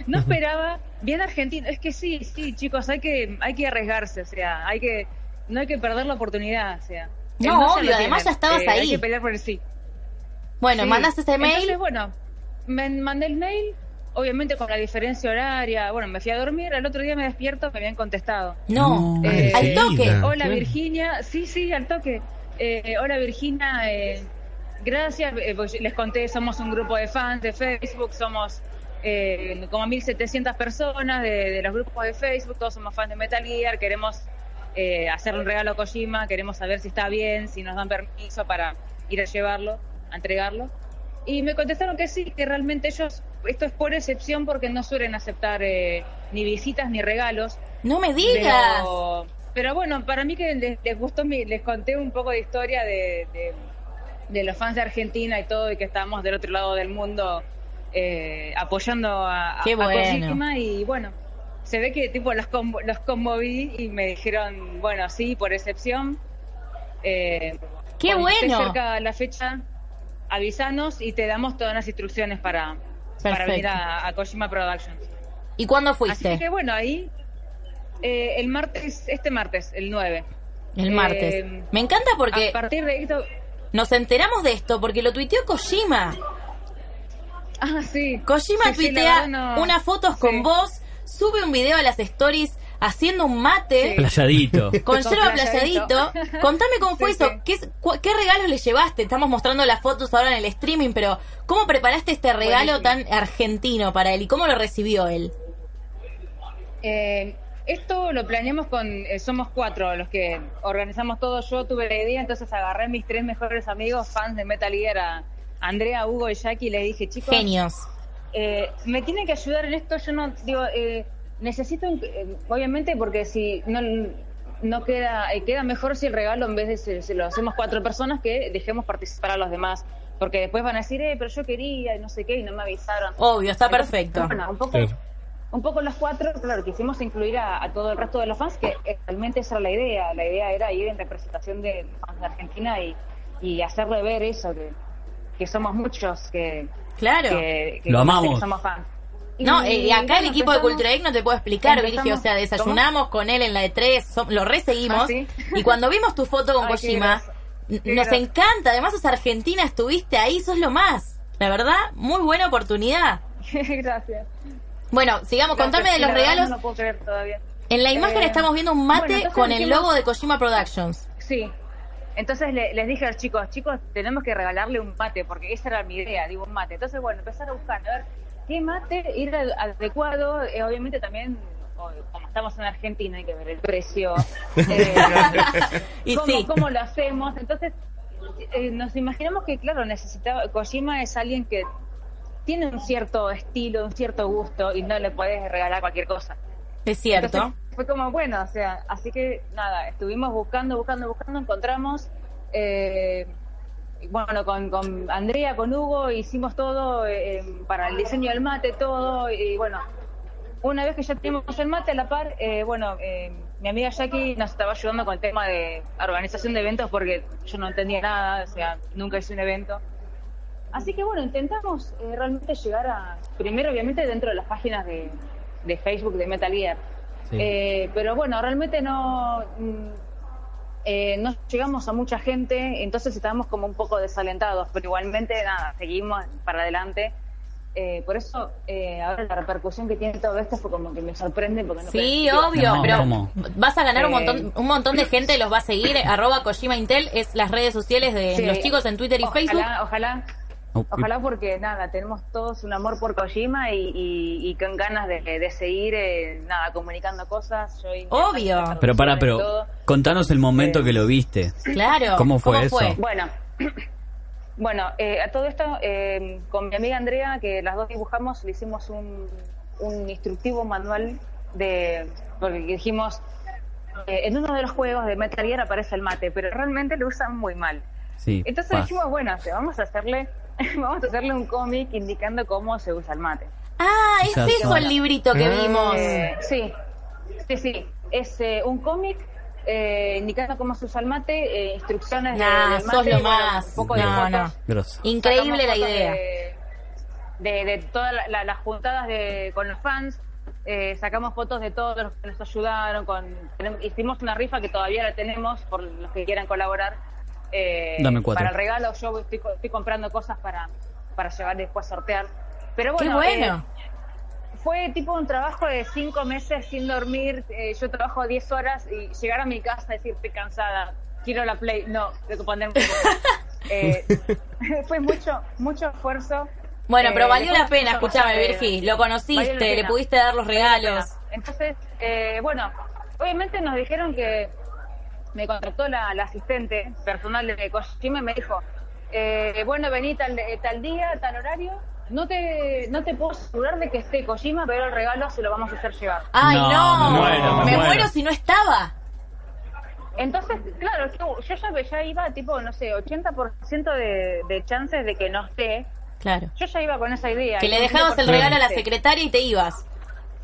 S9: No esperaba, bien argentino, es que sí, sí, chicos, hay que, hay que arriesgarse, o sea, hay que, no hay que perder la oportunidad, o sea. el
S2: No,
S9: ya
S2: obvio,
S9: lo
S2: además
S9: tienen, eh,
S2: ya estabas
S9: Hay
S2: ahí.
S9: que pelear por el sí.
S2: Bueno,
S9: Sí.
S2: mandas ese mail.
S9: Entonces, bueno, me mandé el mail, obviamente con la diferencia horaria. Bueno, me fui a dormir, al otro día me despierto, me habían contestado.
S2: No,
S9: No, Eh,
S2: al toque.
S4: enseguida.
S9: Hola
S4: claro.
S9: Virginia, sí, sí, al toque. Eh, hola Virginia, eh, gracias. Eh, pues les conté, somos un grupo de fans de Facebook, somos eh, como 1.700 personas de, de los grupos de Facebook, todos somos fans de Metal Gear, queremos eh, hacer un regalo a Kojima, queremos saber si está bien, si nos dan permiso para ir a llevarlo, a entregarlo. Y me contestaron que sí, que realmente ellos, esto es por excepción porque no suelen aceptar eh, ni visitas ni regalos,
S2: No me digas.
S9: pero, pero bueno, para mí que les, les gustó, mi- les conté un poco de historia de, de- de los fans de Argentina y todo, y que estábamos del otro lado del mundo eh, apoyando a, a-
S2: Qué
S9: a
S2: bueno.
S9: Kojima, y bueno, se ve que tipo los, convo- los conmoví y me dijeron, bueno, sí, por excepción. Eh,
S2: Qué
S9: cuando esté
S2: bueno.
S9: cerca la fecha, avisanos y te damos todas las instrucciones para, para
S2: Perfecto.
S9: venir a- a Kojima Productions.
S2: ¿Y cuándo
S9: Así que
S2: fuiste?
S9: bueno, ahí eh, el martes, este martes, el 9.
S2: El martes.
S9: eh,
S2: me encanta porque
S9: a partir de esto...
S2: nos enteramos de esto, porque lo tuiteó Kojima.
S9: Ah, sí.
S2: Kojima
S9: Sí, sí,
S2: tuitea
S9: la verdad no-
S2: unas fotos
S9: sí.
S2: con vos, sube un video a las stories haciendo un mate.
S5: Playadito.
S2: Con
S9: Con
S2: yerba
S9: playadito.
S2: playadito.
S9: <laughs>
S2: Contame cómo fue
S9: Sí,
S2: eso.
S9: sí.
S2: ¿Qué, es- cu- qué regalos le llevaste? Estamos mostrando las fotos ahora en el streaming, pero ¿cómo preparaste este regalo
S9: Buenísimo.
S2: tan argentino para él y cómo lo recibió él?
S9: Eh, esto lo planeamos con... eh, somos cuatro los que organizamos todo. Yo tuve la idea, entonces agarré a mis tres mejores amigos, fans de Metal Gear, a Andrea, Hugo y Jackie, y les dije, chicos...
S2: Genios.
S9: eh, me tienen que ayudar en esto. Yo no digo, eh, necesito, un- eh, obviamente, porque si no, no queda, eh, queda mejor si el regalo en vez de si, si lo hacemos cuatro personas que dejemos participar a los demás, porque después van a decir, eh, pero yo quería y no sé qué y no me avisaron.
S2: Obvio, Oh, está
S9: Entonces,
S2: perfecto.
S9: bueno, un poco,
S4: Claro.
S9: un poco los cuatro, claro, quisimos incluir a, a todo el resto de los fans, que eh, realmente esa era la idea. La idea era ir en representación de fans de Argentina y, y hacerle ver eso, que, que somos muchos, que,
S2: Claro.
S9: que, que
S5: Lo
S9: no sé
S5: amamos.
S9: que somos fans.
S2: No,
S9: Y,
S2: eh, y acá el
S9: bueno,
S2: equipo de
S9: empezamos-
S2: Cultura Geek no te puedo explicar,
S9: empezamos-
S2: Virgil. O sea, desayunamos con él en la de tres, so- lo reseguimos.
S9: Ah, ¿sí?
S2: Y cuando vimos tu foto con
S9: Ay, qué
S2: Kojima,
S9: groso,
S2: n-
S9: qué
S2: nos
S9: groso.
S2: encanta. Además, sos argentina, estuviste ahí, sos lo más. La verdad, muy buena oportunidad.
S9: <laughs> Gracias.
S2: Bueno, sigamos, contame de
S9: Gracias,
S2: los
S9: la verdad
S2: regalos.
S9: No lo puedo creer todavía.
S2: En la imagen
S9: Eh,
S2: estamos viendo un mate
S9: bueno, entonces
S2: con el
S9: dijimos-
S2: logo de Kojima Productions.
S9: Sí. Entonces le- les dije a los chicos, chicos, tenemos que regalarle un mate, porque esa era mi idea, digo, un mate. Entonces, bueno, empezar a buscar, a ver qué mate era adecuado. Eh, obviamente también, o- como estamos en Argentina, hay que ver el
S5: <laughs>
S9: precio. Eh,
S2: Y
S9: cómo,
S2: sí.
S9: cómo lo hacemos. Entonces, eh, nos imaginamos que, claro, necesitaba. Kojima es alguien que tiene un cierto estilo, un cierto gusto, y no le puedes regalar cualquier cosa.
S2: Es cierto.
S9: Entonces, fue como, bueno, o sea, así que nada, estuvimos buscando, buscando, buscando, encontramos, eh, y bueno, con, con Andrea, con Hugo, hicimos todo eh, para el diseño del mate, todo, y bueno, una vez que ya teníamos el mate a la par, eh, bueno, eh, mi amiga Jackie nos estaba ayudando con el tema de organización de eventos porque yo no entendía nada, o sea, nunca hice un evento. Así que bueno, intentamos eh, realmente llegar a, primero obviamente dentro de las páginas de, de Facebook de Metal Gear.
S5: Sí.
S9: Eh, pero bueno, realmente no, mm, eh, no llegamos a mucha gente, entonces estábamos como un poco desalentados, pero igualmente nada, seguimos para adelante. Eh, por eso eh, ahora la repercusión que tiene todo esto fue como que me sorprende porque no
S2: Sí,
S9: pensé-
S2: obvio,
S5: No,
S2: pero
S5: ¿cómo?
S2: vas a ganar un
S9: Eh,
S2: montón, un montón de gente los va a seguir. Arroba Kojima Intel es las redes sociales de
S9: Sí.
S2: eh, los chicos en Twitter y
S9: Ojalá,
S2: Facebook.
S9: Ojalá,
S5: Oh,
S9: ojalá porque nada, tenemos todos un amor por Kojima y, y- y con ganas de, de seguir eh, nada comunicando cosas. Yo y-
S2: Obvio.
S5: Pero para, pero
S9: todo.
S5: contanos el momento
S9: Eh,
S5: que lo viste.
S2: Claro.
S5: ¿Cómo fue eso?
S9: Bueno, <clears throat> bueno, eh, a todo esto eh, con mi amiga Andrea, que las dos dibujamos, le hicimos un, un instructivo manual de porque dijimos eh, en uno de los juegos de Metal Gear aparece el mate, pero realmente lo usan muy mal.
S5: Sí,
S9: Entonces
S5: paz.
S9: dijimos, bueno, o sea, vamos a hacerle <laughs> vamos a hacerle un cómic indicando cómo se usa el mate.
S2: Ah, es
S5: Quizás
S2: eso
S5: no.
S2: el librito que
S4: Ah.
S2: vimos.
S9: Eh, sí, sí, sí. Es eh, un cómic eh, indicando cómo se usa el mate, eh, instrucciones de-
S2: Nah,
S9: del mate.
S2: sos lo
S9: y, bueno,
S2: más.
S9: un poco de
S2: No,
S9: fotos.
S2: no.
S5: Grosso.
S2: Increíble la
S9: Sacamos fotos
S2: idea.
S9: De, de, de todas la- la- las juntadas de, con los fans. eh, sacamos fotos de todos los que nos ayudaron. Con, tenemos- hicimos una rifa que todavía la tenemos por los que quieran colaborar. eh,
S5: Dame cuatro.
S9: Para el regalo, yo estoy, co- estoy comprando cosas para, para llevar después a sortear. Pero
S2: ¡Qué
S9: bueno,
S2: bueno!
S9: eh, fue tipo un trabajo de cinco meses sin dormir. eh, yo trabajo 10 horas y llegar a mi casa y decir, estoy cansada, quiero la play. No, tengo que ponerme.
S2: <laughs>
S9: Eh, <laughs> fue mucho, mucho esfuerzo.
S2: Bueno, pero
S9: Eh,
S2: valió la
S9: después
S2: pena,
S9: mucho
S2: escúchame,
S9: más, eh,
S2: Virgi. Lo
S9: valió la
S2: conociste, le
S9: pena.
S2: pudiste dar los regalos.
S9: Entonces, eh, bueno, obviamente nos dijeron que me contrató la, la asistente personal de Kojima y me dijo, eh, bueno, vení tal, eh, tal día, tal horario, no te, no te puedo asegurar de que esté Kojima, pero el regalo se lo vamos a hacer llevar.
S2: ¡Ay, no!
S5: No, me muero,
S2: me
S5: me muero.
S2: muero si no estaba.
S9: Entonces, claro, yo, yo ya, ya iba tipo, no sé, 80% de, de chances de que no esté.
S2: Claro.
S9: Yo ya iba con esa idea.
S2: Que
S9: Y
S2: le
S9: un
S2: dejabas el
S9: 20%
S2: regalo a la
S9: sí.
S2: secretaria y te ibas.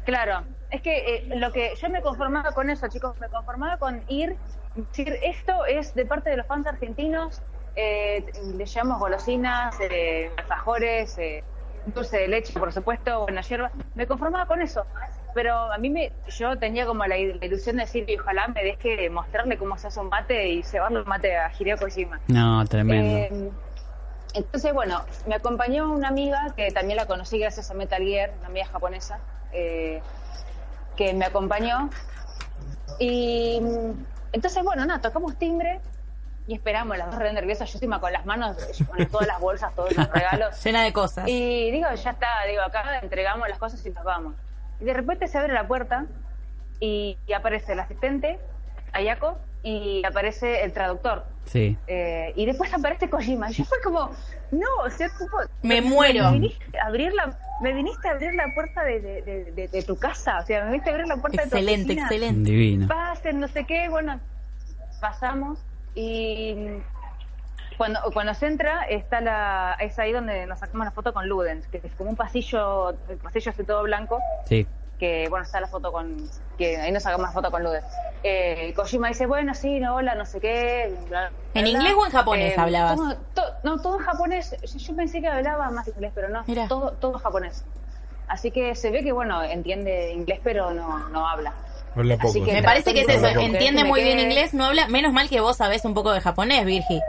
S9: Claro, es que eh, lo que yo me conformaba con eso, chicos, me conformaba con ir, decir, esto es de parte de los fans argentinos, eh, le llamamos golosinas, eh, alfajores, eh, dulce de leche, por supuesto, buena hierba, me conformaba con eso, pero a mí me, yo tenía como la, il- la ilusión de decir, "Y ojalá me deje mostrarle cómo se hace un mate y llevarle un mate a Hideo Kojima.
S5: No, tremendo.
S9: Eh, entonces, bueno, me acompañó una amiga que también la conocí gracias a Metal Gear, una amiga japonesa, eh, que me acompañó. Y mm, entonces, bueno, nada, tocamos timbre y esperamos, las dos re nerviosas, yo encima con las manos, con todas las bolsas, todos los regalos.
S2: Llena de cosas.
S9: Y digo, ya está, digo, acá entregamos las cosas y nos vamos. Y de repente se abre la puerta y, y aparece el asistente, Ayako, y aparece el traductor.
S5: Sí.
S9: Eh, y después aparece Kojima. Yo fue como, no, o sea, tipo,
S2: Me muero.
S9: Me viniste a abrir la, me viniste a abrir la puerta de, de- de- de- de tu casa, o sea, me viniste a abrir la puerta
S2: Excelente,
S9: de tu oficina.
S2: excelente.
S5: Divino.
S9: Pasen, no sé qué, bueno, pasamos y cuando, cuando se entra está la, es ahí donde nos sacamos la foto con Ludens, que es como un pasillo, el pasillo así todo blanco,
S5: Sí.
S9: que bueno está la foto con que ahí nos sacamos la foto con Ludes eh, Kojima dice bueno sí no hola no sé qué bla, bla,
S2: ¿En
S9: bla.
S2: inglés o en japonés hablabas?
S9: todo- to- no todo en japonés yo, yo pensé que hablaba más inglés pero no
S2: Mirá.
S9: todo todo en japonés así que se ve que bueno entiende inglés pero no no habla
S4: Habla poco.
S9: Así que
S4: sí.
S2: Me parece que es eso.
S4: Habla poco.
S2: Entiende muy bien
S9: Me quedé-
S2: inglés, no habla. Menos mal que vos sabés un poco de japonés, Virgi.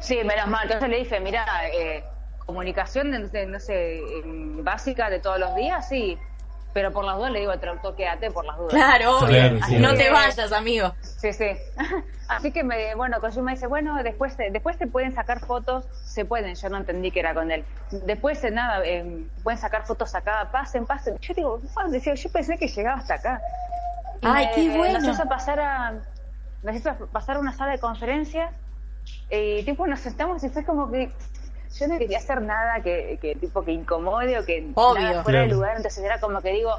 S9: Sí, menos mal. Entonces le dije, mira, eh, comunicación, de, de- no sé, em, básica de todos los días, sí. Pero por las dudas le digo al traductor, quédate por las dudas.
S2: Claro, obvio.
S4: Claro, sí.
S2: No te vayas, amigo.
S9: Sí, sí. <laughs> Así que, me, bueno, Kojima dice, bueno, después, se- después se pueden sacar fotos, se pueden, yo no entendí que era con él. Después, eh, nada, eh, pueden sacar fotos acá, pasen, pasen. Yo digo, "Fuck", decía, yo pensé que llegaba hasta acá.
S2: Ay,
S9: me-
S2: qué bueno.
S9: Nos hizo pasar a, nos hizo pasar a una sala de conferencias y tipo nos sentamos y fue como que yo no quería hacer nada que, que tipo que incomode o que
S2: Obvio.
S9: nada fuera de
S4: Claro.
S9: lugar, entonces era como que digo,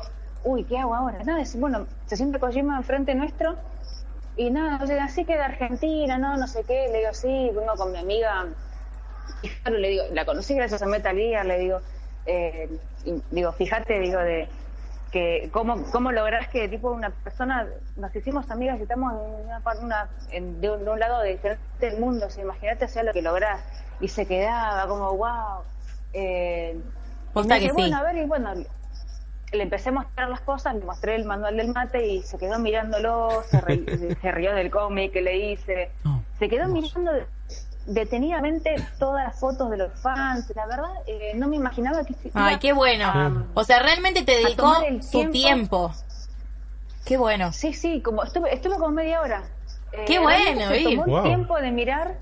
S9: uy, ¿qué hago ahora? Nada, es- bueno, se sienta Kojima enfrente nuestro y nada, o sea, así que de Argentina, no, no sé qué, le digo, sí, vengo con mi amiga, y claro, le digo, la conocí gracias a Metal Gear, le digo, eh, y digo, fíjate, digo, de que cómo, cómo lográs que tipo una persona, nos hicimos amigas y estamos en una, par- una- en- de, un, de un lado de diferente del mundo, o sea, imagínate o sea, lo que lográs. Y se quedaba como, wow. Eh,
S2: Posta
S9: y me
S2: que
S9: dice,
S2: sí.
S9: Bueno, a ver, y bueno, le empecé a mostrar las cosas, le mostré el manual del mate y se quedó mirándolo, se,
S5: <laughs>
S9: ri- se rió del cómic que le hice.
S5: No,
S9: Se quedó
S5: hermoso.
S9: mirando detenidamente todas las fotos de los fans. La verdad, eh, no me imaginaba que... se-
S2: Ay,
S9: iba
S2: qué bueno.
S9: a-
S2: O sea, realmente te dedicó
S9: tomar el
S2: su
S9: tiempo.
S2: tiempo. Qué bueno.
S9: Sí, sí, como estuve, estuve como media hora. Eh,
S2: Qué bueno,
S9: realmente se
S2: Viv.
S9: tomó el
S4: Wow.
S9: tiempo de mirar,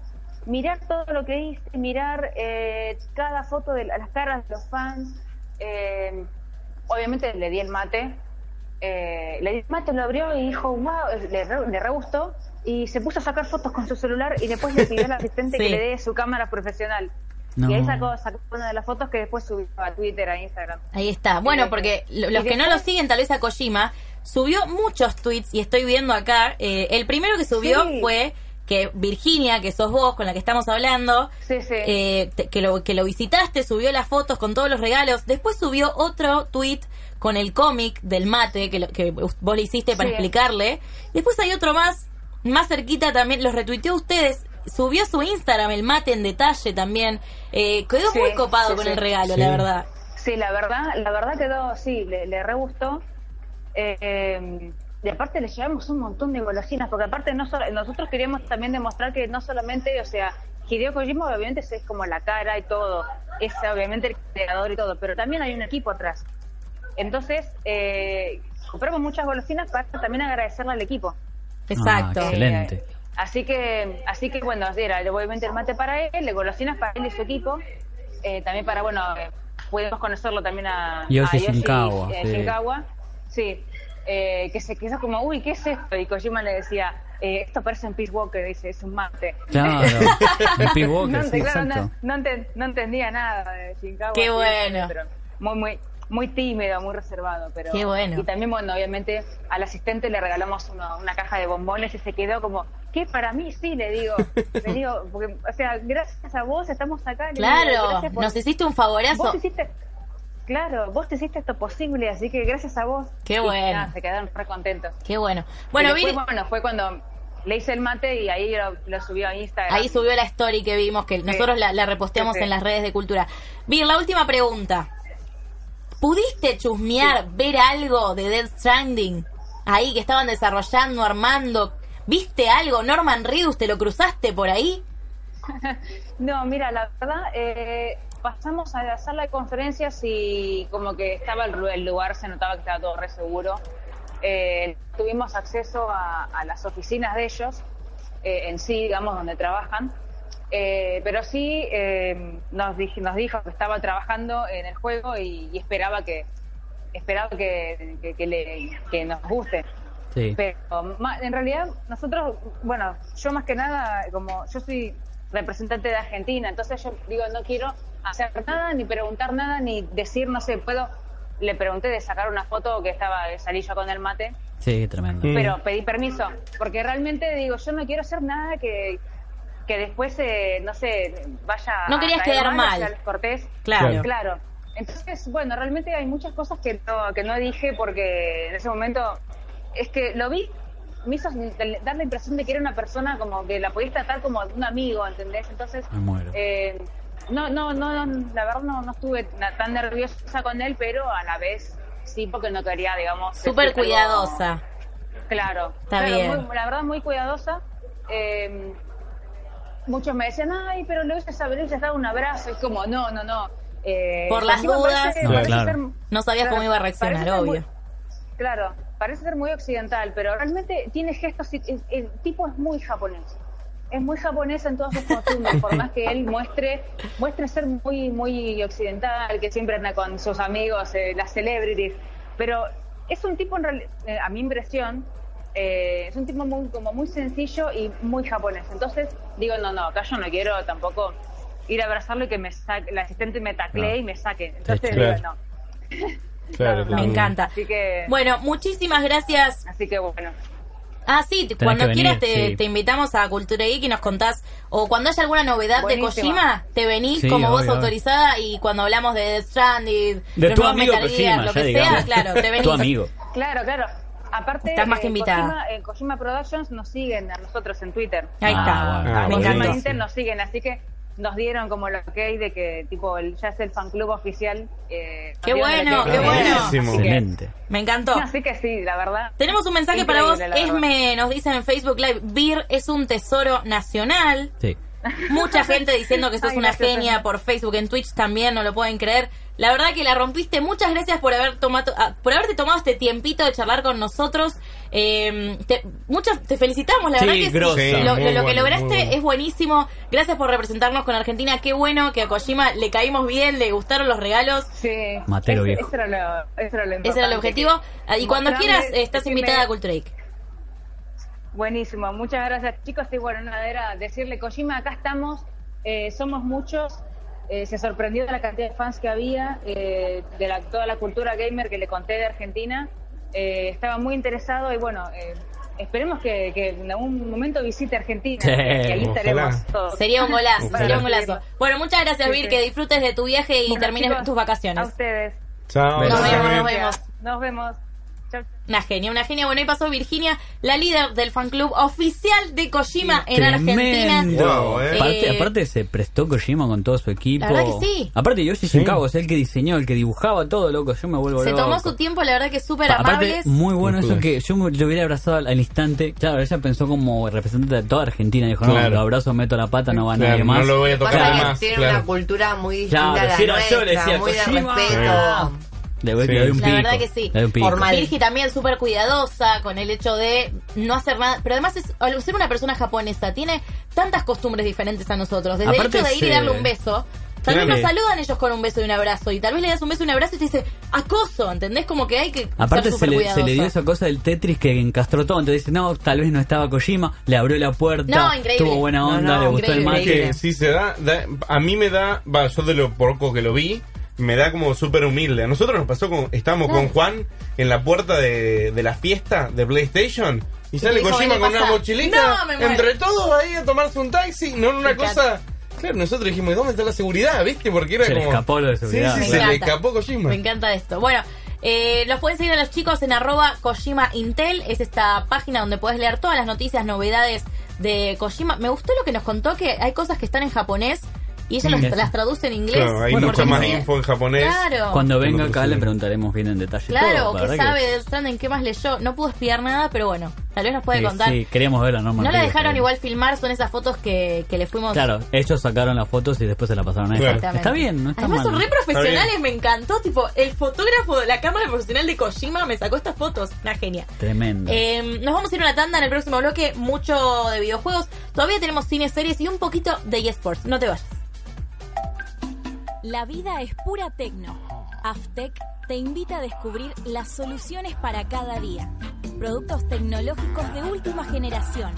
S9: mirar todo lo que hice, mirar eh, cada foto de la- las caras de los fans. Eh, obviamente le di el mate. Eh, le di el mate, lo abrió y dijo, wow, le, re- le re gustó. Y se puso a sacar fotos con su celular y después le pidió al asistente
S2: Sí.
S9: que le dé su cámara profesional.
S5: No.
S9: Y ahí sacó, sacó una de las fotos que después subió a Twitter, a Instagram.
S2: Ahí está. Bueno,
S9: Y
S2: porque lo-
S9: y
S2: los que no lo
S9: después-
S2: siguen, tal vez a Kojima, subió muchos tweets y estoy viendo acá. eh, el primero que subió
S9: Sí.
S2: fue que Virginia, que sos vos con la que estamos hablando,
S9: Sí, sí.
S2: eh, te- que, lo, que lo visitaste, subió las fotos con todos los regalos. Después subió otro tweet con el cómic del mate que, lo- que vos le hiciste para
S9: Sí.
S2: explicarle. Después hay otro más más cerquita también, los retuiteó a ustedes. Subió a su Instagram el mate en detalle también. Eh, quedó
S9: Sí,
S2: muy copado
S9: sí,
S2: con
S9: sí.
S2: el regalo,
S5: Sí.
S2: la verdad.
S9: Sí, la verdad, la verdad quedó, sí, le, le re gustó. Eh, eh, y aparte le llevamos un montón de golosinas, porque aparte no solo- nosotros queríamos también demostrar que no solamente, o sea, Hideo Kojima obviamente es como la cara y todo, es obviamente el creador y todo, pero también hay un equipo atrás. Entonces, eh, compramos muchas golosinas para también agradecerle al equipo.
S2: Exacto.
S5: Ah, Excelente.
S9: Eh, así que, así que bueno, así era, le voy a vender mate para él, le golosinas para él y su equipo, eh, también para, bueno, eh, pudimos conocerlo también a
S5: Yoshi
S9: a
S5: Shinkawa,
S9: eh,
S5: sí.
S9: Shinkawa, sí, eh, que se quedó como, uy, ¿qué es esto? Y Kojima le decía, eh, esto parece un Peace Walker, dice, es un mate. <laughs>
S5: Claro. El Pete Walker,
S9: No,
S5: sí,
S9: claro,
S5: exacto.
S9: no- no enten- no entendía nada de Shinkawa.
S2: Qué
S9: sí,
S2: bueno.
S9: pero muy, muy, muy tímido, muy reservado. Pero,
S2: Qué bueno.
S9: Y también, bueno, obviamente al asistente le regalamos uno- una caja de bombones y se quedó como, ¿qué para mí? Sí,
S5: <laughs>
S9: le digo. le digo, porque, o sea, gracias a vos estamos acá. le digo,
S2: Claro,
S9: gracias por-
S2: nos hiciste un favorazo.
S9: Vos hiciste... Claro, vos te hiciste esto posible, así que gracias a vos.
S2: Qué
S9: Y
S2: bueno.
S9: nada, se quedaron re contentos.
S2: Qué bueno.
S9: Y
S2: Bueno,
S9: después,
S2: Viri-
S9: bueno, fue cuando le hice el mate y ahí lo, lo subió a Instagram.
S2: Ahí subió la story que vimos, que nosotros la, la reposteamos
S9: Sí, sí.
S2: en las redes de cultura. Bien, la última pregunta. ¿Pudiste chusmear, ver algo de Dead Stranding? Ahí que estaban desarrollando, armando. ¿Viste algo? ¿Norman Reedus te lo cruzaste por ahí?
S9: No, mira, la verdad, eh, pasamos a la sala de conferencias y como que estaba el, ru- el lugar, se notaba que estaba todo re seguro. Eh, tuvimos acceso a, a las oficinas de ellos, eh, en sí, digamos, donde trabajan. Eh, pero sí eh, nos, dij- nos dijo que estaba trabajando en el juego y, y esperaba que esperaba que, que- que le- que nos guste.
S5: Sí.
S9: Pero ma- en realidad nosotros, bueno, yo más que nada, como yo soy representante de Argentina, entonces yo digo, no quiero hacer nada, ni preguntar nada, ni decir, no sé, puedo, le pregunté de sacar una foto que estaba, que salí yo con el mate,
S5: Sí, tremendo.
S4: Mm.
S9: pero pedí permiso, porque realmente digo, yo no quiero hacer nada que, que después, eh, no sé, vaya
S2: No querías
S9: a caer
S2: quedar mal.
S9: hacia los Cortés.
S2: Claro.
S9: Claro. Entonces, bueno, realmente hay muchas cosas que no, que no dije porque en ese momento es que lo vi, me hizo dar la impresión de que era una persona como que la podías tratar como un amigo, ¿entendés? Entonces,
S5: Me muero.
S9: eh, no, no, no, no, la verdad no, no estuve na- tan nerviosa con él, pero a la vez sí, porque no quería, digamos...
S2: Súper
S9: decir algo-
S2: cuidadosa.
S9: Claro,
S2: Está
S9: claro,
S2: bien.
S9: muy- la verdad muy cuidadosa. Eh, muchos me decían, ay, pero le hubiese saber, le hubieses dado un abrazo. Es como, no, no, no. Eh,
S2: Por las
S9: encima
S2: dudas.
S9: parece-
S5: No,
S9: parece
S5: claro.
S9: ser-
S2: No sabías cómo iba a reaccionar,
S9: parece ser muy-
S2: obvio.
S9: claro, parece ser muy occidental, pero realmente tiene gestos. y- El, el tipo es muy japonés. Es muy japonés en todas sus costumbres, por más que él muestre muestre ser muy muy occidental, que siempre anda con sus amigos, eh, las celebrities. Pero es un tipo, en reali- eh, a mi impresión, eh, es un tipo muy, como muy sencillo y muy japonés. Entonces digo, no, no, acá yo no quiero tampoco ir a abrazarlo y que me saque, la asistente me taclee
S5: No.
S9: y me saque. Entonces
S5: Claro.
S9: digo, no.
S4: Claro,
S9: Me
S2: Me
S4: también.
S2: encanta.
S9: Así que,
S2: Bueno, muchísimas gracias.
S9: así que bueno.
S2: Ah, sí, te- cuando
S5: que
S2: quieras
S5: venir,
S2: te,
S5: sí.
S2: te invitamos a Cultura Geek y nos contás. O cuando haya alguna novedad de
S9: Buenísimo.
S2: Kojima, te venís
S5: Sí,
S2: como voz
S5: obvio,
S2: autorizada y cuando hablamos de Death Stranding,
S5: De
S2: los
S5: tu
S2: nuevos
S5: amigo
S2: Metal Gear,
S5: Kojima,
S2: lo
S5: ya
S2: que
S5: digamos.
S2: sea, claro, te venís.
S5: <laughs> Tu amigo.
S9: Claro, claro. Aparte,
S2: Estás más que invitada.
S9: Kojima, eh, Kojima Productions nos siguen a nosotros en Twitter.
S2: Ahí
S5: Ah,
S2: está.
S5: bueno.
S4: Ah,
S2: Me
S4: bueno.
S2: encanta.
S9: Normalmente nos siguen, así que nos dieron como lo que hay de que tipo el, ya es el fan club oficial. eh, nos
S2: Qué
S9: dieron
S2: bueno,
S9: el-
S2: qué bueno.
S4: Buenísimo.
S5: Excelente.
S2: Me encantó.
S9: Así que sí, la verdad.
S2: Tenemos un mensaje para vos,
S9: Increíble, la verdad.
S2: Esme, nos dicen en Facebook Live, Vir es un tesoro nacional.
S5: Sí.
S2: Mucha gente diciendo que sos
S9: <laughs> Ay,
S2: una
S9: gracias,
S2: genia
S9: Esme.
S2: por Facebook, en Twitch también, no lo pueden creer. La verdad que la rompiste. Muchas gracias por haber tomado, ah, por haberte tomado este tiempito de charlar con nosotros. Eh, te, muchas, te felicitamos, la
S5: Sí,
S2: verdad que sí,
S5: grosa.
S2: lo, lo-
S4: Muy
S2: lo que
S4: bueno,
S2: lograste
S4: muy bueno.
S2: es buenísimo. Gracias por representarnos con Argentina. Qué bueno que a Kojima le caímos bien, le gustaron los regalos.
S9: Sí.
S5: Matero
S9: Ese-
S5: viejo.
S9: Ese era lo, eso
S2: Ese era
S9: era lo
S2: el
S9: importante,
S2: objetivo.
S9: que-
S2: Ah, Y cuando
S9: mostrarme,
S2: quieras, estás
S9: decirme-
S2: invitada a Culture Geek.
S9: Buenísimo, muchas gracias chicos. Y bueno, nada, era decirle, Kojima, acá estamos, eh, somos muchos. Eh, se sorprendió de la cantidad de fans que había, eh, de la- toda la cultura gamer que le conté de Argentina. Eh, estaba muy interesado y bueno, eh, esperemos que, que en algún momento visite Argentina.
S5: Sí,
S9: y ahí estaremos
S4: ojalá.
S9: todos.
S2: Sería un golazo,
S4: Ojalá.
S2: sería un golazo. Bueno, muchas gracias,
S9: Sí,
S2: Vir,
S9: sí.
S2: que disfrutes de tu viaje y
S9: Bueno,
S2: termines
S9: chicos,
S2: tus
S9: A
S2: vacaciones.
S9: ustedes.
S5: Nos
S4: Chao. que
S5: vemos,
S4: estés muy
S2: nos
S4: bien.
S2: vemos.
S9: Nos vemos. chao.
S2: Una genia, una genia. Bueno, ahí pasó Virginia, la líder del fan club oficial de Kojima en Argentina.
S5: Tremendo.
S4: Wow, eh.
S5: aparte,
S2: Eh,
S5: aparte se prestó Kojima con todo su equipo.
S2: La verdad que sí.
S5: Aparte Yoshi
S4: Sí.
S5: Shinkawa es el que diseñó, el que dibujaba todo, loco. Yo me vuelvo
S2: Se
S5: loco.
S2: tomó su tiempo, la verdad que súper
S5: Pa- Aparte,
S2: amables.
S5: muy bueno
S4: Cultura.
S5: eso que yo me lo hubiera abrazado al, al instante. Claro, ella pensó como representante de toda Argentina. Dijo, no,
S4: Claro.
S5: lo abrazo, meto la pata, no va
S4: Claro,
S5: nadie
S4: no
S5: más.
S4: lo voy a
S3: Pasa
S4: tocar
S5: Claro.
S3: que
S4: más.
S3: tienen
S4: claro.
S3: una cultura muy distinta
S5: Claro,
S3: a la
S5: si era yo, le
S3: nuestra,
S5: decía,
S3: muy de
S5: "Kojima".
S3: respeto.
S5: Le doy,
S4: Sí.
S5: le doy un
S2: La
S5: pico.
S2: verdad que sí.
S5: Le doy un pico.
S3: Formal. mal.
S2: Virgi también súper cuidadosa con el hecho de no hacer nada. Pero además, es, al ser una persona japonesa, tiene tantas costumbres diferentes a nosotros. Desde
S5: Aparte
S2: el hecho de ir y
S5: se-
S2: darle un beso. Tal vez
S5: Claro.
S2: nos saludan ellos con un beso y un abrazo. Y tal vez le das un beso y un abrazo y te dice acoso. ¿Entendés? Como que hay que
S5: Aparte
S2: ser
S5: se
S2: súper
S5: le, se
S2: cuidadoso.
S5: le dio esa cosa del Tetris que encastró todo. Entonces dice, no, tal vez no estaba Kojima, le abrió la puerta,
S2: No, increíble.
S5: tuvo buena
S3: No,
S5: onda,
S3: no,
S5: le gustó el
S3: increíble,
S5: mate.
S4: que si se da, da- a mí me da, va, yo de lo poco que lo vi, me da como súper humilde. A nosotros nos pasó con, estábamos
S2: Ah.
S4: con Juan en la puerta de, de la fiesta de PlayStation y sale
S2: dijo,
S4: Kojima
S2: "Vení,
S4: con una
S2: pasa".
S4: mochilita
S2: No, me muero.
S4: entre todos ahí a tomarse un taxi, no en una
S2: Me
S4: cosa... Claro, nosotros dijimos, ¿y ¿dónde está la seguridad? ¿Viste? Porque era
S5: Se le
S4: como...
S5: escapó lo de seguridad,
S4: Sí, sí,
S2: Me
S4: se le
S2: encanta.
S4: escapó Kojima.
S2: Me encanta esto. Bueno, eh, los pueden seguir a los chicos en arroba Kojima Intel. Es esta página donde puedes leer todas las noticias, novedades de Kojima. Me gustó lo que nos contó que hay cosas que están en japonés y ella los-
S5: Sí.
S2: las traduce en inglés.
S4: Claro, hay
S5: Bueno,
S4: mucha
S2: porque
S4: más
S2: dice-
S4: info en japonés.
S2: Claro.
S5: Cuando venga
S4: Cuando
S5: acá
S4: recibe.
S5: le preguntaremos bien en detalle
S2: Claro,
S5: todo. la
S2: que
S5: verdad
S2: sabe del stand, en qué más leyó. No pudo espiar nada, pero bueno, tal vez nos puede
S5: Sí,
S2: contar.
S5: sí, queríamos verla, ¿no?
S2: No la
S5: Martín?
S2: dejaron igual filmar, son esas fotos que, que le fuimos.
S5: Claro, ellos sacaron las fotos y después se la pasaron a ella.
S2: Exactamente.
S5: Está bien, no está
S2: Además
S5: mal.
S2: son re profesionales,
S4: bien.
S2: me encantó. Tipo, el fotógrafo de la cámara profesional de Kojima me sacó estas fotos. Una genia.
S5: Tremendo.
S2: Eh, nos vamos a ir a una tanda en el próximo bloque, mucho de videojuegos. Todavía tenemos cine, series y un poquito de eSports. No te vayas.
S7: La vida es pura tecno. Aftec te invita a descubrir las soluciones para cada día. Productos tecnológicos de última generación.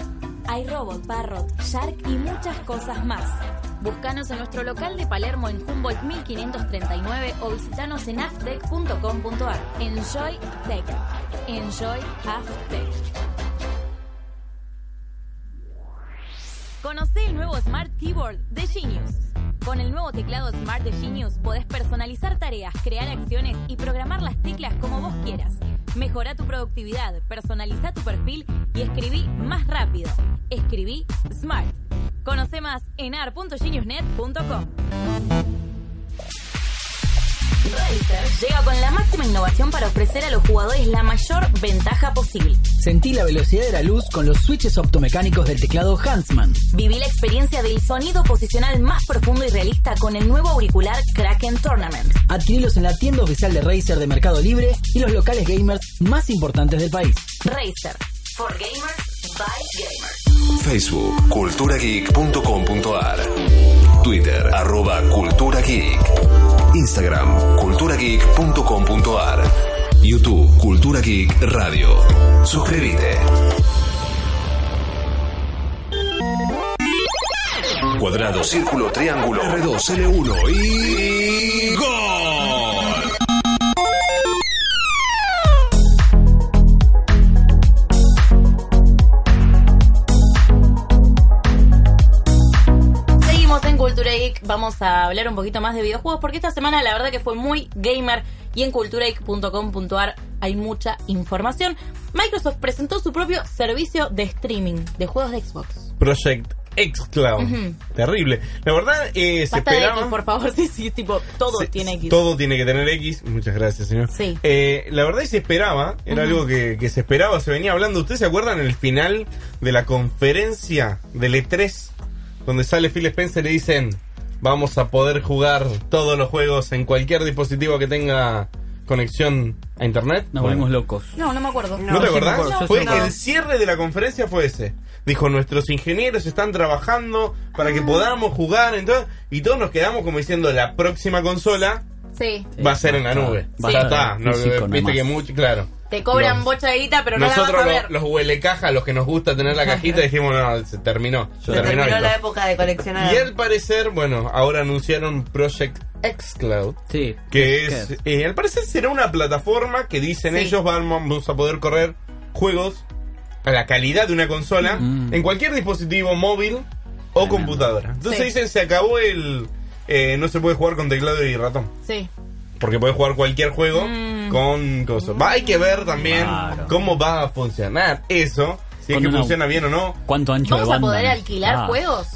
S7: iRobot, Parrot, Shark y muchas cosas más. Búscanos en nuestro local de Palermo en Humboldt 1539 o visitanos en aftec.com.ar. Enjoy Tech. Enjoy Aftec. Conoce el nuevo Smart Keyboard de Genius. Con el nuevo teclado Smart de Genius podés personalizar tareas, crear acciones y programar las teclas como vos quieras. Mejora tu productividad, personaliza tu perfil y escribí más rápido. Escribí Smart. Conoce más en ar.geniusnet.com. Razer llega con la máxima innovación para ofrecer a los jugadores la mayor ventaja posible.
S8: Sentí la velocidad de la luz con los switches optomecánicos del teclado Huntsman.
S7: Viví la experiencia del sonido posicional más profundo y realista con el nuevo auricular Kraken Tournament.
S8: Adquirilos en la tienda oficial de Razer de Mercado Libre y los locales gamers más importantes del país.
S7: Razer. For gamers by gamers.
S6: Facebook, culturageek.com.ar. Twitter, arroba culturageek. Instagram, culturageek.com.ar. YouTube, Cultura Geek Radio. Suscríbete. Cuadrado, círculo, triángulo, R2, L1 y... ¡Gol!
S2: Seguimos en Cultura Geek, vamos a hablar un poquito más de videojuegos porque esta semana la verdad que fue muy gamer y en culturageek.com.ar hay mucha información. Microsoft presentó su propio servicio de streaming de juegos de Xbox.
S4: Project X Cloud.
S2: Ujú.
S4: Terrible. La verdad, eh, se
S2: Basta de X,
S4: esperaba...
S2: por favor, <laughs> sí, sí, tipo, todo
S4: Se-
S2: tiene X.
S4: Todo tiene que tener X. Muchas gracias, señor.
S2: Sí.
S4: Eh, la verdad es que se esperaba, era algo que, que se esperaba, se venía hablando. ¿Ustedes se acuerdan el final de la conferencia del E3? Donde sale Phil Spencer y dicen, vamos a poder jugar todos los juegos en cualquier dispositivo que tenga conexión a internet.
S5: Nos
S4: Bueno.
S5: volvimos locos.
S2: No, no me acuerdo.
S4: ¿No, te
S5: yo
S4: acordás?
S5: me acuerdo, yo
S4: fue
S5: sí me acuerdo.
S4: el cierre de la conferencia fue ese. Dijo, nuestros ingenieros están trabajando para
S2: Ah.
S4: que podamos jugar. Entonces, y todos nos quedamos como diciendo, la próxima consola
S2: Sí.
S4: va a ser en la
S5: Sí.
S4: nube.
S5: Va a
S4: Ya
S5: estar
S4: está.
S5: en
S4: No,
S5: físico
S4: viste
S5: nomás.
S4: que mucho, claro.
S2: Te cobran
S4: Los-
S2: bocha de guita, pero no la vas
S4: Nosotros
S2: a ver.
S4: los, los huele caja, los que nos gusta tener la cajita, dijimos, no, se terminó.
S5: Se
S4: Se
S3: Se terminó
S4: terminó. esto.
S3: la época de coleccionar.
S4: y al parecer, bueno, ahora anunciaron Project xCloud.
S5: Sí.
S4: Que es, eh, al parecer será una plataforma que dicen
S2: Sí.
S4: ellos van- vamos a poder correr juegos a la calidad de una consola
S5: Mm.
S4: en cualquier dispositivo móvil o
S5: Tremendo.
S4: computadora. Entonces
S2: Sí.
S4: dicen se acabó el eh, no se puede jugar con teclado y ratón.
S2: Sí.
S4: Porque podés jugar cualquier juego con cosas. Va, hay que ver también
S5: Claro.
S4: cómo va a funcionar eso. Si es
S5: Con
S4: que
S5: una-
S4: funciona bien o no.
S5: ¿Cuánto ancho
S2: ¿Vamos
S5: de
S2: a
S5: banda?
S2: poder alquilar
S5: Ah.
S2: juegos?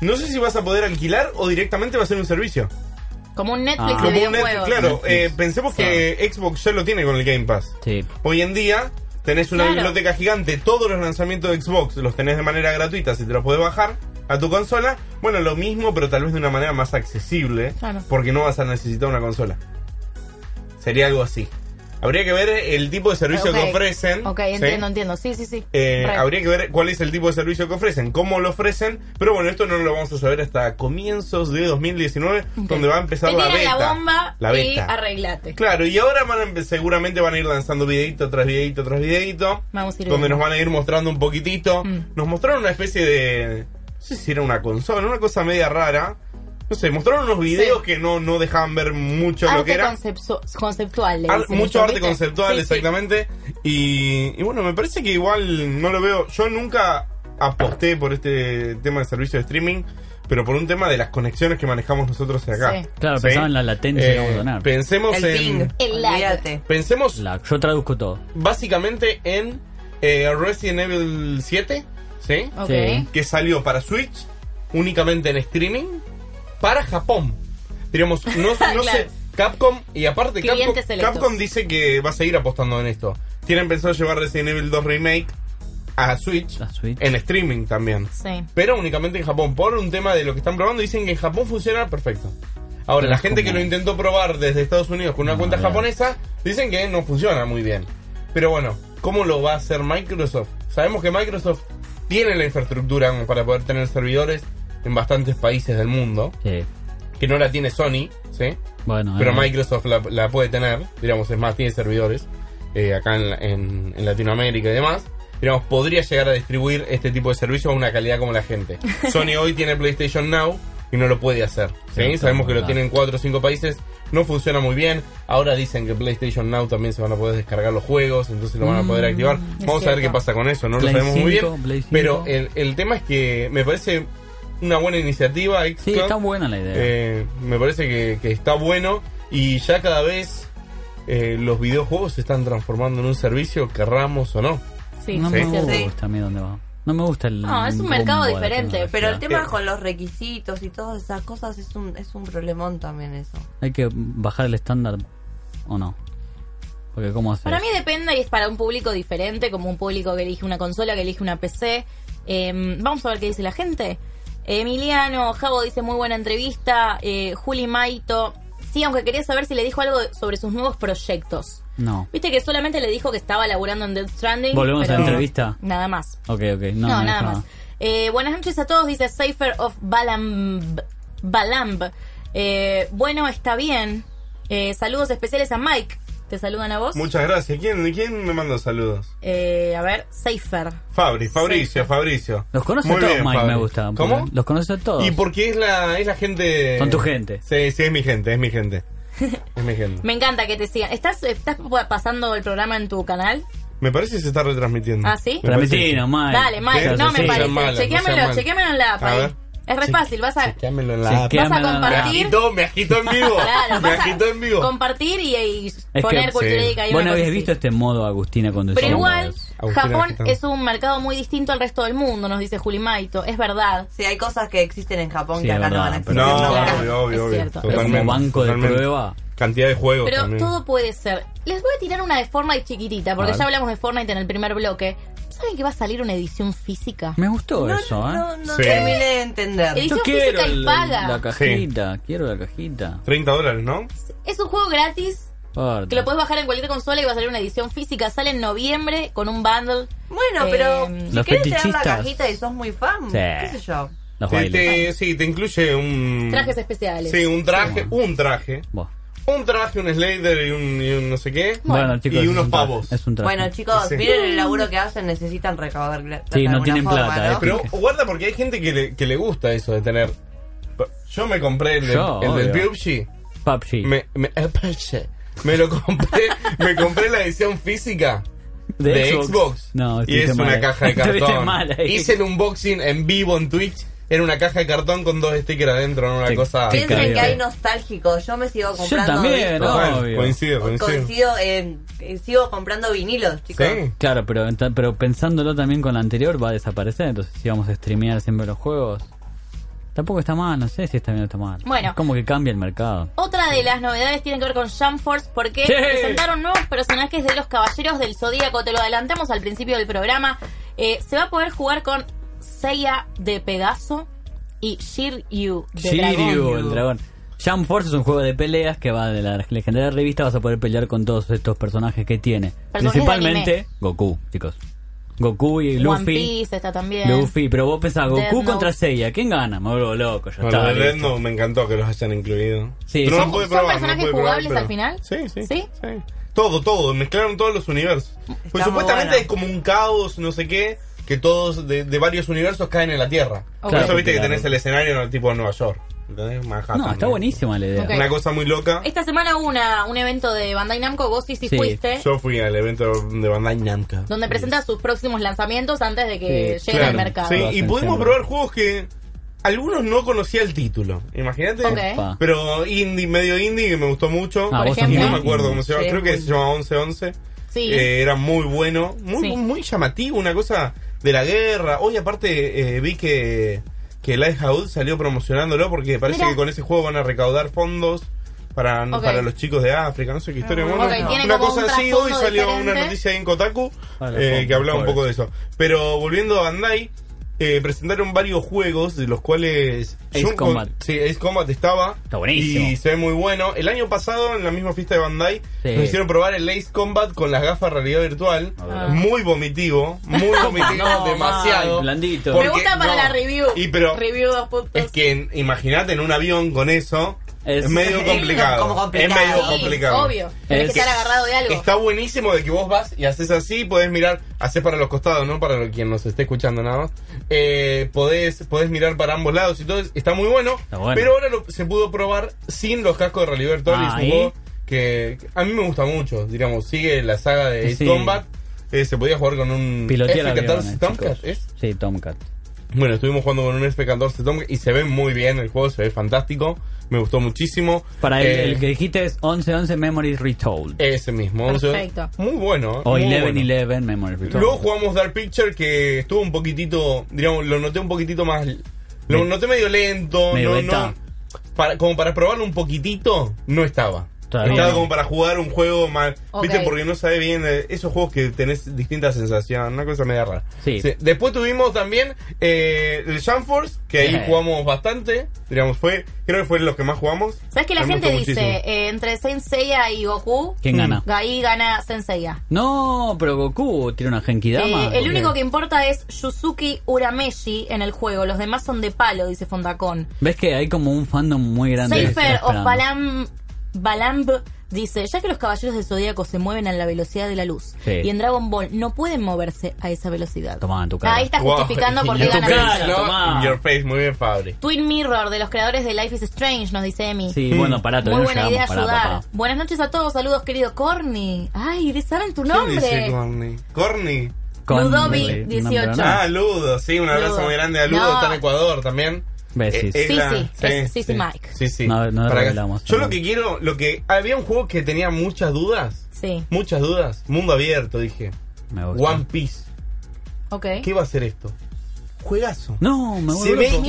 S4: No sé si vas a poder alquilar o directamente va a ser un servicio.
S2: Como un Netflix de
S5: Ah.
S4: Como un Netflix,
S2: videojuegos.
S4: claro,
S5: Netflix.
S4: eh, pensemos que Xbox ya lo tiene con el Game Pass.
S5: Sí.
S4: Hoy en día tenés una
S2: Claro.
S4: biblioteca gigante, todos los lanzamientos de Xbox los tenés de manera gratuita si te los podés bajar a tu consola. Bueno, lo mismo, pero tal vez de una manera más accesible,
S2: Claro.
S4: porque no vas a necesitar una consola. Sería algo así. Habría que ver el tipo de servicio
S2: Ok.
S4: que ofrecen.
S2: Ok,
S4: ¿sí?
S2: entiendo, entiendo. Sí, sí, sí.
S4: Eh,
S2: Re.
S4: habría que ver cuál es el tipo de servicio que ofrecen, cómo lo ofrecen, pero bueno, esto no lo vamos a saber hasta comienzos de 2019, donde va a empezar
S2: Te
S4: la
S2: tiran
S4: beta.
S2: la bomba
S4: La
S2: y
S4: beta.
S2: arreglate.
S4: Claro, y ahora van a empe- seguramente van a ir lanzando videito tras videito tras videito.
S2: Vamos a ir
S4: donde
S2: viendo.
S4: nos van a ir mostrando un poquitito.
S2: Mm.
S4: Nos mostraron una especie de. No sé si era una consola, una cosa media rara. No sé, mostraron unos videos
S2: Sí.
S4: que no, no dejaban ver mucho lo
S2: Arte
S4: que era.
S2: conceptu- conceptual. le
S4: Ar-
S2: dicen
S4: mucho
S2: ellos,
S4: arte
S2: ¿viste?
S4: conceptual,
S2: Sí, sí.
S4: exactamente. Y, y bueno, me parece que igual no lo veo. Yo nunca aposté por este tema de servicio de streaming, pero por un tema de las conexiones que manejamos nosotros acá. Eh,
S2: Sí.
S5: Claro, pensaba en la latencia que vamos a donar.
S4: Pensemos
S3: El
S4: en.
S3: ping.
S2: El lag.
S3: Olvídate.
S4: Pensemos
S5: La- yo traduzco todo.
S4: básicamente en eh, Resident Evil 7, ¿sí?
S2: Ok.
S5: Sí.
S4: Que salió para Switch únicamente en streaming para Japón. Diríamos,
S2: <laughs>
S4: no, no
S2: Claro.
S4: sé, Capcom, y aparte Capcom,
S2: Clientes selectos.
S4: Capcom dice que va a seguir apostando en esto. Tienen pensado llevar Resident Evil 2 Remake a Switch,
S5: A Switch.
S4: en streaming también.
S2: Sí.
S4: Pero únicamente en Japón, por un tema de lo que están probando, dicen que en Japón funciona perfecto. Ahora,
S5: Pero
S4: la
S5: es
S4: gente que
S5: como-
S4: lo intentó probar desde Estados Unidos con una
S5: No,
S4: cuenta
S5: ya.
S4: japonesa, dicen que no funciona muy bien. Pero bueno, ¿cómo lo va a hacer Microsoft? Sabemos que Microsoft tiene la infraestructura como para poder tener servidores en bastantes países del mundo,
S5: Sí.
S4: que no la tiene Sony, ¿sí?
S5: Bueno,
S4: Pero
S5: eh,
S4: Microsoft la, la puede tener, digamos, es más, tiene servidores eh, acá en, la- en- en Latinoamérica y demás. Digamos, podría llegar a distribuir este tipo de servicios a una calidad como
S5: <laughs>
S4: la gente. Sony hoy tiene PlayStation Now y no lo puede hacer. ¿sí?
S5: Sí,
S4: Sabemos
S5: claro,
S4: que lo
S5: claro.
S4: tienen en 4 o 5 países, no funciona muy bien. Ahora dicen que PlayStation Now también se van a poder descargar los juegos, entonces lo van a poder
S2: Mm,
S4: activar.
S2: es
S4: Vamos a ver
S2: cierto.
S4: qué pasa con eso, no
S5: Play
S4: lo sabemos muy
S5: 5,
S4: bien.
S5: Play 5.
S4: Pero el, el tema es que me parece una buena iniciativa.
S5: Sí,
S4: XCOM.
S5: está buena la idea.
S4: Eh, me parece que, que está bueno y ya cada vez eh, los videojuegos se están transformando en un servicio, querramos o no.
S2: Sí,
S5: no
S2: sí,
S5: me
S2: sí.
S3: sí.
S5: gusta a mí dónde va. No me gusta el.
S2: No, es un
S5: combo
S2: mercado
S5: de
S2: diferente,
S5: tecnología.
S3: Pero el tema
S4: Sí.
S3: con los requisitos y todas esas cosas es un, es un problemón también eso.
S5: Hay que bajar el estándar o no. Porque, ¿cómo hacer?
S2: Para mí depende y es para un público diferente, como un público que elige una consola, que elige una PC. Eh, vamos a ver qué dice la gente. Emiliano, Javo dice muy buena entrevista. Eh, Juli Maito. Sí, aunque quería saber si le dijo algo sobre sus nuevos proyectos.
S5: No.
S2: Viste que solamente le dijo que estaba laburando en Death Stranding.
S5: Volvemos a
S2: pero
S5: la entrevista.
S2: Nada más.
S5: Ok, ok.
S2: No,
S5: No, no
S2: nada
S5: es
S2: más. Eh, buenas noches a todos, dice Cypher of Balamb. Balamb. Eh, bueno, está bien. Eh, saludos especiales a Mike. ¿Te saludan a vos?
S4: Muchas gracias. ¿Quién, quién me mandó saludos?
S2: Eh, a ver, Cypher.
S4: Fabri, Fabricio, Fabricio.
S5: Los conoce
S4: Muy
S5: a todos,
S4: bien,
S5: Mike,
S4: Fabri.
S5: me gusta. porque
S4: ¿Cómo?
S5: Los conoce a todos.
S4: Y porque es la, es la gente...
S5: Son tu gente.
S4: Sí, sí, es mi gente, es mi gente. Es mi gente.
S2: Me encanta que te sigan. ¿Estás, ¿Estás pasando el programa en tu canal?
S4: Me parece que se está retransmitiendo.
S2: ¿Ah, sí?
S4: Me parece que sí.
S5: Transmitino, Mike.
S2: Dale, Mike.
S4: Sí,
S2: No
S4: sí,
S2: me parece.
S4: sí. Sean malos, no sean
S2: chequéamelo,
S4: malos.
S2: chequéamelo en la app
S4: A
S2: ahí.
S4: ver.
S2: Es re
S4: Sí.
S2: fácil. Vas a,
S4: Chequeámelo en la
S5: Sí,
S4: app.
S5: que-
S2: vas a
S5: Chequéamelo en la
S4: Me
S5: app.
S2: compartir.
S4: agitó, me agitó en vivo.
S2: <laughs> Claro,
S4: Oh, me
S2: vas a
S4: agitó en vivo.
S2: Compartir y, y
S5: que-
S2: poner cultura
S4: sí.
S2: geek ahí.
S5: Vos
S2: una
S5: no
S2: cosa
S5: habías
S2: así.
S5: visto este modo Agustina conduciendo.
S2: Pero igual,
S4: Agustina
S2: Japón
S4: Gitano.
S2: es un mercado muy distinto al resto del mundo, nos dice Juli Maito. Es verdad.
S3: Sí, hay cosas que existen en Japón
S5: Sí,
S3: que acá
S5: es
S3: no van a
S5: verdad,
S3: existir
S5: pero-
S4: No,
S2: Claro,
S3: nunca.
S2: es
S4: obvio, obvio, obvio.
S2: cierto.
S5: Pero como banco de
S4: totalmente.
S5: prueba.
S4: Cantidad de juegos
S2: Pero
S4: también.
S2: todo puede ser. Les voy a tirar una de Fortnite chiquitita, porque
S5: A ver.
S2: ya hablamos de Fortnite en el primer bloque. ¿Saben que va a salir una edición física?
S5: Me gustó
S3: No,
S5: eso, ¿eh?
S3: no, no
S4: Sí. Eh,
S3: terminé de entender.
S2: Edición física y
S5: el-
S2: paga.
S5: la cajita. Quiero la cajita.
S4: 30 dólares, ¿no?
S2: Es un juego gratis
S5: Por-
S2: que lo puedes bajar en cualquier consola y va a salir una edición física. Sale en noviembre con un bundle.
S3: Bueno,
S2: Eh,
S3: pero si
S5: Los
S3: querés tener la
S5: fetichistas.
S3: cajita y sos muy fan,
S5: Sí.
S3: qué sé yo.
S5: Los
S4: Te-
S5: bailes.
S4: te- sí, te incluye un...
S2: Trajes especiales.
S4: Sí, un traje,
S5: Sí.
S4: un traje.
S5: Vos.
S4: Un traje, un slider y un, y un no sé qué.
S2: Bueno.
S5: Bueno, chicos.
S4: Y
S5: es
S4: unos
S5: un traje,
S4: pavos.
S5: Es un traje.
S3: Bueno, chicos,
S4: Sí.
S3: miren el laburo que hacen, necesitan recaudar plata
S5: Sí,
S3: de
S5: no
S3: alguna
S5: tienen
S3: forma,
S5: plata, eh,
S3: ¿no?
S5: es
S4: Pero
S5: Ah, Ok.
S4: guarda porque hay gente que le, que le gusta eso de tener... Yo me compré el, del-
S5: Yo,
S4: el del
S5: obvio.
S4: PUBG.
S5: PUBG.
S4: Me, me, <laughs> me lo compré, me compré la edición física. de, Xbox.
S5: No,
S4: y es
S5: estuviste
S4: una
S5: mal.
S4: caja de
S5: <laughs> Estuviste
S4: cartón.
S5: mal ahí.
S4: Hice el unboxing en vivo en Twitch. Era una caja de cartón con dos stickers adentro, no una
S5: Sí.
S4: cosa.
S5: Qué
S3: Piensen que
S5: caro.
S3: hay nostálgicos. Yo me sigo
S5: Yo
S3: comprando.
S5: también,
S3: discos.
S5: ¿no?
S4: Total,
S5: obvio.
S4: coincido, coincido.
S3: Coincido, eh, eh, sigo comprando vinilos, chicos.
S4: Sí.
S5: Claro, pero, enta- pero pensándolo también con la anterior va a desaparecer. Entonces, si vamos a streamear siempre los juegos, tampoco está mal. No sé si está bien o está mal.
S2: Bueno.
S5: Es como que cambia el mercado.
S2: Otra de las novedades tiene que ver con Jamforce porque
S5: Sí.
S2: presentaron nuevos personajes de los Caballeros del Zodíaco. Te lo adelantamos al principio del programa. Eh, se va a poder jugar con Seiya de Pegaso y Shiryu de
S5: Shiryu,
S2: Dragón.
S5: el dragón. Jump Force es un juego de peleas que va de la legendaria revista. Vas a poder pelear con todos estos personajes que tiene.
S2: Personajes de
S5: Principalmente Goku, chicos. Goku y
S2: One
S5: Luffy.
S2: Piece está también.
S5: Luffy, pero vos pensás, Goku
S2: Death Note.
S5: contra Seiya. ¿Quién gana? Me vuelvo loco. Ya
S4: Bueno,
S5: está,
S4: de Dead
S5: listo.
S4: Note me encantó que los hayan incluido.
S5: Sí,
S4: Pero
S5: son-
S4: pude
S2: son personajes
S4: pude probar,
S2: jugables al final.
S4: Sí, sí,
S2: ¿Sí?
S4: sí. Todo, todo. Mezclaron todos los universos.
S3: muy
S4: Pues supuestamente
S3: bueno.
S4: es como un caos, no sé qué, que todos de, de varios universos caen en la Tierra.
S2: Ok.
S4: Por eso
S5: Claro,
S4: viste que
S5: claro.
S4: tenés el escenario tipo Nueva York. ¿entendés? Manhattan,
S5: No, está
S4: ¿no?
S5: buenísima la idea.
S2: Ok.
S4: Una cosa muy loca.
S2: Esta semana hubo una, un evento de Bandai Namco, vos sí, sí
S5: Sí.
S2: fuiste,
S4: Yo fui al evento de Bandai Namco.
S2: donde presenta sus próximos lanzamientos antes de que
S5: Sí,
S2: lleguen al
S5: claro.
S2: mercado.
S4: Sí, y
S5: Hacen
S4: pudimos
S5: siempre.
S4: probar juegos que algunos no conocía el título. Imagínate.
S2: Ok.
S5: Pa.
S4: Pero indie, medio indie, que me gustó mucho.
S5: Ah,
S2: vos
S4: y
S2: sos
S4: no
S2: muy
S4: me acuerdo cómo se llama.
S3: Sí,
S4: Creo que
S3: muy-
S4: se llama 1111.
S2: Sí.
S4: Eh, era muy bueno. Muy,
S2: Sí.
S4: muy llamativo, una cosa de la guerra. Hoy aparte eh, vi que, que Lighthouse salió promocionándolo porque parece
S2: Mirá.
S4: que con ese juego van a recaudar fondos. Para,
S2: Ok.
S4: para los chicos de África, no sé qué historia.
S3: Ok,
S4: bueno,
S2: tiene
S4: una
S2: como
S4: cosa
S2: un
S4: así, hoy
S2: trasfondo
S4: salió una
S2: diferente.
S4: noticia ahí en Kotaku
S5: Para los
S4: eh,
S5: fondos,
S4: que hablaba un
S5: pobres.
S4: poco de eso. Pero volviendo a Bandai, eh, presentaron varios juegos de los cuales
S5: Ace
S4: yo encon-
S5: Combat.
S4: Sí, Ace Combat estaba.
S5: Está buenísimo.
S4: Y se ve muy bueno. El año pasado, en la misma fiesta de Bandai,
S5: Sí.
S4: nos hicieron probar el Ace Combat con las gafas realidad virtual.
S5: Ah.
S4: Muy vomitivo. Muy vomitivo,
S2: No,
S4: demasiado.
S5: mal. Blandito.
S4: Porque-
S2: Me gusta para
S4: no.
S2: la review.
S4: Y pero
S2: review dos puntos.
S4: es que en- imagínate en un avión con eso.
S5: Es-
S4: Es, medio
S5: Es
S4: complicado.
S3: como complicado.
S4: Es medio
S2: Sí,
S4: complicado.
S2: Obvio. Tenés
S5: Es-
S2: que estar agarrado de algo.
S4: Está buenísimo de que vos vas y haces así, podés mirar, haces para los costados, no para lo- quien nos esté escuchando nada más. Eh, podés, podés mirar para ambos lados y todo, es- está muy bueno,
S5: Está bueno.
S4: Pero ahora lo- se pudo probar sin los cascos de realidad virtual y es un
S5: Ahí.
S4: juego que a mí me gusta mucho. Digamos, sigue la saga de Ace
S5: Sí.
S4: Combat. Eh, se podía jugar con un
S5: Pilotear
S4: F-14
S5: aviones,
S4: Tomcat,
S5: chicos.
S4: ¿es?
S5: Sí, Tomcat.
S4: Bueno, estuvimos jugando con un F-14 Tomcat y se ve muy bien el juego, se ve fantástico. Me gustó muchísimo.
S5: Para
S4: Eh,
S5: el, el que dijiste es 1111 Memories Retold.
S4: Ese mismo. o sea,
S2: Perfecto.
S4: Muy bueno.
S5: o
S4: muy
S5: 1111
S4: bueno.
S5: Memories Retold.
S4: Luego jugamos Dark Picture que estuvo un poquitito, digamos, lo noté un poquitito más, lo
S5: Me-
S4: noté medio lento,
S5: medio
S4: no,
S5: beta.
S4: no, para, como para probarlo un poquitito, no estaba.
S5: Todavía
S4: estaba
S5: no.
S4: como para jugar un juego más,
S2: Ok.
S4: viste, porque no sabe bien eh, esos juegos que tenés distintas sensaciones, una cosa media rara.
S5: Sí.
S4: Después tuvimos también eh, el Jump Force, que ahí
S5: Sí.
S4: jugamos bastante, digamos, fue, creo que fue los que más jugamos.
S2: ¿Sabes que la
S4: A mí me
S2: gente
S4: gustó
S2: dice
S4: muchísimo.
S2: eh, entre Senseiya y Goku?
S5: ¿Quién gana?
S2: Ahí gana Senseiya.
S5: No, pero Goku tiene una Genkidama.
S2: Eh, el único que importa es Yuzuki Urameshi en el juego. Los demás son de palo, dice Fontacón.
S5: ¿Ves que hay como un fandom muy grande? que está
S2: Seifer of
S5: esperando?
S2: Balam, Balamb dice, ya que los caballeros del Zodíaco se mueven a la velocidad de la luz
S5: Sí.
S2: y en Dragon Ball no pueden moverse a esa velocidad.
S5: Tomá, en tu cara.
S2: Ahí está
S4: Wow.
S2: justificando por
S4: Y <laughs>
S2: qué
S4: tu
S2: gana
S5: cara,
S2: Senseiya.
S4: ¿no?
S5: tomá.
S4: In your face, muy bien, Fabri.
S2: Twin Mirror, de los creadores de Life is Strange, nos dice Emi.
S5: Sí, bueno, pará,
S2: Muy
S5: todavía no
S2: buena idea
S5: llegamos. Pará,
S2: ayudar.
S5: papá.
S2: Buenas noches a todos, saludos querido Corny. Ay, de- saben tu
S4: ¿Quién dice
S2: nombre.
S4: Corny? Corny.
S2: Ludovic, 18.
S4: Ah, Ludo, sí, un abrazo
S2: Ludo.
S4: muy grande a Ludo,
S2: No.
S4: está en Ecuador también. Eh,
S5: Besis.
S4: es
S2: Sí, sí, es- sí, sí, Mike.
S4: Sí, sí.
S5: No, no
S4: Para acá.
S5: revelamos.
S4: Yo lo que quiero, lo que había un juego que tenía muchas dudas,
S2: Sí,
S4: muchas dudas, mundo abierto, dije.
S5: Me gusta.
S4: One Piece.
S2: ok.
S4: ¿Qué va a ser esto? Juegazo.
S5: No, me
S4: Se
S5: vuelvo
S4: ve
S5: loco.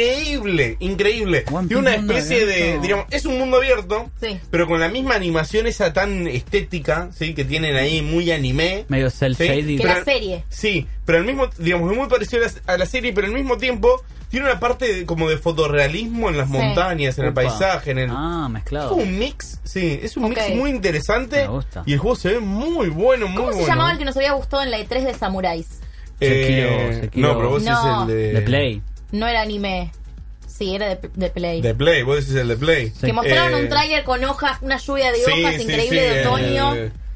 S4: increíble, increíble.
S5: One
S4: Y una
S5: Piece mundo
S4: especie de,
S5: abierto.
S4: digamos, es un mundo abierto,
S2: Sí.
S4: pero con la misma animación esa tan estética, sí, que tienen ahí muy anime.
S5: Medio cel
S4: Sí,
S5: shading.
S2: Que
S4: pero-
S2: la serie.
S4: Sí, pero al mismo, digamos, es muy parecido a la, a la serie, pero al mismo tiempo tiene una parte de- como de fotorrealismo en las
S2: Sí.
S4: montañas, en el
S5: Upa.
S4: paisaje, en el...
S5: Ah,
S4: es
S5: mezclado.
S4: como un mix, sí, es un
S2: Ok.
S4: mix muy interesante
S5: Me gusta.
S4: y el juego se ve muy bueno, muy
S2: ¿Cómo se
S4: bueno.
S2: llamaba el que nos había gustado en la E3 de Samuráis?
S4: Eh,
S5: Sekiro, Sekiro.
S4: No, pero vos
S2: No.
S4: decís el
S5: De
S4: de...
S5: Play.
S2: No era anime. Sí, era de, de Play.
S4: De Play, vos decís el de Play.
S5: Sí.
S2: que mostraron
S4: Eh,
S2: un tráiler con hojas, una lluvia de
S4: Sí,
S2: hojas
S4: sí,
S2: increíble
S4: sí, eh,
S2: de
S4: el-
S2: otoño.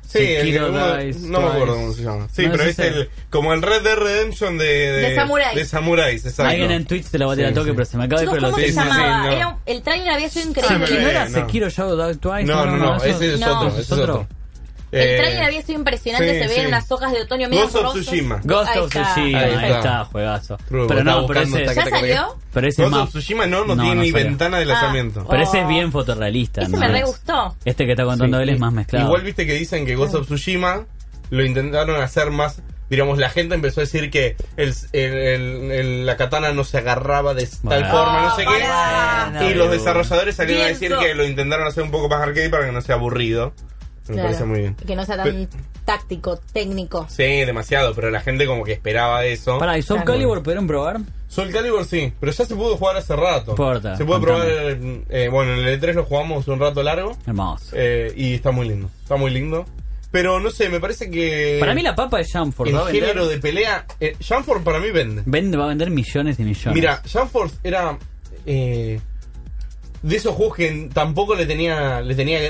S4: Sí, el-
S5: Sekiro
S4: uno-
S5: Dice
S4: no me acuerdo
S5: Twice.
S4: cómo se llama. Sí,
S5: No,
S4: pero
S5: ese
S4: es
S5: es
S4: el, como el Red Dead Redemption de... De,
S2: De Samuráis.
S4: De Samuráis, exacto.
S5: Alguien en Twitch te la va a tirar
S4: Sí,
S5: a toque,
S4: sí.
S5: pero se me acaba de ir,
S2: Chicos,
S5: pero lo
S2: ¿cómo
S4: sí,
S2: se
S4: sí,
S2: llamaba?
S4: sí, no.
S2: Era un- el tráiler había sido
S4: Sí,
S2: increíble.
S4: me-
S5: ¿No era
S4: no.
S5: Sekiro Shadow Die Twice?
S4: No, no, no,
S5: eso-
S4: ese es
S2: No.
S4: otro, ese es
S2: No.
S4: otro.
S2: El
S4: Eh,
S2: trailer había sido impresionante,
S4: sí,
S2: se
S4: sí.
S2: veían unas hojas de otoño medio
S4: Ghost of
S2: rosas.
S4: Tsushima.
S5: Ghost
S2: Ahí
S5: of
S2: está.
S5: Tsushima,
S4: Ahí
S5: ahí
S4: está.
S5: está, juegazo.
S4: True,
S5: pero
S4: estaba
S5: no, pero
S4: buscando
S5: ese,
S4: hasta
S2: ¿Ya salió?
S5: pero ese es
S4: Ghost
S5: más-
S4: of Tsushima no, no,
S5: No,
S4: tiene
S5: no
S4: ni
S5: salió.
S4: ventana de lanzamiento.
S5: Pero ese
S2: Oh.
S5: es bien fotorrealista.
S2: Ese
S5: ¿no?
S2: me re
S5: Es-
S2: gustó.
S5: Este que está contando
S4: Sí.
S5: él es más mezclado.
S4: Igual viste que dicen que Ghost of Tsushima lo intentaron hacer más. Digamos, la gente empezó a decir que el, el- el- el- la katana no se agarraba de tal
S5: Bueno.
S4: forma, no sé
S2: Ah,
S4: qué.
S2: pará.
S4: y los desarrolladores salieron
S2: Pienso.
S4: a decir que lo intentaron hacer un poco más arcade para que no sea aburrido. Me
S2: Claro.
S4: parece muy bien.
S2: Que no sea tan táctico, técnico.
S4: Sí, demasiado, pero la gente como que esperaba eso.
S5: Pará, ¿y Soul
S2: Claro.
S5: Calibur pudieron probar?
S4: Soul Calibur sí, pero ya se pudo jugar hace rato.
S5: Importa,
S4: se puede probar,
S5: contame.
S4: eh, bueno, en el E3 lo jugamos un rato largo
S5: Hermoso.
S4: eh, y está muy lindo, está muy lindo. Pero no sé, me parece que...
S5: Para mí la papa de Jamford
S4: el
S5: va a vender,
S4: género de pelea. eh, Jamford para mí vende.
S5: vende- va a vender millones y millones.
S4: Mira, Jamford era. eh, de esos juegos que tampoco le tenía. Le tenía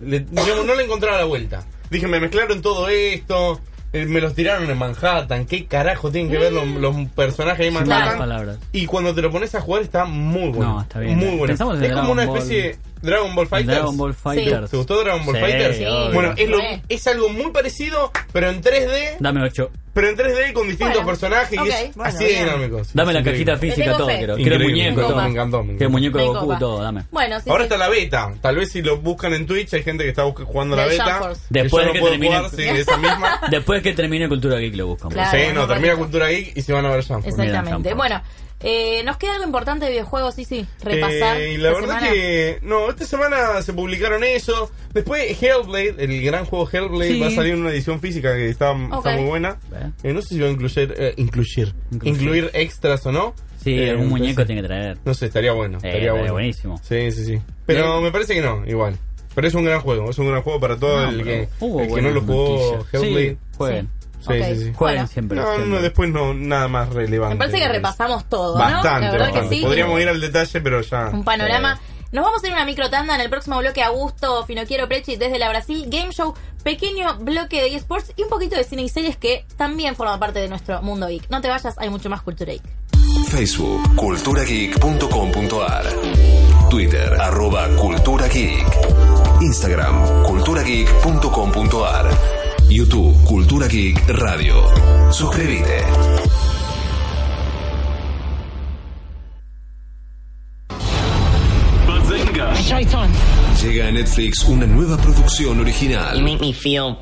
S4: le- digamos, no le encontraba la vuelta. Dije, me mezclaron todo esto. eh, Me los tiraron en Manhattan. ¿Qué carajo tienen que ver los, los personajes de
S5: Sin malas
S4: Manhattan?
S5: palabras.
S4: Y cuando te lo pones a jugar está muy bueno.
S5: No, está bien.
S4: Muy bueno. Es
S5: Pensamos en
S4: como una
S5: Dragon Ball.
S4: especie de Dragon Ball Fighters.
S5: Dragon Ball Fighters.
S4: ¿Te gustó Dragon Ball
S5: Sí,
S4: Fighters?
S5: obvio.
S4: Bueno, eh, es, lo-
S2: Re.
S4: es algo muy parecido, pero en 3D.
S5: Dame 8.
S4: Pero en 3D con distintos
S2: Bueno,
S4: personajes
S2: ok.
S4: y es
S3: Bueno,
S4: así de
S3: bien.
S4: dinámico. Sí,
S5: Dame
S4: es
S5: la
S4: increíble.
S5: cajita física,
S2: tengo
S5: todo,
S2: fe.
S5: creo. Quiero
S4: Increíble,
S5: muñeco,
S4: me
S5: todo.
S4: encantó, me encantó, me
S5: Quiero
S4: encantó.
S5: muñeco de
S2: Me
S5: Goku,
S2: copa.
S5: todo, dame.
S2: Bueno, sí.
S4: Ahora
S2: sí.
S4: está la beta. Tal vez si lo buscan en Twitch hay gente que está busc- jugando la
S2: Del
S4: beta.
S2: Jump Force.
S4: que
S5: Después
S4: yo no
S5: que
S4: puedo
S5: termine-
S4: jugar, sí, esa misma.
S5: Después que termine Cultura Geek lo
S2: <laughs>
S5: buscamos.
S2: Claro,
S4: sí, no,
S2: un
S4: termina
S2: ratito.
S4: Cultura Geek y se van a ver Sanford.
S2: Exactamente.
S5: Mira,
S2: Bueno, eh, nos queda algo importante de videojuegos, sí, sí. Repasar.
S4: Eh, y la
S2: esta
S4: verdad
S2: semana.
S4: que no, esta semana se publicaron eso. Después Hellblade, el gran juego Hellblade,
S5: Sí.
S4: va a salir en una edición física que está, está
S2: Ok.
S4: muy buena.
S5: ¿Eh?
S4: Eh, no sé si va a incluir, eh, incluir,
S5: Incluir.
S4: incluir extras o no.
S5: Sí,
S4: Eh,
S5: algún muñeco
S4: entonces-
S5: tiene que traer.
S4: No sé, estaría bueno.
S5: Eh,
S4: estaría bueno.
S5: buenísimo.
S4: Sí, sí, sí. Pero
S5: Bien.
S4: me parece que no, igual. Pero es un gran juego, es un gran juego para todo
S5: No,
S4: el,
S5: pero
S4: que,
S5: hubo
S4: el que no
S5: buenas
S4: lo jugó
S5: noticias.
S4: Hellblade.
S5: Sí, jueguen.
S2: Ok.
S4: Sí, sí, sí.
S5: Jueguen
S2: Bueno,
S5: siempre.
S4: No,
S5: siempre.
S4: no, después no, nada más relevante.
S2: Me parece que repasamos todo, ¿no?
S4: Bastante,
S2: La verdad
S4: bastante.
S2: que sí.
S4: Podríamos ir al detalle, pero ya.
S2: un panorama. Nos vamos a ir a una micro tanda en el próximo bloque Augusto Finoquiero Prechi desde la Brasil Game Show, pequeño bloque de eSports y un poquito de cine y series que también forman parte de nuestro mundo geek. No te vayas, hay mucho más cultura geek.
S6: Facebook, culturageek.com.ar. Twitter, arroba Cultura Geek. Instagram, culturageek.com.ar. YouTube, Cultura Geek Radio. Suscríbete. Llega a Netflix una nueva producción original.
S10: me feel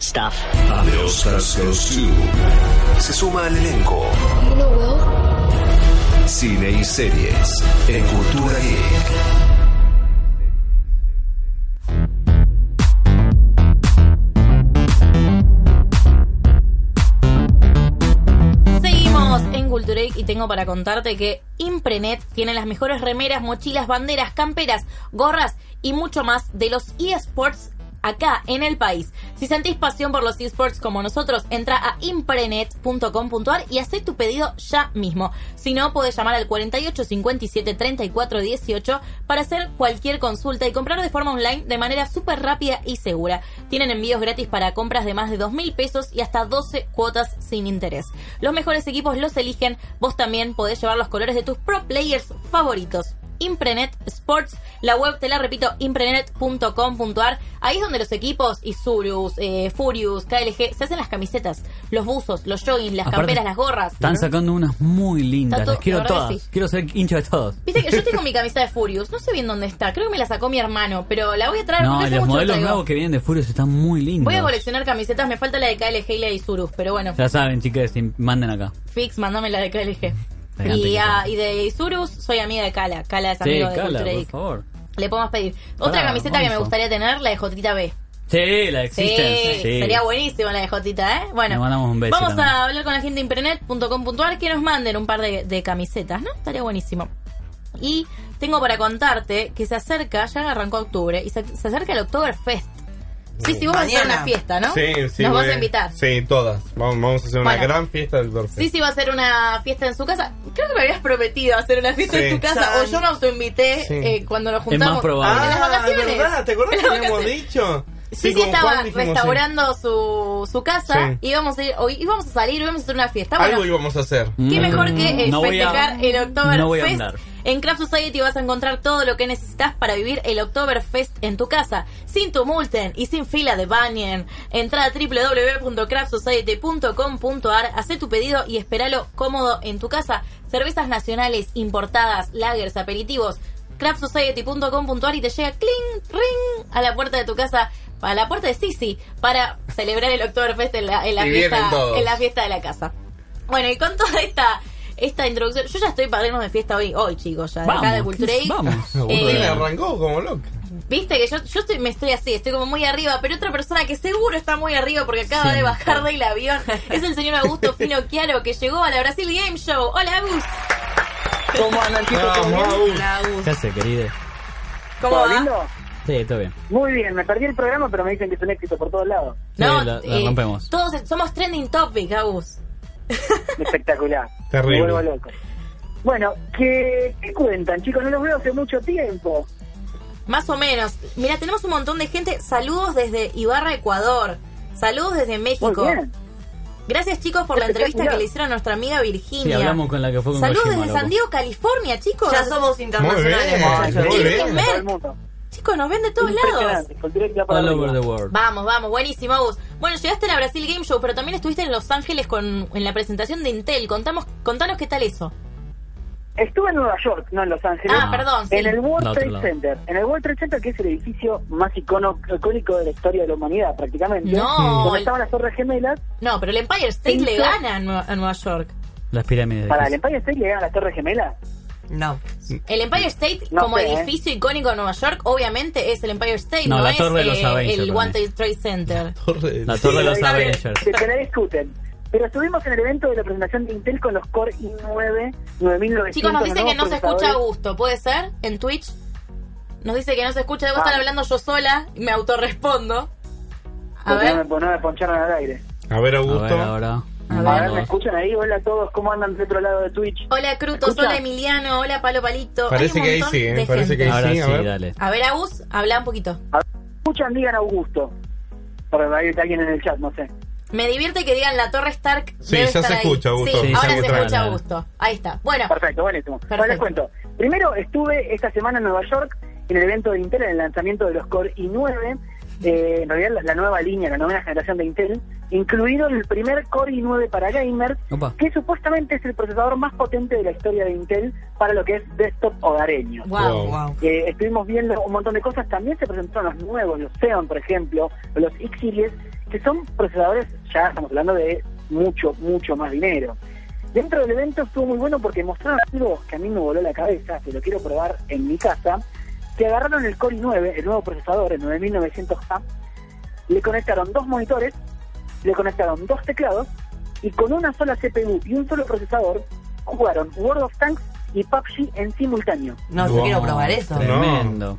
S10: stuff.
S6: A los Tarsos 2 se suma al elenco. Cine y series en Cultura Geek.
S2: Seguimos en Cultura Geek y tengo para contarte que Imprenet tiene las mejores remeras, mochilas, banderas, camperas, gorras y mucho más de los eSports acá en el país. Si sentís pasión por los eSports como nosotros, entra a imprenet.com.ar y hacé tu pedido ya mismo. Si no, podés llamar al 48 57 34 18 para hacer cualquier consulta y comprar de forma online de manera súper rápida y segura. Tienen envíos gratis para compras de más de 2 mil pesos y hasta 12 cuotas sin interés. Los mejores equipos los eligen, vos también podés llevar los colores de tus pro players favoritos. Imprenet Sports, la web te la repito, imprenet.com.ar. Ahí es donde los equipos Isurus, eh, Furious, KLG se hacen las camisetas, los buzos, los joggings, las
S5: Aparte,
S2: camperas, las gorras.
S5: Están sacando unas muy lindas.
S2: Está
S5: Las
S2: to-
S5: quiero
S2: la verdad
S5: todas.
S2: que sí.
S5: Quiero ser hincha de todos.
S2: Viste que yo tengo mi camiseta de Furious, no sé bien dónde está, creo que me la sacó mi hermano, pero la voy a traer
S5: No,
S2: porque
S5: y
S2: hace
S5: los
S2: mucho que
S5: modelos
S2: traigo.
S5: nuevos que vienen de Furious están muy lindos.
S2: Voy a coleccionar camisetas, me falta la de KLG y la de Isurus, pero bueno,
S5: Ya saben, chicas, si manden acá.
S2: fix, mandame la de KLG.
S5: Elegante
S2: Y,
S5: que
S2: ah,
S5: sea.
S2: y de Isurus soy amiga de Kala, Kala es
S5: Sí,
S2: amigo de
S5: Cala,
S2: Cultura
S5: por
S2: Geek.
S5: favor. Ah,
S2: Le podemos pedir. Otra
S5: Pará,
S2: camiseta que me
S5: vamos.
S2: gustaría tener, la de Jotita B.
S5: Sí, la
S2: Sí,
S5: Existence. Sí,
S2: sería buenísimo la de Jotita, ¿eh? Bueno,
S5: Le mandamos un beso
S2: vamos
S5: también.
S2: a hablar con la gente de imprenet.com.ar que nos manden un par de, de camisetas, ¿no? Estaría buenísimo. Y tengo para contarte que se acerca, ya arrancó octubre, y se, se acerca el Oktoberfest. Sí, sí, vos vas a hacer
S3: Mañana.
S2: una fiesta, ¿no?
S4: Sí, sí.
S2: Nos vas
S4: voy-
S2: a invitar.
S4: Sí, todas. Vamos, vamos a hacer una
S2: Bueno.
S4: gran fiesta del Dorf.
S2: Sí, sí, va a ser una fiesta en su casa. Creo que me habías prometido hacer una fiesta
S4: Sí.
S2: en tu casa.
S3: San.
S2: O yo me autoinvité
S4: Sí.
S2: eh, cuando nos juntamos.
S5: más probable.
S2: En las
S4: Ah,
S2: vacaciones.
S4: ¿verdad? ¿Te acuerdas
S2: En
S4: que
S2: las
S4: habíamos
S2: vacaciones.
S4: dicho?
S2: Sí, sí,
S4: con
S2: estaba
S4: Juan dijimos,
S2: restaurando su, su casa
S4: Sí.
S2: y íbamos a, ir, o íbamos a salir, íbamos a hacer una fiesta.
S4: sí,
S2: Bueno,
S4: Algo íbamos a hacer.
S2: ¿Qué mejor que eh,
S5: Mm. No voy a-
S2: festejar el Oktoberfest?
S5: no voy a andar.
S2: En Craft Society vas a encontrar todo lo que necesitas para vivir el Oktoberfest en tu casa, sin tumulten y sin fila de banyan. Entra a www.craftsociety.com.ar, hace tu pedido y espéralo cómodo en tu casa. Cervezas nacionales, importadas, lagers, aperitivos, craftsociety.com.ar y te llega cling, ring a la puerta de tu casa, a la puerta de Sisi, para celebrar el Oktoberfest en la, en la
S4: Y vienen
S2: fiesta,
S4: todos.
S2: en la fiesta de la casa. Bueno, y con toda esta esta introducción, yo ya estoy para irnos de fiesta hoy, hoy chicos, ya de acá de
S5: Vamos,
S2: Cultura Geek.
S5: vamos.
S4: Ustedes
S2: Eh,
S4: Ah, arrancó como loca.
S2: Viste que yo, yo estoy, me estoy así, estoy como muy arriba, pero otra persona que seguro está muy arriba porque acaba de bajar del avión es el señor
S5: <laughs>
S2: Augusto Fino Chiaro que llegó a la Brasil Game Show. Hola, Agus.
S11: ¿Cómo andan chicos?
S4: Vamos,
S11: ¿Todo bien?
S4: Agus.
S2: Hola, Agus.
S5: ¿Qué hace, querido?
S2: ¿Cómo
S11: ¿Todo
S2: va?
S11: lindo?
S5: Sí, todo bien.
S11: Muy bien, me perdí el programa, pero me dicen que es un éxito por
S10: <laughs>
S11: todos lados.
S5: Sí, la- la
S2: eh,
S5: rompemos.
S2: Todos somos trending topic, Agus.
S11: Espectacular.
S4: Terrible.
S11: Me vuelvo loco. Bueno, ¿qué, ¿qué cuentan, chicos? No los veo hace mucho tiempo.
S2: Más o menos. Mira, tenemos un montón de gente. Saludos desde Ibarra, Ecuador. Saludos desde
S11: Muy
S2: México.
S11: bien.
S2: Gracias chicos por la entrevista que le hicieron a nuestra amiga
S5: Sí,
S2: Virginia.
S5: hablamos con la que fue con
S2: Saludos
S5: Kojima,
S2: desde
S5: loco.
S2: San Diego, California, chicos.
S3: Ya somos
S4: Muy
S3: internacionales,
S4: bien,
S3: muchachos.
S4: muy bien.
S11: Todo el mundo.
S2: Chicos, nos ven de todos lados.
S11: Impresionante, con directa para
S5: All over
S11: arriba.
S5: the world.
S2: Vamos, vamos, buenísimo, Agus. Bueno, llegaste a la Brasil Game Show, pero también estuviste en Los Ángeles con, en la presentación de Intel. Contamos, contanos qué tal eso.
S11: Estuve en Nueva York, no en Los Ángeles.
S2: Ah, perdón, sí.
S11: En el World
S5: No, otro
S11: Trade
S5: lado.
S11: Center. En el World Trade Center, que es el edificio más icono- icónico de la historia de la humanidad, prácticamente.
S2: No,
S11: Donde
S2: el-
S11: estaban las Torres Gemelas.
S2: No, pero el Empire State
S11: Cinco.
S2: le gana a Nue- a Nueva York.
S5: Las pirámides de
S11: Para el
S5: Giza.
S11: Empire State llegaban las Torres Gemelas.
S3: No.
S2: El Empire State,
S11: No
S2: como
S11: sé, ¿eh?
S2: edificio icónico de Nueva York, obviamente es el Empire State, no,
S5: No, la
S2: es
S5: Torre de los
S2: eh,
S5: Avengers
S2: el
S5: para mí.
S2: One Trade Center.
S4: Torre de-
S5: La torre de los
S11: Pero hay-
S5: Avengers.
S11: Que te la discuten. Pero estuvimos en el evento de la presentación de Intel con los Core i9 9900.
S2: Chicos, nos dicen que no
S11: nuevos
S2: se escucha a
S11: procesadores.
S2: gusto, ¿puede ser? En Twitch. Nos dice que no se escucha, debo estar
S11: Ah.
S2: hablando yo sola y me autorrespondo. A
S11: Porque
S2: ver,
S11: Pues No, me, no me poncharon al aire.
S4: A ver,
S5: A
S4: Augusto.
S5: ver, ahora.
S11: A ver, ¿me
S5: Vamos.
S11: escuchan ahí? Hola a todos, ¿cómo andan del otro lado de Twitch?
S2: hola Crutos,
S11: ¿Escucha?
S2: hola Emiliano, hola Palo Palito. Hay
S4: Parece
S2: un
S4: que ahí
S2: montón
S4: sí, ¿eh?
S2: de
S4: Parece
S2: gente.
S4: que ahí
S5: Ahora
S4: Sí,
S5: sí,
S4: a ver.
S5: dale.
S2: A ver, Agus, habla un poquito.
S11: Escuchan, digan Augusto. Porque ahí está alguien en el chat, no sé.
S2: Me divierte que digan la Torre Stark.
S4: Sí,
S2: debe
S4: ya
S2: estar
S4: se
S2: ahí.
S4: escucha, Augusto.
S2: Sí,
S5: Sí,
S2: ahora
S5: se
S2: se
S5: escucha.
S2: escucha, Augusto. Ahí está. Bueno,
S11: Perfecto, buenísimo. Bueno,
S2: Perfecto.
S11: les cuento. Primero, estuve esta semana en Nueva York en el evento de Intel, en el lanzamiento de los Core i9. eh, en realidad, la, la nueva línea, la nueva generación de Intel, incluido el primer Core i9 para gamers,
S5: Opa.
S11: que supuestamente es el procesador más potente de la historia de Intel para lo que es desktop hogareño.
S2: wow.
S3: Wow.
S11: Eh, estuvimos viendo un montón de cosas. También se presentaron los nuevos, los Xeon, por ejemplo, o los X-Series, que son procesadores, ya estamos hablando de mucho, mucho más dinero. Dentro del evento estuvo muy bueno porque mostraron algo que a mí me voló la cabeza, que lo quiero probar en mi casa, que agarraron el Core i9, el nuevo procesador, el 9900K, le conectaron dos monitores, le conectaron dos teclados y con una sola CPU y un solo procesador jugaron World of Tanks y PUBG en simultáneo.
S3: No, yo
S4: Wow.
S3: quiero probar eso.
S5: Tremendo.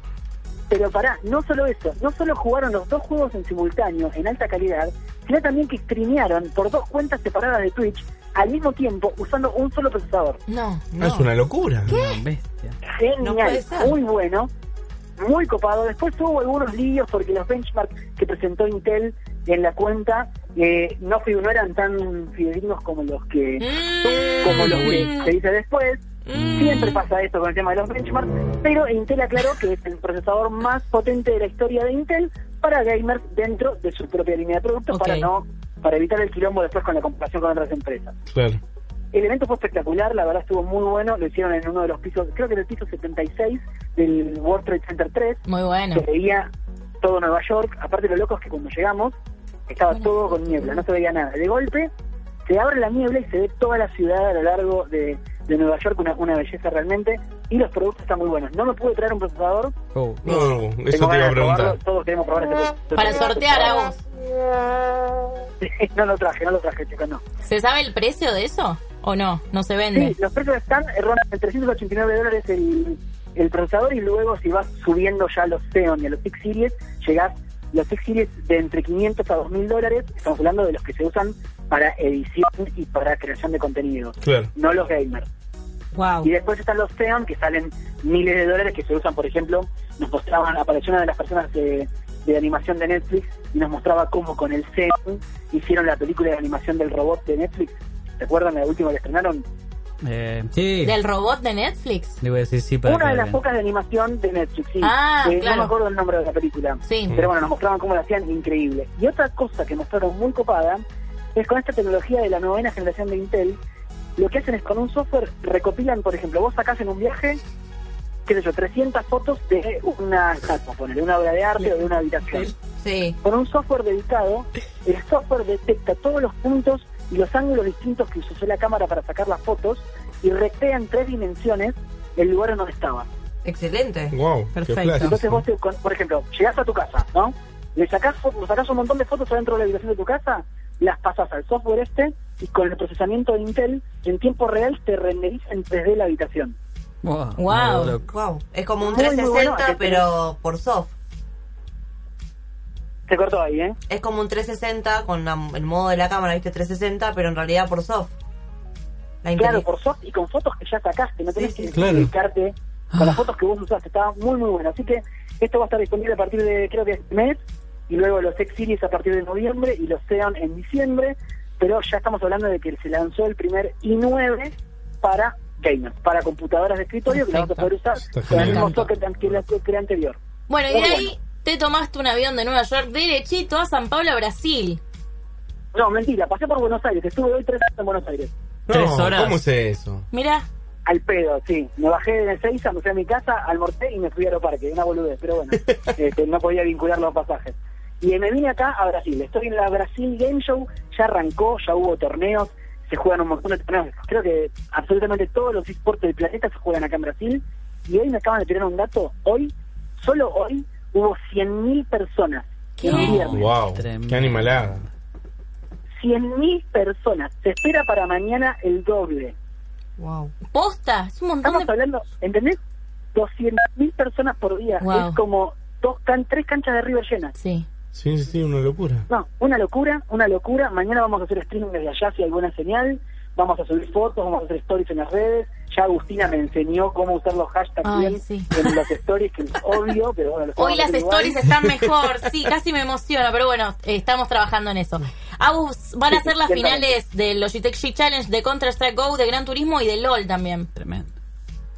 S11: Pero pará, no solo eso, no solo jugaron los dos juegos en simultáneo, en alta calidad, sino también que streamearon por dos cuentas separadas de Twitch al mismo tiempo usando un solo procesador.
S2: No.
S4: Ah, Es una locura.
S5: No, bestia.
S3: No
S11: Genial,
S3: puede ser.
S11: muy bueno, muy copado. Después hubo algunos líos porque los benchmarks que presentó Intel en la cuenta eh, no, fi- no eran tan fidedignos como los que
S2: Mm.
S11: como los que se dice después.
S2: Mm.
S11: Siempre pasa esto con el tema de los benchmarks, pero Intel aclaró que es el procesador más potente de la historia de Intel para gamers dentro de su propia línea de productos
S2: Ok.
S11: para no para evitar el quilombo después con la comparación con otras empresas.
S4: Claro.
S11: El evento fue espectacular, la verdad estuvo muy bueno, lo hicieron en uno de los pisos, creo que en el piso 76 del World Trade Center 3,
S2: Muy bueno.
S11: se veía todo Nueva York. Aparte, lo loco es que cuando llegamos estaba todo con niebla, no se veía nada. De golpe se abre la niebla y se ve toda la ciudad a lo largo de, de Nueva York, una, una belleza realmente. Y los productos están muy buenos. No me pude traer un procesador.
S5: Oh.
S4: No, eso
S11: tengo
S4: te iba
S11: ganas
S4: a
S11: de
S4: preguntar.
S11: probarlo, Todos queremos probar este procesador.
S2: Para
S11: <laughs>
S2: sortear, Agus.
S11: no lo traje, no lo traje, chicos, no.
S2: ¿Se sabe el precio de eso? ¿O no? No se vende.
S11: Sí, los precios están, rondan en 389 dólares el, el procesador y luego si vas subiendo ya los Xeon y a los X Series, llegás los X Series de entre 500 a 2000 dólares, estamos hablando de los que se usan para edición y para creación de contenidos,
S4: Claro.
S11: no los gamers.
S2: Wow.
S11: Y después están los Xeon que salen miles de dólares que se usan, por ejemplo, nos mostraban, apareció una de las personas eh, de animación de Netflix y nos mostraba cómo con el CEN hicieron la película de animación del robot de Netflix. ¿Se acuerdan la última que estrenaron?
S5: Eh, sí.
S2: ¿Del robot de Netflix?
S5: Le voy a decir sí para
S11: Una
S5: que
S11: de
S5: la
S11: las
S5: vean.
S11: pocas de animación de Netflix, sí.
S2: Ah,
S11: Eh,
S2: claro.
S11: No me acuerdo el nombre de la película.
S2: Sí.
S11: Pero bueno, nos mostraban cómo la hacían increíble. Y otra cosa que mostraron muy copada es con esta tecnología de la novena generación de Intel, lo que hacen es con un software recopilan, por ejemplo, vos sacás en un viaje, qué sé yo, 300 fotos de una estatua, ponele, una obra de arte o de una habitación.
S2: Sí.
S11: Con un software dedicado, el software detecta todos los puntos y los ángulos distintos que usó la cámara para sacar las fotos y recrea en tres dimensiones el lugar en donde estaba.
S3: Excelente.
S4: Wow,
S2: Perfecto.
S4: qué flash.
S11: Entonces vos, te- con- por ejemplo, llegás a tu casa, ¿no? Le sacás, fo- sacás un montón de fotos adentro de la habitación de tu casa, las pasás al software este y con el procesamiento de Intel, en tiempo real te renderiza en 3D la habitación.
S5: Buah,
S2: Wow.
S5: no, loco.
S3: Wow. Es como un
S11: Muy, muy
S3: 360,
S11: bueno,
S3: pero por soft.
S11: Se cortó ahí, ¿eh?
S3: Es como un 360 con la- el modo de la cámara, ¿viste? 360, pero en realidad por soft. La
S11: Claro,
S3: inteligencia-
S11: por soft y con fotos que ya sacaste, no tenés
S3: Sí,
S11: que
S4: sí. Claro.
S11: dedicarte con las fotos que vos usaste, estaba muy muy bueno. Así que esto va a estar disponible a partir de creo que este mes, y luego los X Series a partir de noviembre y los Xeon en diciembre, pero ya estamos hablando de que se lanzó el primer i9 para gamers, para computadoras de escritorio que la vas a poder usar
S4: Está
S11: con el
S4: genial.
S11: mismo socket que la- que el anterior.
S2: Bueno, y de
S11: Muy
S2: ahí te tomaste un avión de Nueva York derechito a San Pablo, Brasil.
S11: No, mentira, pasé por Buenos Aires, estuve hoy tres horas en Buenos Aires.
S5: Tres
S4: No,
S5: horas.
S4: ¿Cómo es eso?
S2: Mira,
S11: Al pedo, sí. Me bajé de Ezeiza, me fui a mi casa, almorcé y me fui a Aeroparque. Una boludez, pero bueno. Este, no podía vincular los pasajes. Y me vine acá a Brasil. Estoy en la Brasil Game Show. Ya arrancó, ya hubo torneos. Se juegan un montón de torneos. Creo que absolutamente todos los esportes del planeta se juegan acá en Brasil. Y hoy me acaban de tirar un dato. Hoy, solo hoy, hubo 100.000 personas.
S2: ¿Qué?
S11: Un viernes.
S4: Wow,
S5: Tremendo.
S4: qué animalada.
S11: 100.000 personas. Se espera para mañana el doble.
S3: Wow.
S2: posta, es un montón
S11: Estamos
S2: de...
S11: hablando, ¿entendés? 200.000 personas por día.
S2: Wow.
S11: Es como dos can tres canchas de River llenas.
S2: Sí.
S4: Sí, sí, sí, una locura.
S11: No, una locura, una locura. Mañana vamos a hacer streaming desde allá si hay buena señal. Vamos a subir fotos, vamos a hacer stories en las redes. Ya Agustina me enseñó cómo usar los hashtags
S2: Ay,
S11: bien
S2: sí.
S11: en las stories, que los odio, pero bueno, los
S2: Hoy
S11: vamos a
S2: las
S11: hacer igual.
S2: stories están mejor,
S11: <laughs>
S2: sí, casi me emociona, pero bueno, eh, estamos trabajando en eso. Agus, van a
S11: Sí,
S2: ser las
S11: ciertamente.
S2: finales del Logitech G Challenge, de Counter-Strike Go, de Gran Turismo y de LOL también.
S5: Tremendo.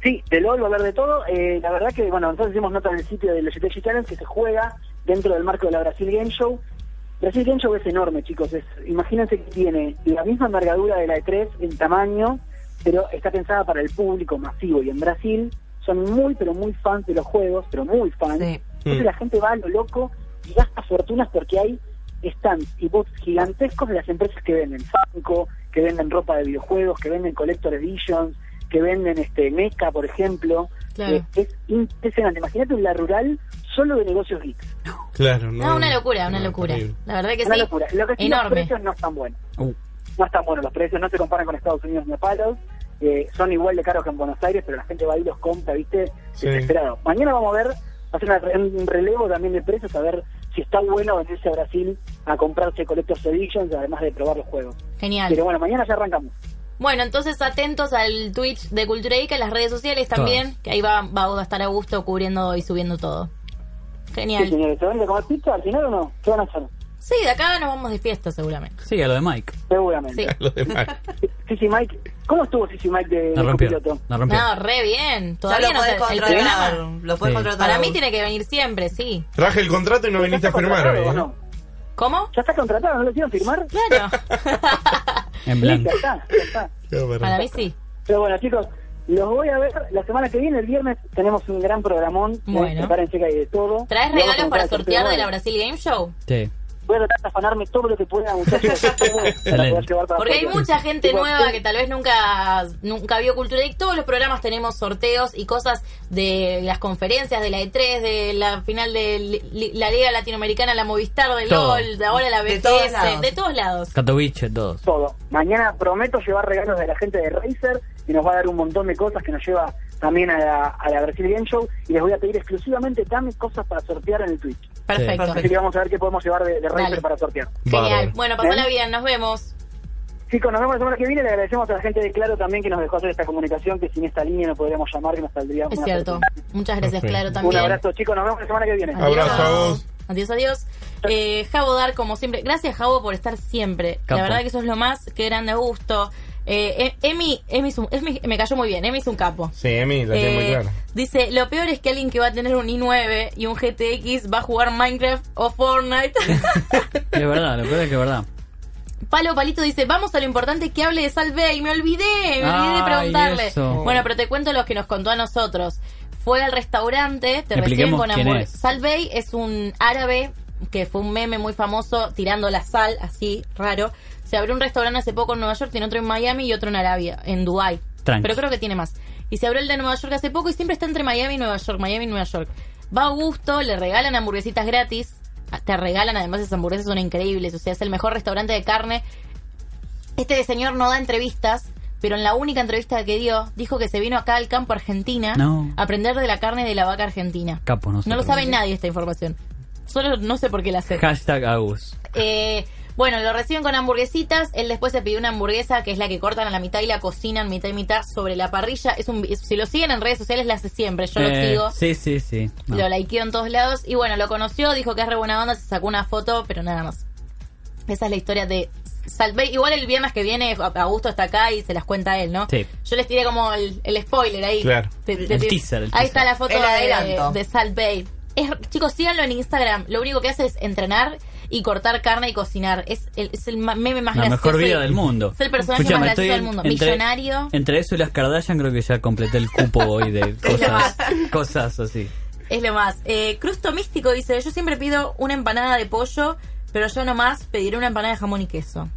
S11: Sí, de LOL va a haber de todo. Eh, la verdad que, bueno, nosotros hicimos nota en el sitio de los Strategy Challenge que se juega dentro del marco de la Brasil Game Show. Brasil Game Show es enorme, chicos. Es, imagínense que tiene la misma envergadura de la E3 en tamaño, pero está pensada para el público masivo. Y en Brasil son muy, pero muy fans de los juegos, pero muy fans.
S3: Sí.
S11: Entonces
S4: Mm.
S11: la gente va a lo loco y gasta fortunas porque hay stands y bots gigantescos de las empresas que venden Funko, que venden ropa de videojuegos, que venden Collector Editions, que venden este Mecha, por ejemplo.
S2: Claro.
S11: Eh, es impresionante. Imagínate la rural solo de negocios geeks.
S4: Claro, no.
S2: No, una locura, una
S4: no,
S2: locura.
S4: terrible.
S2: La verdad que
S11: Una
S2: sí.
S11: locura. Lo que sí, los
S2: Enorme.
S11: precios no están buenos.
S5: Uh,
S11: No están buenos los precios, no se comparan con Estados Unidos ni a palos. Eh, son igual de caros que en Buenos Aires, pero la gente va y los compra, ¿viste?
S4: Sí.
S11: Desesperado. Mañana vamos a ver, va a hacer una re- un relevo también de precios, a ver si está bueno venirse a Brasil a comprarse Collector's Editions, además de probar los juegos.
S2: Genial.
S11: Pero bueno, mañana ya arrancamos.
S2: Bueno, entonces atentos al Twitch de Cultura Geek, a las redes sociales también, que ahí va, va a estar a gusto cubriendo y subiendo todo.
S11: Sí,
S2: Genial.
S11: señores, ¿se van a ir a comer pizza al final o no? ¿Qué van a hacer?
S2: Sí, de acá nos vamos de fiesta seguramente.
S5: sí, a lo de Mike.
S11: Seguramente.
S2: Sí.
S4: <laughs> Lo demás.
S11: Sisi Mike, ¿cómo estuvo Sisi Mike de,
S5: La rompió.
S11: copiloto?
S5: La rompió.
S2: No, re bien.
S3: Ya
S2: Todavía
S3: lo
S2: no
S3: podés
S2: sé, el
S3: contratar.
S2: programa.
S3: Lo podés
S5: Sí.
S3: contratar.
S2: Para
S3: a
S2: mí
S3: un-
S2: tiene que venir siempre, sí.
S4: Traje el contrato y no viniste a firmar hoy.
S11: ¿Ya está contratado o
S4: ¿eh?
S11: no?
S2: ¿Cómo?
S11: ¿Ya está contratado? ¿No lo hicieron firmar?
S2: Claro.
S5: En
S11: Sí,
S5: blanco.
S11: ya está, ya está.
S4: Qué barbaridad.
S2: Para mí sí.
S11: Pero bueno, chicos, los voy a ver la semana que viene, el viernes, tenemos un gran programón. ¿eh?
S2: Bueno.
S11: Prepárense que hay de todo.
S2: ¿Traes
S11: Y vamos a
S2: regalos para
S11: contar
S2: sortear de la
S11: sorteo.
S2: Brasil Game Show?
S5: Sí.
S11: Voy a tratar de afanarme todo lo que pueda,
S2: <laughs>
S11: muchachos. todo para
S5: Excelente.
S11: poder llevar para eh,
S2: Porque hay
S11: sorteo.
S2: mucha gente
S11: Chicos,
S2: nueva
S11: sí,
S2: que tal vez nunca nunca vio Cultura Geek. Todos los programas tenemos sorteos y cosas de las conferencias, de la E3, de la final de li- la Liga Latinoamericana, la Movistar, de
S5: Todo.
S2: LOL, de ahora la
S3: De todos
S2: BTS,
S3: lados.
S2: de todos lados.
S5: Katowice, todos.
S11: Todo. Mañana prometo llevar regalos de la gente de Razer y nos va a dar un montón de cosas que nos lleva también a la, a la Brasil Game Show y les voy a pedir exclusivamente dame cosas para sortear en el Twitch.
S2: Perfecto.
S11: Así que vamos a ver qué podemos llevar de, de Razer
S2: Dale.
S11: para sortear.
S2: Genial.
S4: Bárbaro.
S2: Bueno, pasala
S11: ¿Eh?
S2: bien. Nos vemos.
S11: Chicos, nos vemos la semana que viene. Le agradecemos a la gente de Claro también que nos dejó hacer esta comunicación, que sin esta línea no podríamos llamar, que nos saldría
S2: Es
S11: una
S2: cierto.
S11: sorpresa.
S2: Muchas gracias,
S4: Perfecto.
S2: Claro,
S11: Un
S2: también.
S11: abrazo, chicos. Nos vemos la semana que viene.
S2: Adiós.
S4: Abrazo a vos.
S2: Adiós, adiós. Eh, Javo Dar, como siempre. Gracias, Javo, por estar siempre.
S5: Capo.
S2: La verdad que sos lo más. Qué grande gusto. Eh, eh, Emi, Emi, es un- Emi- me cayó muy bien. Emi es un capo.
S4: Sí, a mí la tengo muy
S2: Eh,
S4: clara.
S2: Dice, lo peor es que alguien que va a tener un i9 y un GTX va a jugar Minecraft o Fortnite. <laughs>
S5: Es verdad, lo peor es que es verdad.
S2: Palo Palito dice, vamos a lo importante que hable de Salve y me olvidé, me olvidé de
S5: Ay,
S2: preguntarle.
S5: eso.
S2: Bueno, pero te cuento lo que nos contó a nosotros. Fue al restaurante, te reciben
S5: Expliquemos
S2: con
S5: quién
S2: hamburguesas.
S5: es.
S2: Salvei es un árabe que fue un meme muy famoso tirando la sal, así, raro. Se abrió un restaurante hace poco en Nueva York, tiene otro en Miami y otro en Arabia, en Dubái.
S5: Tranqui.
S2: Pero creo que tiene más. Y se abrió el de Nueva York hace poco y siempre está entre Miami y Nueva York, Miami y Nueva York. Va a gusto, le regalan hamburguesitas gratis. Ah, Te regalan, además esas hamburguesas son increíbles. O sea, es el mejor restaurante de carne. Este señor no da entrevistas, pero en la única entrevista que dio, dijo que se vino acá al campo Argentina
S5: No.
S2: a aprender de la carne de la vaca argentina.
S5: Capo, no sé.
S2: No lo sabe nadie esta información. Solo no sé por qué la sé.
S5: Hashtag Agus.
S2: Eh, bueno, lo reciben con hamburguesitas. Él después se pidió una hamburguesa que es la que cortan a la mitad y la cocinan mitad y mitad sobre la parrilla. Es un, es- si lo siguen en redes sociales, la hace siempre. Yo
S5: Eh,
S2: lo sigo.
S5: Sí, sí, sí. No.
S2: Lo likeo en todos lados. Y bueno, lo conoció, dijo que es re buena onda, se sacó una foto, pero nada más. Esa es la historia de Salve. Igual el viernes que viene, Augusto está acá y se las cuenta él, ¿no?
S5: Sí.
S2: Yo les tiré como el, el spoiler ahí.
S5: Claro.
S2: Te- te-
S5: El
S2: te-
S5: teaser, el
S2: ahí
S5: teaser.
S2: está la foto
S3: El
S2: de-
S3: adelanto.
S2: de, Salt Bay. Es, chicos, síganlo en Instagram. Lo único que hace es entrenar y cortar carne y cocinar. Es el, es el ma- meme más
S5: La
S2: gracioso.
S5: mejor vida
S2: y-
S5: del mundo.
S2: Es el personaje
S5: Escuchame,
S2: más
S5: estoy
S2: gracioso del
S5: en-
S2: mundo.
S5: entre-
S2: Millonario.
S5: Entre eso y las Kardashian creo que ya completé el cupo
S2: <laughs>
S5: hoy de cosas, cosas así.
S2: Es lo más. Eh, Crusto Místico dice, yo siempre pido una empanada de pollo, pero yo nomás pediré una empanada de jamón y queso.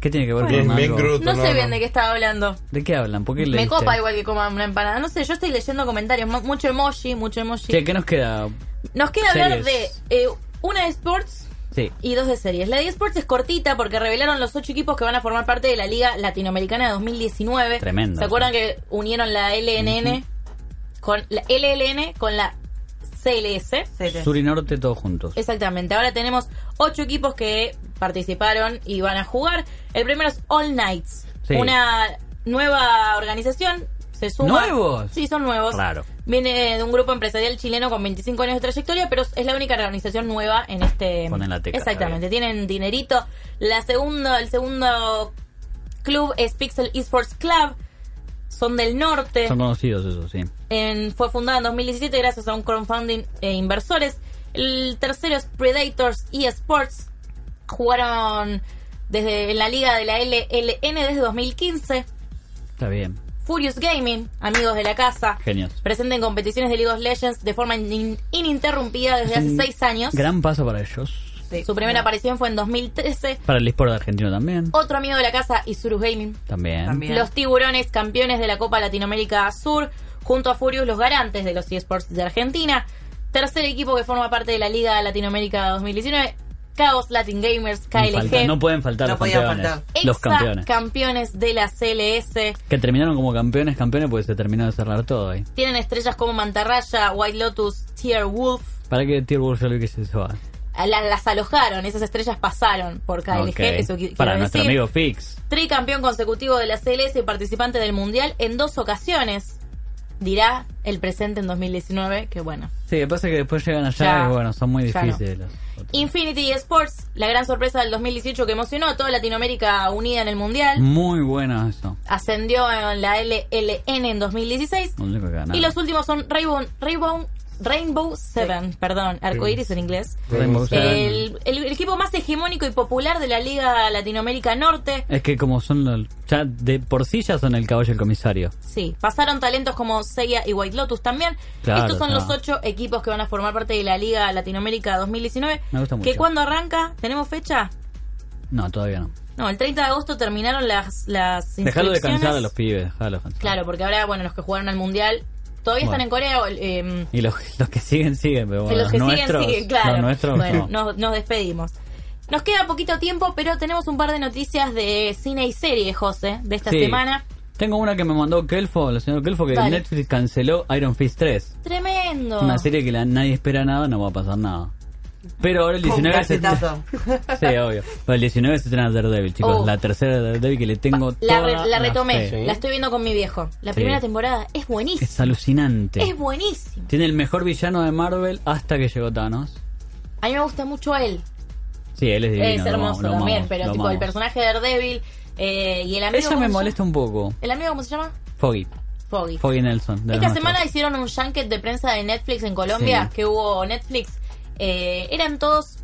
S5: ¿Qué tiene que ver
S4: Bien,
S5: con
S4: bien
S5: algo?
S4: crudo.
S2: No, sé bien de qué estaba hablando.
S5: ¿De qué hablan? ¿Por qué le
S2: Me
S5: diste?
S2: copa igual que coman una empanada. No sé, yo estoy leyendo comentarios. mu- Mucho emoji, mucho emoji.
S5: Che, ¿qué nos queda?
S2: Nos queda hablar de
S5: series.
S2: eh, una de sports
S5: Sí.
S2: y dos de series. La de Sports es cortita porque revelaron los ocho equipos que van a formar parte de la Liga Latinoamericana de 2019.
S5: Tremendo.
S2: ¿Se acuerdan que unieron la LNN con la LLN con la CLS?
S3: Cele.
S5: Sur y norte todos juntos.
S2: Exactamente, ahora tenemos ocho equipos que participaron y van a jugar. El primero es All Knights,
S5: Sí.
S2: una nueva organización. Se suma.
S5: ¿Nuevos?
S2: Sí, son nuevos.
S5: Claro.
S2: Viene de un grupo empresarial chileno con 25 años de trayectoria, pero es la única organización nueva en este.
S5: Ponen la teca,
S2: Exactamente, tienen dinerito. La segundo, el segundo club es Pixel Esports Club. Son del norte.
S5: Son conocidos esos, sí.
S2: En- fue fundada en 2017 gracias a un crowdfunding e inversores. El tercero es Predators eSports. Jugaron desde en la liga de la LLN desde 2015.
S5: Está bien.
S2: Furious Gaming, amigos de la casa,
S5: Genios.
S2: presenten competiciones de League of Legends de forma in- ininterrumpida desde hace
S5: un
S2: seis años.
S5: Gran paso para ellos.
S3: Sí.
S2: Su primera aparición fue en 2013.
S5: Para el eSport argentino también.
S2: Otro amigo de la casa, Isuru Gaming,
S5: También.
S3: También.
S2: Los tiburones, campeones de la Copa Latinoamérica Sur, junto a Furious, los garantes de los eSports de Argentina. Tercer equipo que forma parte de la Liga Latinoamérica 2019, Chaos Latin Gamers,
S5: No falta-
S2: KLG.
S5: no pueden faltar
S3: No
S5: los
S3: podían
S5: campeones.
S3: faltar.
S5: Los
S2: Exa
S5: campeones.
S2: campeones de la CLS.
S5: Que terminaron como campeones, campeones, porque se terminó de cerrar todo ahí.
S2: Tienen estrellas como Mantarraya, White Lotus, Tier Wolf.
S5: ¿Para que Tier Wolf ya lo que se Ah, va?
S2: A la- Las, alojaron, esas estrellas pasaron por KLG.
S5: Ok.
S2: Eso qui-
S5: Para
S2: quiero
S5: nuestro
S2: decir.
S5: amigo Fix.
S2: Tricampeón consecutivo de la CLS y participante del Mundial en dos ocasiones. Dirá el presente en 2019, que bueno.
S5: Sí, lo que pasa es que después llegan allá
S2: Ya.
S5: y bueno, son muy
S2: Ya no.
S5: difíciles. los otros.
S2: Infinity Sports, la gran sorpresa del 2018 que emocionó a toda Latinoamérica unida en el Mundial.
S5: Muy bueno eso.
S2: Ascendió en la LLN en 2016.
S5: No tengo que ganar.
S2: Y los últimos son Rainbow, Rainbow, Rainbow Seven, perdón, arcoiris en inglés.
S5: Rainbow Seven.
S2: El, el- el equipo más hegemónico y popular de la Liga Latinoamérica Norte.
S5: Es que como son los... Ya de por sí ya son el caballo y el comisario.
S2: Sí, pasaron talentos como Seiya y White Lotus también.
S5: Claro,
S2: Estos son
S5: claro.
S2: los ocho equipos que van a formar parte de la Liga Latinoamérica 2019.
S5: Me gusta
S2: Que
S5: mucho.
S2: cuando arranca, ¿tenemos fecha?
S5: No, todavía no.
S2: No, el 30 de agosto terminaron las, las
S5: Dejalo
S2: inscripciones.
S5: descansar a los pibes, dejalo descansar.
S2: Claro, porque ahora, bueno, los que jugaron al Mundial todavía
S5: Bueno.
S2: están en Corea. o el, eh,
S5: Y los, los que siguen, siguen, pero bueno,
S2: los que
S5: nuestros,
S2: siguen, siguen, claro.
S5: los nuestros
S2: bueno,
S5: no.
S2: nos, nos despedimos. Nos queda poquito tiempo, pero tenemos un par de noticias de cine y serie, José, de esta
S5: Sí.
S2: semana.
S5: Tengo una que me mandó Kelfo, la señora Kelfo, que
S2: Dale. Oh.
S5: Netflix canceló Iron Fist 3.
S2: Tremendo.
S5: Una serie que la- nadie espera nada, no va a pasar nada. Pero ahora el
S3: Un
S5: 19 se
S3: cachetazo.
S5: <laughs> Sí, obvio. Pero el 19 se estrena Daredevil, chicos.
S2: Oh.
S5: La tercera de Daredevil que le tengo
S2: la, re-
S5: toda
S2: la retomé,
S5: fe.
S4: Sí.
S2: la estoy viendo con mi viejo. La
S5: Sí.
S2: primera temporada es buenísima.
S5: Es alucinante.
S2: Es buenísima.
S5: Tiene el mejor villano de Marvel hasta que llegó Thanos.
S2: A mí me gusta mucho él.
S5: Sí, él es divino.
S2: es
S5: lo
S2: hermoso
S5: amamos, lo
S2: también,
S5: amamos,
S2: pero
S5: lo
S2: tipo el
S5: amamos.
S2: personaje de Daredevil eh, y el amigo.
S5: Ella
S2: ¿cómo
S5: me
S2: se
S5: molesta un poco.
S2: llama? ¿El amigo cómo se llama?
S5: Foggy.
S2: Foggy.
S5: Foggy Nelson. de los
S2: Esta
S5: nuestros.
S2: semana hicieron un junket de prensa de Netflix en Colombia,
S5: Sí.
S2: que hubo Netflix. eh, eran todos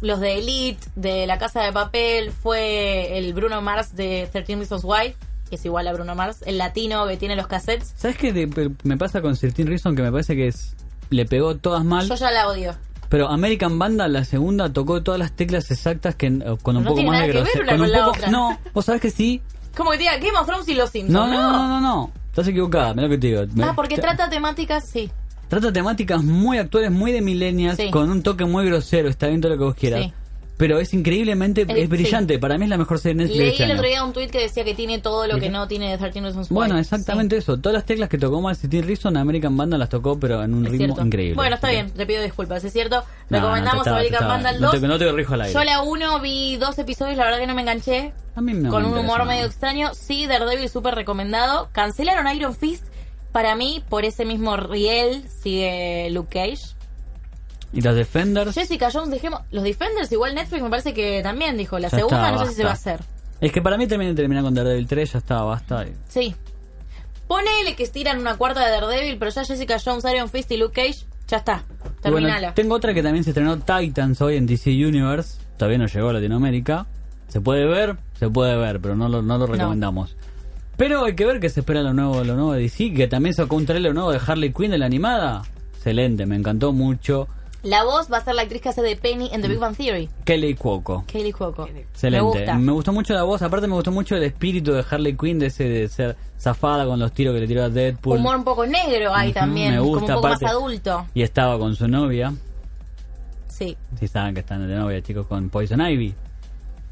S2: los de Elite, de La Casa de Papel, fue el Bruno Mars de 13 Reasons Why, que es igual a Bruno Mars, el latino que tiene los cassettes.
S5: ¿Sabes qué de- pe- me pasa con Certain Reason? Que me parece que es, le pegó todas mal.
S2: Yo ya la odio.
S5: Pero American Banda, la segunda, tocó todas las teclas exactas que eh, con un
S2: No
S5: poco
S2: tiene
S5: más
S2: nada
S5: de
S2: que ver
S5: grosero.
S2: una con
S5: un
S2: la
S5: poco-
S2: otra.
S5: No, vos sabés que sí.
S2: Como que te diga Game of Thrones y Los
S5: No,
S2: Simpsons.
S5: no, no, no, no. Estás equivocada, mirá lo que te digo. Me-
S2: Ah, porque
S5: tra-
S2: trata temáticas, sí.
S5: trata temáticas muy actuales, muy de millennials,
S2: Sí.
S5: con un toque muy grosero, está bien todo lo que vos quieras.
S2: Sí.
S5: Pero es increíblemente,
S2: El-
S5: es brillante. Para mí es la mejor serie de Netflix de
S2: Leí
S5: este
S2: el
S5: año.
S2: otro día un tweet que decía que tiene todo lo que
S5: Mira.
S2: no tiene de 13 Reasons Why.
S5: Bueno, exactamente eso. Todas las teclas que tocó mal City Reason, American Banda las tocó, pero en un
S2: Es
S5: ritmo
S2: cierto.
S5: increíble.
S2: Bueno, está bien, te pido disculpas, es cierto.
S5: No, no,
S2: Recomendamos
S5: te estaba-
S2: American
S5: te estaba-
S2: Vandal 2.
S5: no te- no te corrijo al aire.
S2: Yo la 1 vi dos episodios, la verdad que no me enganché.
S5: A mí no
S2: con
S5: me
S2: un
S5: interesa
S2: humor
S5: nada.
S2: medio extraño. Sí, Daredevil súper recomendado. Cancelaron Iron Fist. Para mí, por ese mismo riel, sigue Luke Cage.
S5: Y los Defenders.
S2: Jessica Jones, dejemos. Los Defenders, igual Netflix me parece que también dijo. La
S5: Ya
S2: segunda
S5: está,
S2: no sé si se va a
S5: basta.
S2: hacer.
S5: Es que para mí también termina con Daredevil 3, ya está, basta.
S2: Sí. Ponele que estiran una cuarta de Daredevil, pero ya Jessica Jones, Iron Fist y Luke Cage, ya está.
S5: Y bueno,
S2: Terminala.
S5: tengo otra que también se estrenó Titans hoy en DC Universe. Todavía no llegó a Latinoamérica. Se puede ver, se puede ver, pero no lo, no lo recomendamos. Pero hay que ver que se espera lo nuevo, lo nuevo de DC, que también sacó un trailer nuevo de Harley Quinn de la animada. Excelente, me encantó mucho.
S2: La voz va a ser la actriz que hace de Penny en The Big Bang Theory,
S5: Kelly Cuoco.
S2: Kaylee Cuoco.
S5: Mm. Excelente.
S2: Me gusta.
S5: gustó mucho la voz, aparte me gustó mucho el espíritu de Harley Quinn de ese de ser zafada con los tiros que le tiró a Deadpool.
S2: Humor un poco negro ahí
S5: Ujú,
S2: también,
S5: me
S2: como
S5: gusta,
S2: un poco
S5: aparte.
S2: más adulto.
S5: Y estaba con su novia.
S2: Sí.
S5: Si saben que están de novia, chicos, con Poison Ivy.
S2: ¿Eh?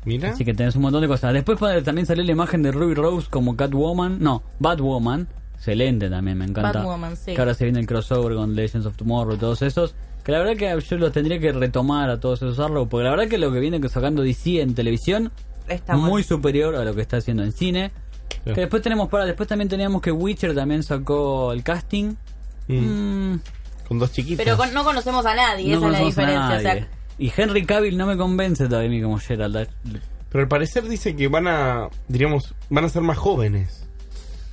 S4: Mira.
S5: Así que tenés un montón de cosas. Después pa- también salió la imagen de Ruby Rose como Catwoman. No, Batwoman. Excelente también, me encanta.
S2: Batwoman, sí.
S5: Que ahora se viene el crossover con Legends of Tomorrow y todos esos. Que la verdad que yo los tendría que retomar a todos esos arrows. Porque la verdad que lo que viene sacando DC en televisión
S3: Está
S5: muy
S3: bueno.
S5: superior a lo que está haciendo en cine.
S4: Sí.
S5: Que después tenemos para, después también teníamos que Witcher también sacó el casting. Mm,
S4: Con dos chiquitos.
S2: Pero con- no conocemos a nadie,
S5: no
S2: esa es la
S5: conocemos a
S2: diferencia. O
S5: nadie.
S2: sea,
S5: Y Henry Cavill no me convence todavía a mí como Gerald.
S4: Pero al parecer dice que van a, diríamos, van a ser más jóvenes.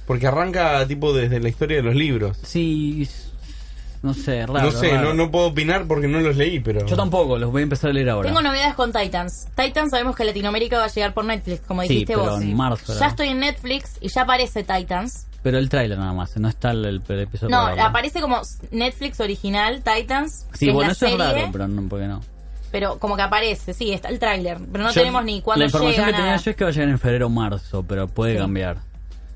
S4: Porque arranca tipo desde la historia de los libros.
S5: Sí, no sé, raro.
S4: no sé,
S5: raro.
S4: no, no puedo opinar porque no los leí, pero...
S5: Yo tampoco, los voy a empezar a leer ahora.
S2: tengo novedades con Titans. Titans sabemos que Latinoamérica va a llegar por Netflix, como
S5: Sí,
S2: dijiste
S5: pero
S2: vos.
S5: en marzo
S2: Ya
S5: era.
S2: estoy en Netflix y ya aparece Titans.
S5: Pero el tráiler nada más, no está el, el- el episodio.
S2: No,
S5: ahora.
S2: aparece como Netflix original, Titans.
S5: Sí,
S2: que
S5: bueno,
S2: es
S5: eso
S2: la
S5: es
S2: serie,
S5: raro, pero no, ¿por qué no?
S2: pero como que aparece, sí, está el tráiler. Pero no
S5: Yo-
S2: tenemos ni cuándo
S5: La información
S2: llega.
S5: que tenía
S2: nada.
S5: yo es que va a llegar en febrero o marzo, pero puede
S2: Sí.
S5: cambiar.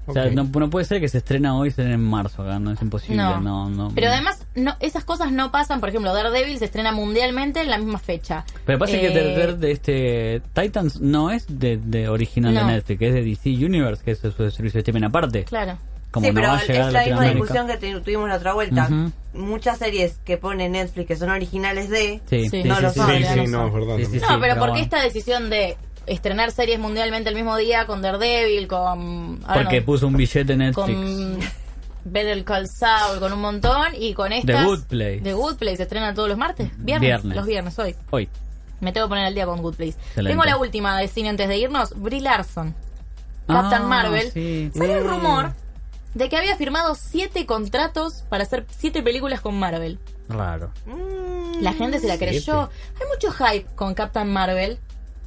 S5: O sea,
S4: Ok.
S5: no, no puede ser que se estrena hoy y se estrene en marzo acá, no es imposible,
S2: No.
S5: no, no.
S2: Pero además, no, esas cosas no pasan. Por ejemplo, Daredevil se estrena mundialmente en la misma fecha.
S5: Pero pasa que
S2: Eh,
S5: de, de este Titans no es de, de original
S2: No.
S5: de Netflix, es de DC Universe, que es su su servicio de streaming aparte.
S2: Claro.
S5: Como
S3: sí,
S5: no
S3: pero
S5: va a
S3: es
S5: llegar a
S3: la misma discusión
S5: Latinoamérica.
S3: que te- tuvimos la otra vuelta.
S5: Ujú.
S3: Muchas series que pone Netflix que son originales de.
S5: Sí,
S2: Sí.
S5: sí,
S3: No
S5: sí,
S3: lo
S5: sí,
S3: sabe,
S5: sí,
S4: Sí,
S3: ya
S4: sí,
S3: lo
S4: no, es
S3: sé.
S4: verdad.
S5: Sí, sí,
S4: también.
S2: No, pero, ¿por
S5: bueno.
S2: qué esta decisión de estrenar series mundialmente el mismo día con Daredevil, con... ahora
S5: Porque
S2: no,
S5: puso un billete en Netflix.
S2: Con Better Call Saul, con un montón, y con estas...
S5: The Good Place.
S2: The Good Place, se estrena todos los martes, viernes,
S5: Viernes.
S2: los viernes hoy.
S5: Hoy.
S2: Me tengo que poner al día con Good Place.
S5: Excelente.
S2: Tengo la última de cine antes de irnos, Brie Larson, Captain
S5: Ah,
S2: Marvel.
S5: sí.
S2: Sale el rumor de que había firmado siete contratos para hacer siete películas con Marvel.
S5: Raro.
S2: La gente se la creyó. Hay mucho hype con Captain Marvel.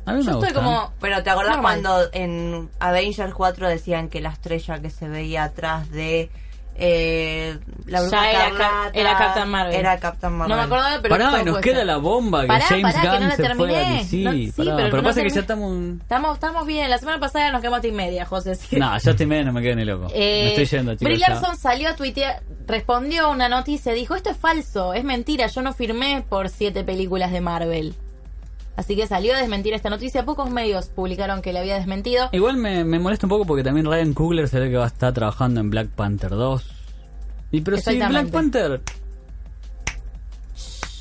S5: A mí me
S2: Yo estoy
S5: gusta.
S2: como.
S3: Pero ¿te acordás
S2: Normal.
S3: cuando en Avengers 4 decían que la estrella que se veía atrás de eh, la
S2: Ya
S3: bruja
S2: era
S3: escarlata
S2: Cap- era Captain Marvel.
S3: Era Captain Marvel.
S2: No me acordaba, pero.
S5: pará,
S2: estaba
S5: y nos
S2: puesta.
S5: queda la bomba que
S2: Pará,
S5: James
S2: pará, que
S5: Gunn
S2: no la
S5: se fue a
S2: terminé.
S5: DC.
S2: No, sí, pero
S5: pará. Pero,
S2: no
S5: pasa
S2: terminé.
S5: que ya estamos...
S2: Estamos, estamos bien. La semana pasada nos quedamos y media, José. así que-
S5: No, ya estoy medio, no me quedo ni loco.
S2: Eh,
S5: me estoy yendo, chicos.
S2: Brie
S5: ya.
S2: Larson salió a tuitear, respondió a una noticia, dijo, esto es falso, es mentira, yo no firmé por siete películas de Marvel. Así que salió a desmentir esta noticia, pocos medios publicaron que le había desmentido.
S5: Igual me, me molesta un poco porque también Ryan Coogler se ve que va a estar trabajando en Black Panther 2. Y pero si Black
S2: Exactamente.
S5: Panther...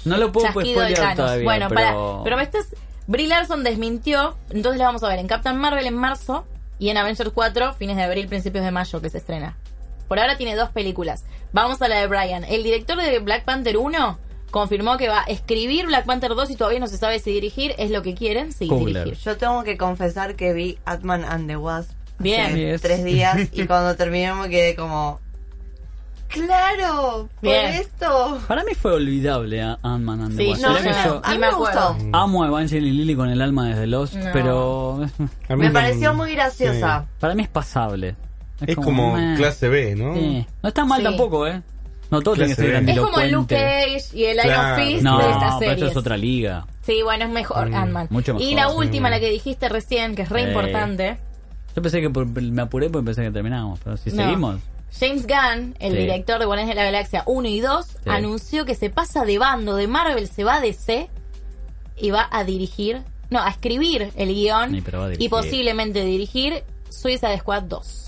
S5: No lo puedo
S2: Chasquido de
S5: spoilear
S2: Thanos.
S5: pues, todavía,
S2: bueno,
S5: pero...
S2: pará, pero me estás... Brie Larson desmintió, entonces la vamos a ver en Captain Marvel en marzo y en Avengers 4, fines de abril, principios de mayo, que se estrena. Por ahora tiene dos películas. Vamos a la de Brian. El director de Black Panther 1 confirmó que va a escribir Black Panther 2 y todavía no se sabe si dirigir, es lo que quieren, sí,
S5: Coogler.
S2: dirigir.
S3: Yo tengo que confesar que vi Atman and the Wasp
S2: Bien.
S3: hace
S2: Yes.
S3: tres días y cuando terminé me quedé como... ¡Claro! ¡Por
S5: Bien.
S3: esto!
S5: Para mí fue olvidable a Ant-Man and the
S3: Sí,
S5: Wasp.
S3: no,
S5: Mirá que
S3: yo-
S5: yo
S3: a mí me gustó.
S4: Mm.
S5: Amo a Evangeline Lilly con el alma desde Lost,
S3: No.
S5: pero. <laughs>
S3: Me pareció muy graciosa.
S5: Para mí es pasable.
S4: Es como
S5: meh.
S4: clase B, ¿no?
S5: Sí. No está mal
S2: Sí.
S5: tampoco, ¿eh? No todo tiene que
S4: Clase
S5: ser
S4: B.
S2: Es como el Luke
S5: grandilocuente.
S2: Cage y el Iron Fist
S5: no,
S2: de esta
S5: pero
S2: serie.
S5: esto es otra liga.
S2: Sí, bueno, es mejor
S5: Mm,
S2: Ant-Man.
S5: mucho
S2: Y
S5: mejor,
S2: la
S5: sí.
S2: última, la que dijiste recién, que es re
S5: Eh.
S2: importante.
S5: Yo pensé que por- me apuré porque pensé que terminábamos, pero si
S2: No.
S5: seguimos.
S2: James Gunn, el
S5: Sí.
S2: director de Guardianes de la Galaxia 1 y 2, anunció que se pasa de bando de Marvel, se va a DC y va a dirigir, no, a escribir el guión
S5: Ni, pero va a dirigir.
S2: y posiblemente dirigir Suicide Squad 2.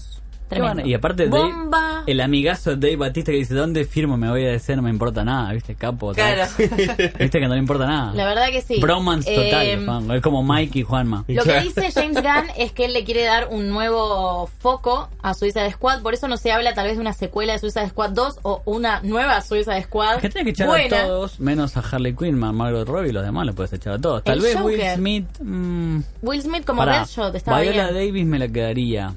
S5: Qué bueno,
S2: Tremendo.
S5: Y aparte, Dave-
S2: Bomba.
S5: el amigazo de Dave Batista que dice: ¿Dónde firmo? Me voy a decir, no me importa nada, ¿viste? Capo. tal. <laughs>
S2: Claro.
S5: ¿Viste que no le importa nada?
S2: La verdad que sí.
S5: Bromance total,
S2: Eh,
S5: Juan. Es como Mike y Juanma.
S2: Lo que dice James Gunn es que él le quiere dar un nuevo foco a Suicide Squad, por eso no se habla tal vez de una secuela de Suicide Squad 2 o una nueva Suicide Squad.
S5: Que tiene que echar
S2: buena.
S5: a todos, menos a Harley Quinn, a Margot Robbie y los demás los puedes echar a todos. Tal
S2: El
S5: vez
S2: Joker.
S5: Will Smith. mm,
S2: Will Smith como
S5: pará,
S2: Deadshot, estaba
S5: Viola
S2: bien.
S5: Davis me la quedaría.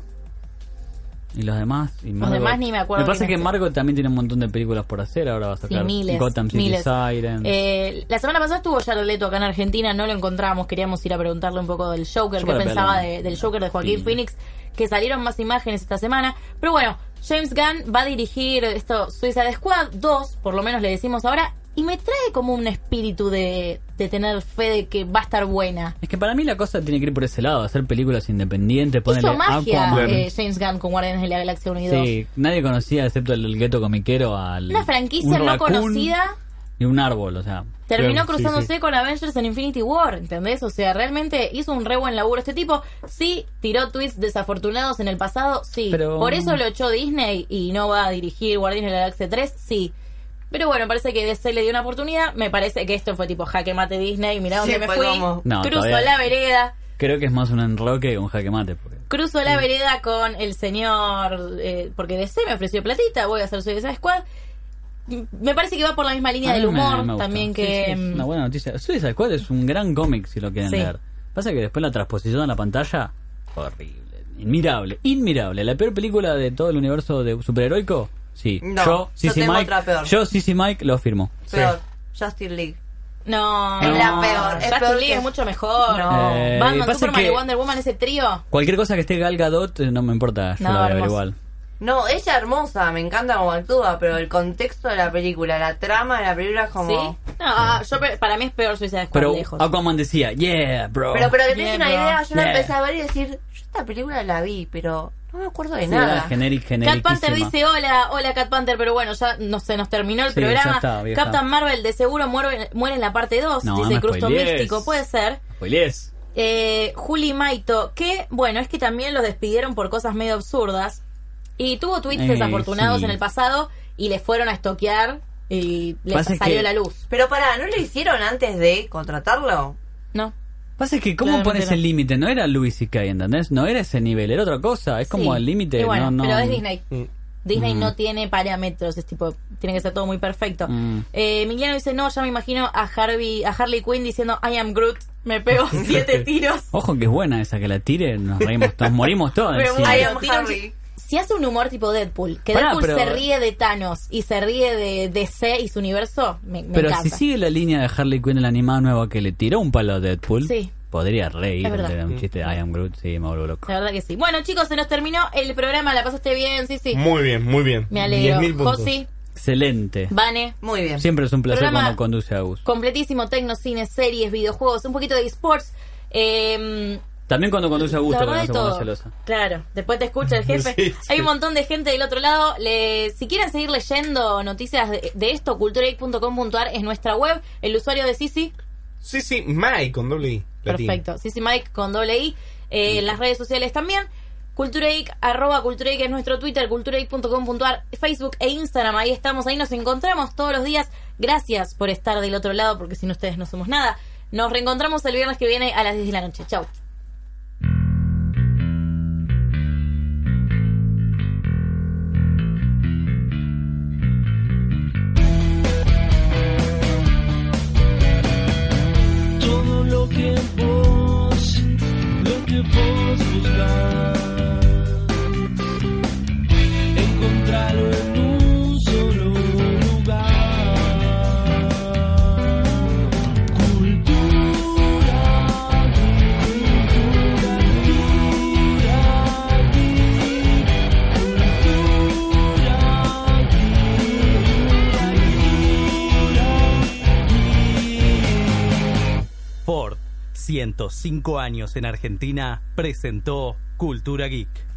S5: Y los demás. Y Margot.
S2: demás ni me acuerdo
S5: Me pasa
S2: quién
S5: que
S2: es.
S5: Margot también tiene un montón de películas por hacer. Ahora va a
S2: Sí,
S5: sacar
S2: miles,
S5: Gotham City
S2: miles.
S5: Sirens.
S2: Eh, la semana pasada estuvo Jared Leto acá en Argentina, no lo encontramos, queríamos ir a preguntarle un poco del Joker,
S5: Yo
S2: qué
S5: para
S2: pensaba
S5: verlo.
S2: de- del Joker de Joaquín
S5: Sí.
S2: Phoenix, que salieron más imágenes esta semana. Pero bueno, James Gunn va a dirigir esto Suicide Squad 2, por lo menos le decimos ahora, y me trae como un espíritu de, de tener fe de que va a estar buena.
S5: Es que para mí la cosa tiene que ir por ese lado, hacer películas independientes, ponerle
S2: Hizo magia
S5: Aquaman.
S2: eh, James Gunn con Guardianes de la Galaxia 1 y 2.
S5: Sí, nadie conocía excepto el, el gueto comiquero al
S2: Una franquicia
S5: un
S2: no
S5: raccoon
S2: conocida.
S5: y un árbol, o sea.
S2: Terminó cruzándose con Avengers en Infinity War, ¿entendés? O sea, realmente hizo un re buen laburo este tipo. Sí, tiró tweets desafortunados en el pasado, sí.
S5: Pero- um,
S2: Por eso lo echó Disney y no va a dirigir Guardianes de la Galaxia 3, sí. Pero bueno, parece que DC le dio una oportunidad. Me parece que esto fue tipo jaque mate Disney, mirá
S3: Sí,
S2: dónde me
S3: pues
S2: fui.
S3: vamos.
S5: No,
S2: cruzo
S5: todavía-
S2: la vereda,
S5: Creo que es más un enroque que un jaque mate. porque-
S2: cruzo
S5: Mm.
S2: la vereda con el señor... eh, porque DC me ofreció platita, voy a hacer Suicide Squad. M- Me parece que va por la misma línea
S5: A mí
S2: del
S5: me-
S2: humor,
S5: me gusta.
S2: también
S5: Sí,
S2: que... mm,
S5: sí, es una buena noticia. Suicide Squad es un gran cómic si lo quieren
S2: Sí.
S5: leer. Pasa que después la transposición a la pantalla, horrible. Inmirable, inmirable. La peor película de todo el universo de superheroico, sí.
S3: No,
S5: yo,
S3: yo
S5: CC
S3: tengo
S5: Mike,
S3: otra peor.
S5: yo, CC Mike, lo firmo.
S3: Peor. Justin League.
S2: No,
S3: Es la peor, es
S2: Justin
S3: peor
S2: Lee
S3: que-
S2: es mucho mejor.
S5: No. Eh,
S2: Batman,
S5: pasa
S2: Superman
S5: que-
S2: y Wonder Woman, ese trío.
S5: Cualquier cosa que esté Gal Gadot, eh, no me importa, yo
S2: No,
S5: la voy a ver
S2: hermoso.
S5: igual.
S3: No, ella hermosa, me encanta cómo actúa, pero el contexto de la película, la trama de la película es
S2: ¿Sí?
S3: como...
S2: No, ah, yo pe- para mí es peor Suicide Squad
S5: Mm. Pero ah,
S2: lejos.
S5: Aquaman decía, yeah, bro.
S3: Pero, pero que te
S2: Bien,
S3: des una
S2: bro.
S3: idea, yo la
S5: Oh. Bien.
S3: empecé a ver y decir, yo esta película la vi, pero no me acuerdo de
S5: Sí, era
S3: nada.
S5: generic,
S2: Cat Panther
S5: generiquísima.
S2: dice hola, hola Cat Panther, pero bueno, ya no se nos terminó el
S5: Sí, ya
S2: programa.
S5: está, vieja.
S2: Captain Marvel de seguro muere, muere en la parte 2,
S5: No, no
S2: dice
S5: me
S2: Crusto
S5: spoilees.
S2: Místico, puede ser.
S5: Spoilees.
S2: Eh, Juli Maito, que bueno, es que también los despidieron por cosas medio absurdas. Y tuvo tweets
S5: Eh,
S2: desafortunados
S5: sí.
S2: en el pasado y le fueron a estoquear y le
S5: Pasa
S2: salió
S5: que-
S2: la luz.
S3: Pero pará, ¿no lo hicieron antes de contratarlo?
S2: No.
S5: Pasa que, ¿cómo
S2: Claramente
S5: pones
S2: no.
S5: el límite? No era Louis C.K., ¿entendés? No era ese nivel, era otra cosa. Es como
S2: Sí.
S5: el límite.
S2: Y bueno,
S5: no, no,
S2: pero es Disney. Disney
S5: Mm.
S2: no tiene parámetros, es tipo, tiene que ser todo muy perfecto.
S5: Mm.
S2: Eh, Emiliano dice, no, ya me imagino a Harvey, a Harley Quinn diciendo, I am Groot, me
S5: <laughs>
S2: pego siete tiros.
S5: Ojo que es buena esa que la tire, nos reímos todos, morimos todos. en
S2: <laughs>
S5: el
S2: Pero
S5: cine.
S3: I
S2: bueno,
S3: am
S2: tira un-
S3: Harvey.
S2: Si hace un humor tipo Deadpool, que
S5: Pará,
S2: Deadpool
S5: pero-
S2: se ríe de Thanos y se ríe de DC y su universo, me, me
S5: pero si
S2: encanta.
S5: sigue la línea de Harley Quinn en la animada nueva que le tiró un palo a Deadpool,
S2: Sí.
S5: podría reír
S2: Es verdad.
S5: de un chiste de I am Groot, sí, me vuelvo loco.
S2: La verdad que sí. Bueno, chicos, se nos terminó el programa, la pasaste bien, sí, sí.
S4: Muy bien, muy bien.
S2: me alegro.
S4: 10.000 puntos.
S2: Josi,
S5: Excelente.
S2: Vane,
S3: Muy bien.
S5: Siempre es un placer
S2: Programa-
S5: cuando conduce a Gus.
S2: completísimo, tecno, cine, series, videojuegos, un poquito de esports. Eh,
S5: También cuando conduce a Gus,
S2: La
S5: que no
S2: verdad
S5: se
S2: de
S5: pone
S2: todo.
S5: celosa.
S2: Claro, después te escucha el
S4: <laughs>
S2: jefe.
S4: Sí, sí.
S2: Hay un montón de gente del otro lado. Le- si quieren seguir leyendo noticias de, de esto, culturaic.com.ar es nuestra web. El usuario de Sisi,
S4: Sí, sí, Mike con doble I. latín.
S2: perfecto. Sisi Mike con doble I. Eh, en las redes sociales también. Culturaic, arroba Culturaic es nuestro Twitter, culturaic.com.ar, Facebook e Instagram. Ahí estamos, ahí nos encontramos todos los días. Gracias por estar del otro lado, porque sin ustedes no somos nada. Nos reencontramos el viernes que viene a las 10 de la noche. Chau.
S12: lo que vos, lo que vos buscás. Encontralo en un solo lugar.
S1: Ford, 105 años en Argentina, presentó Cultura Geek.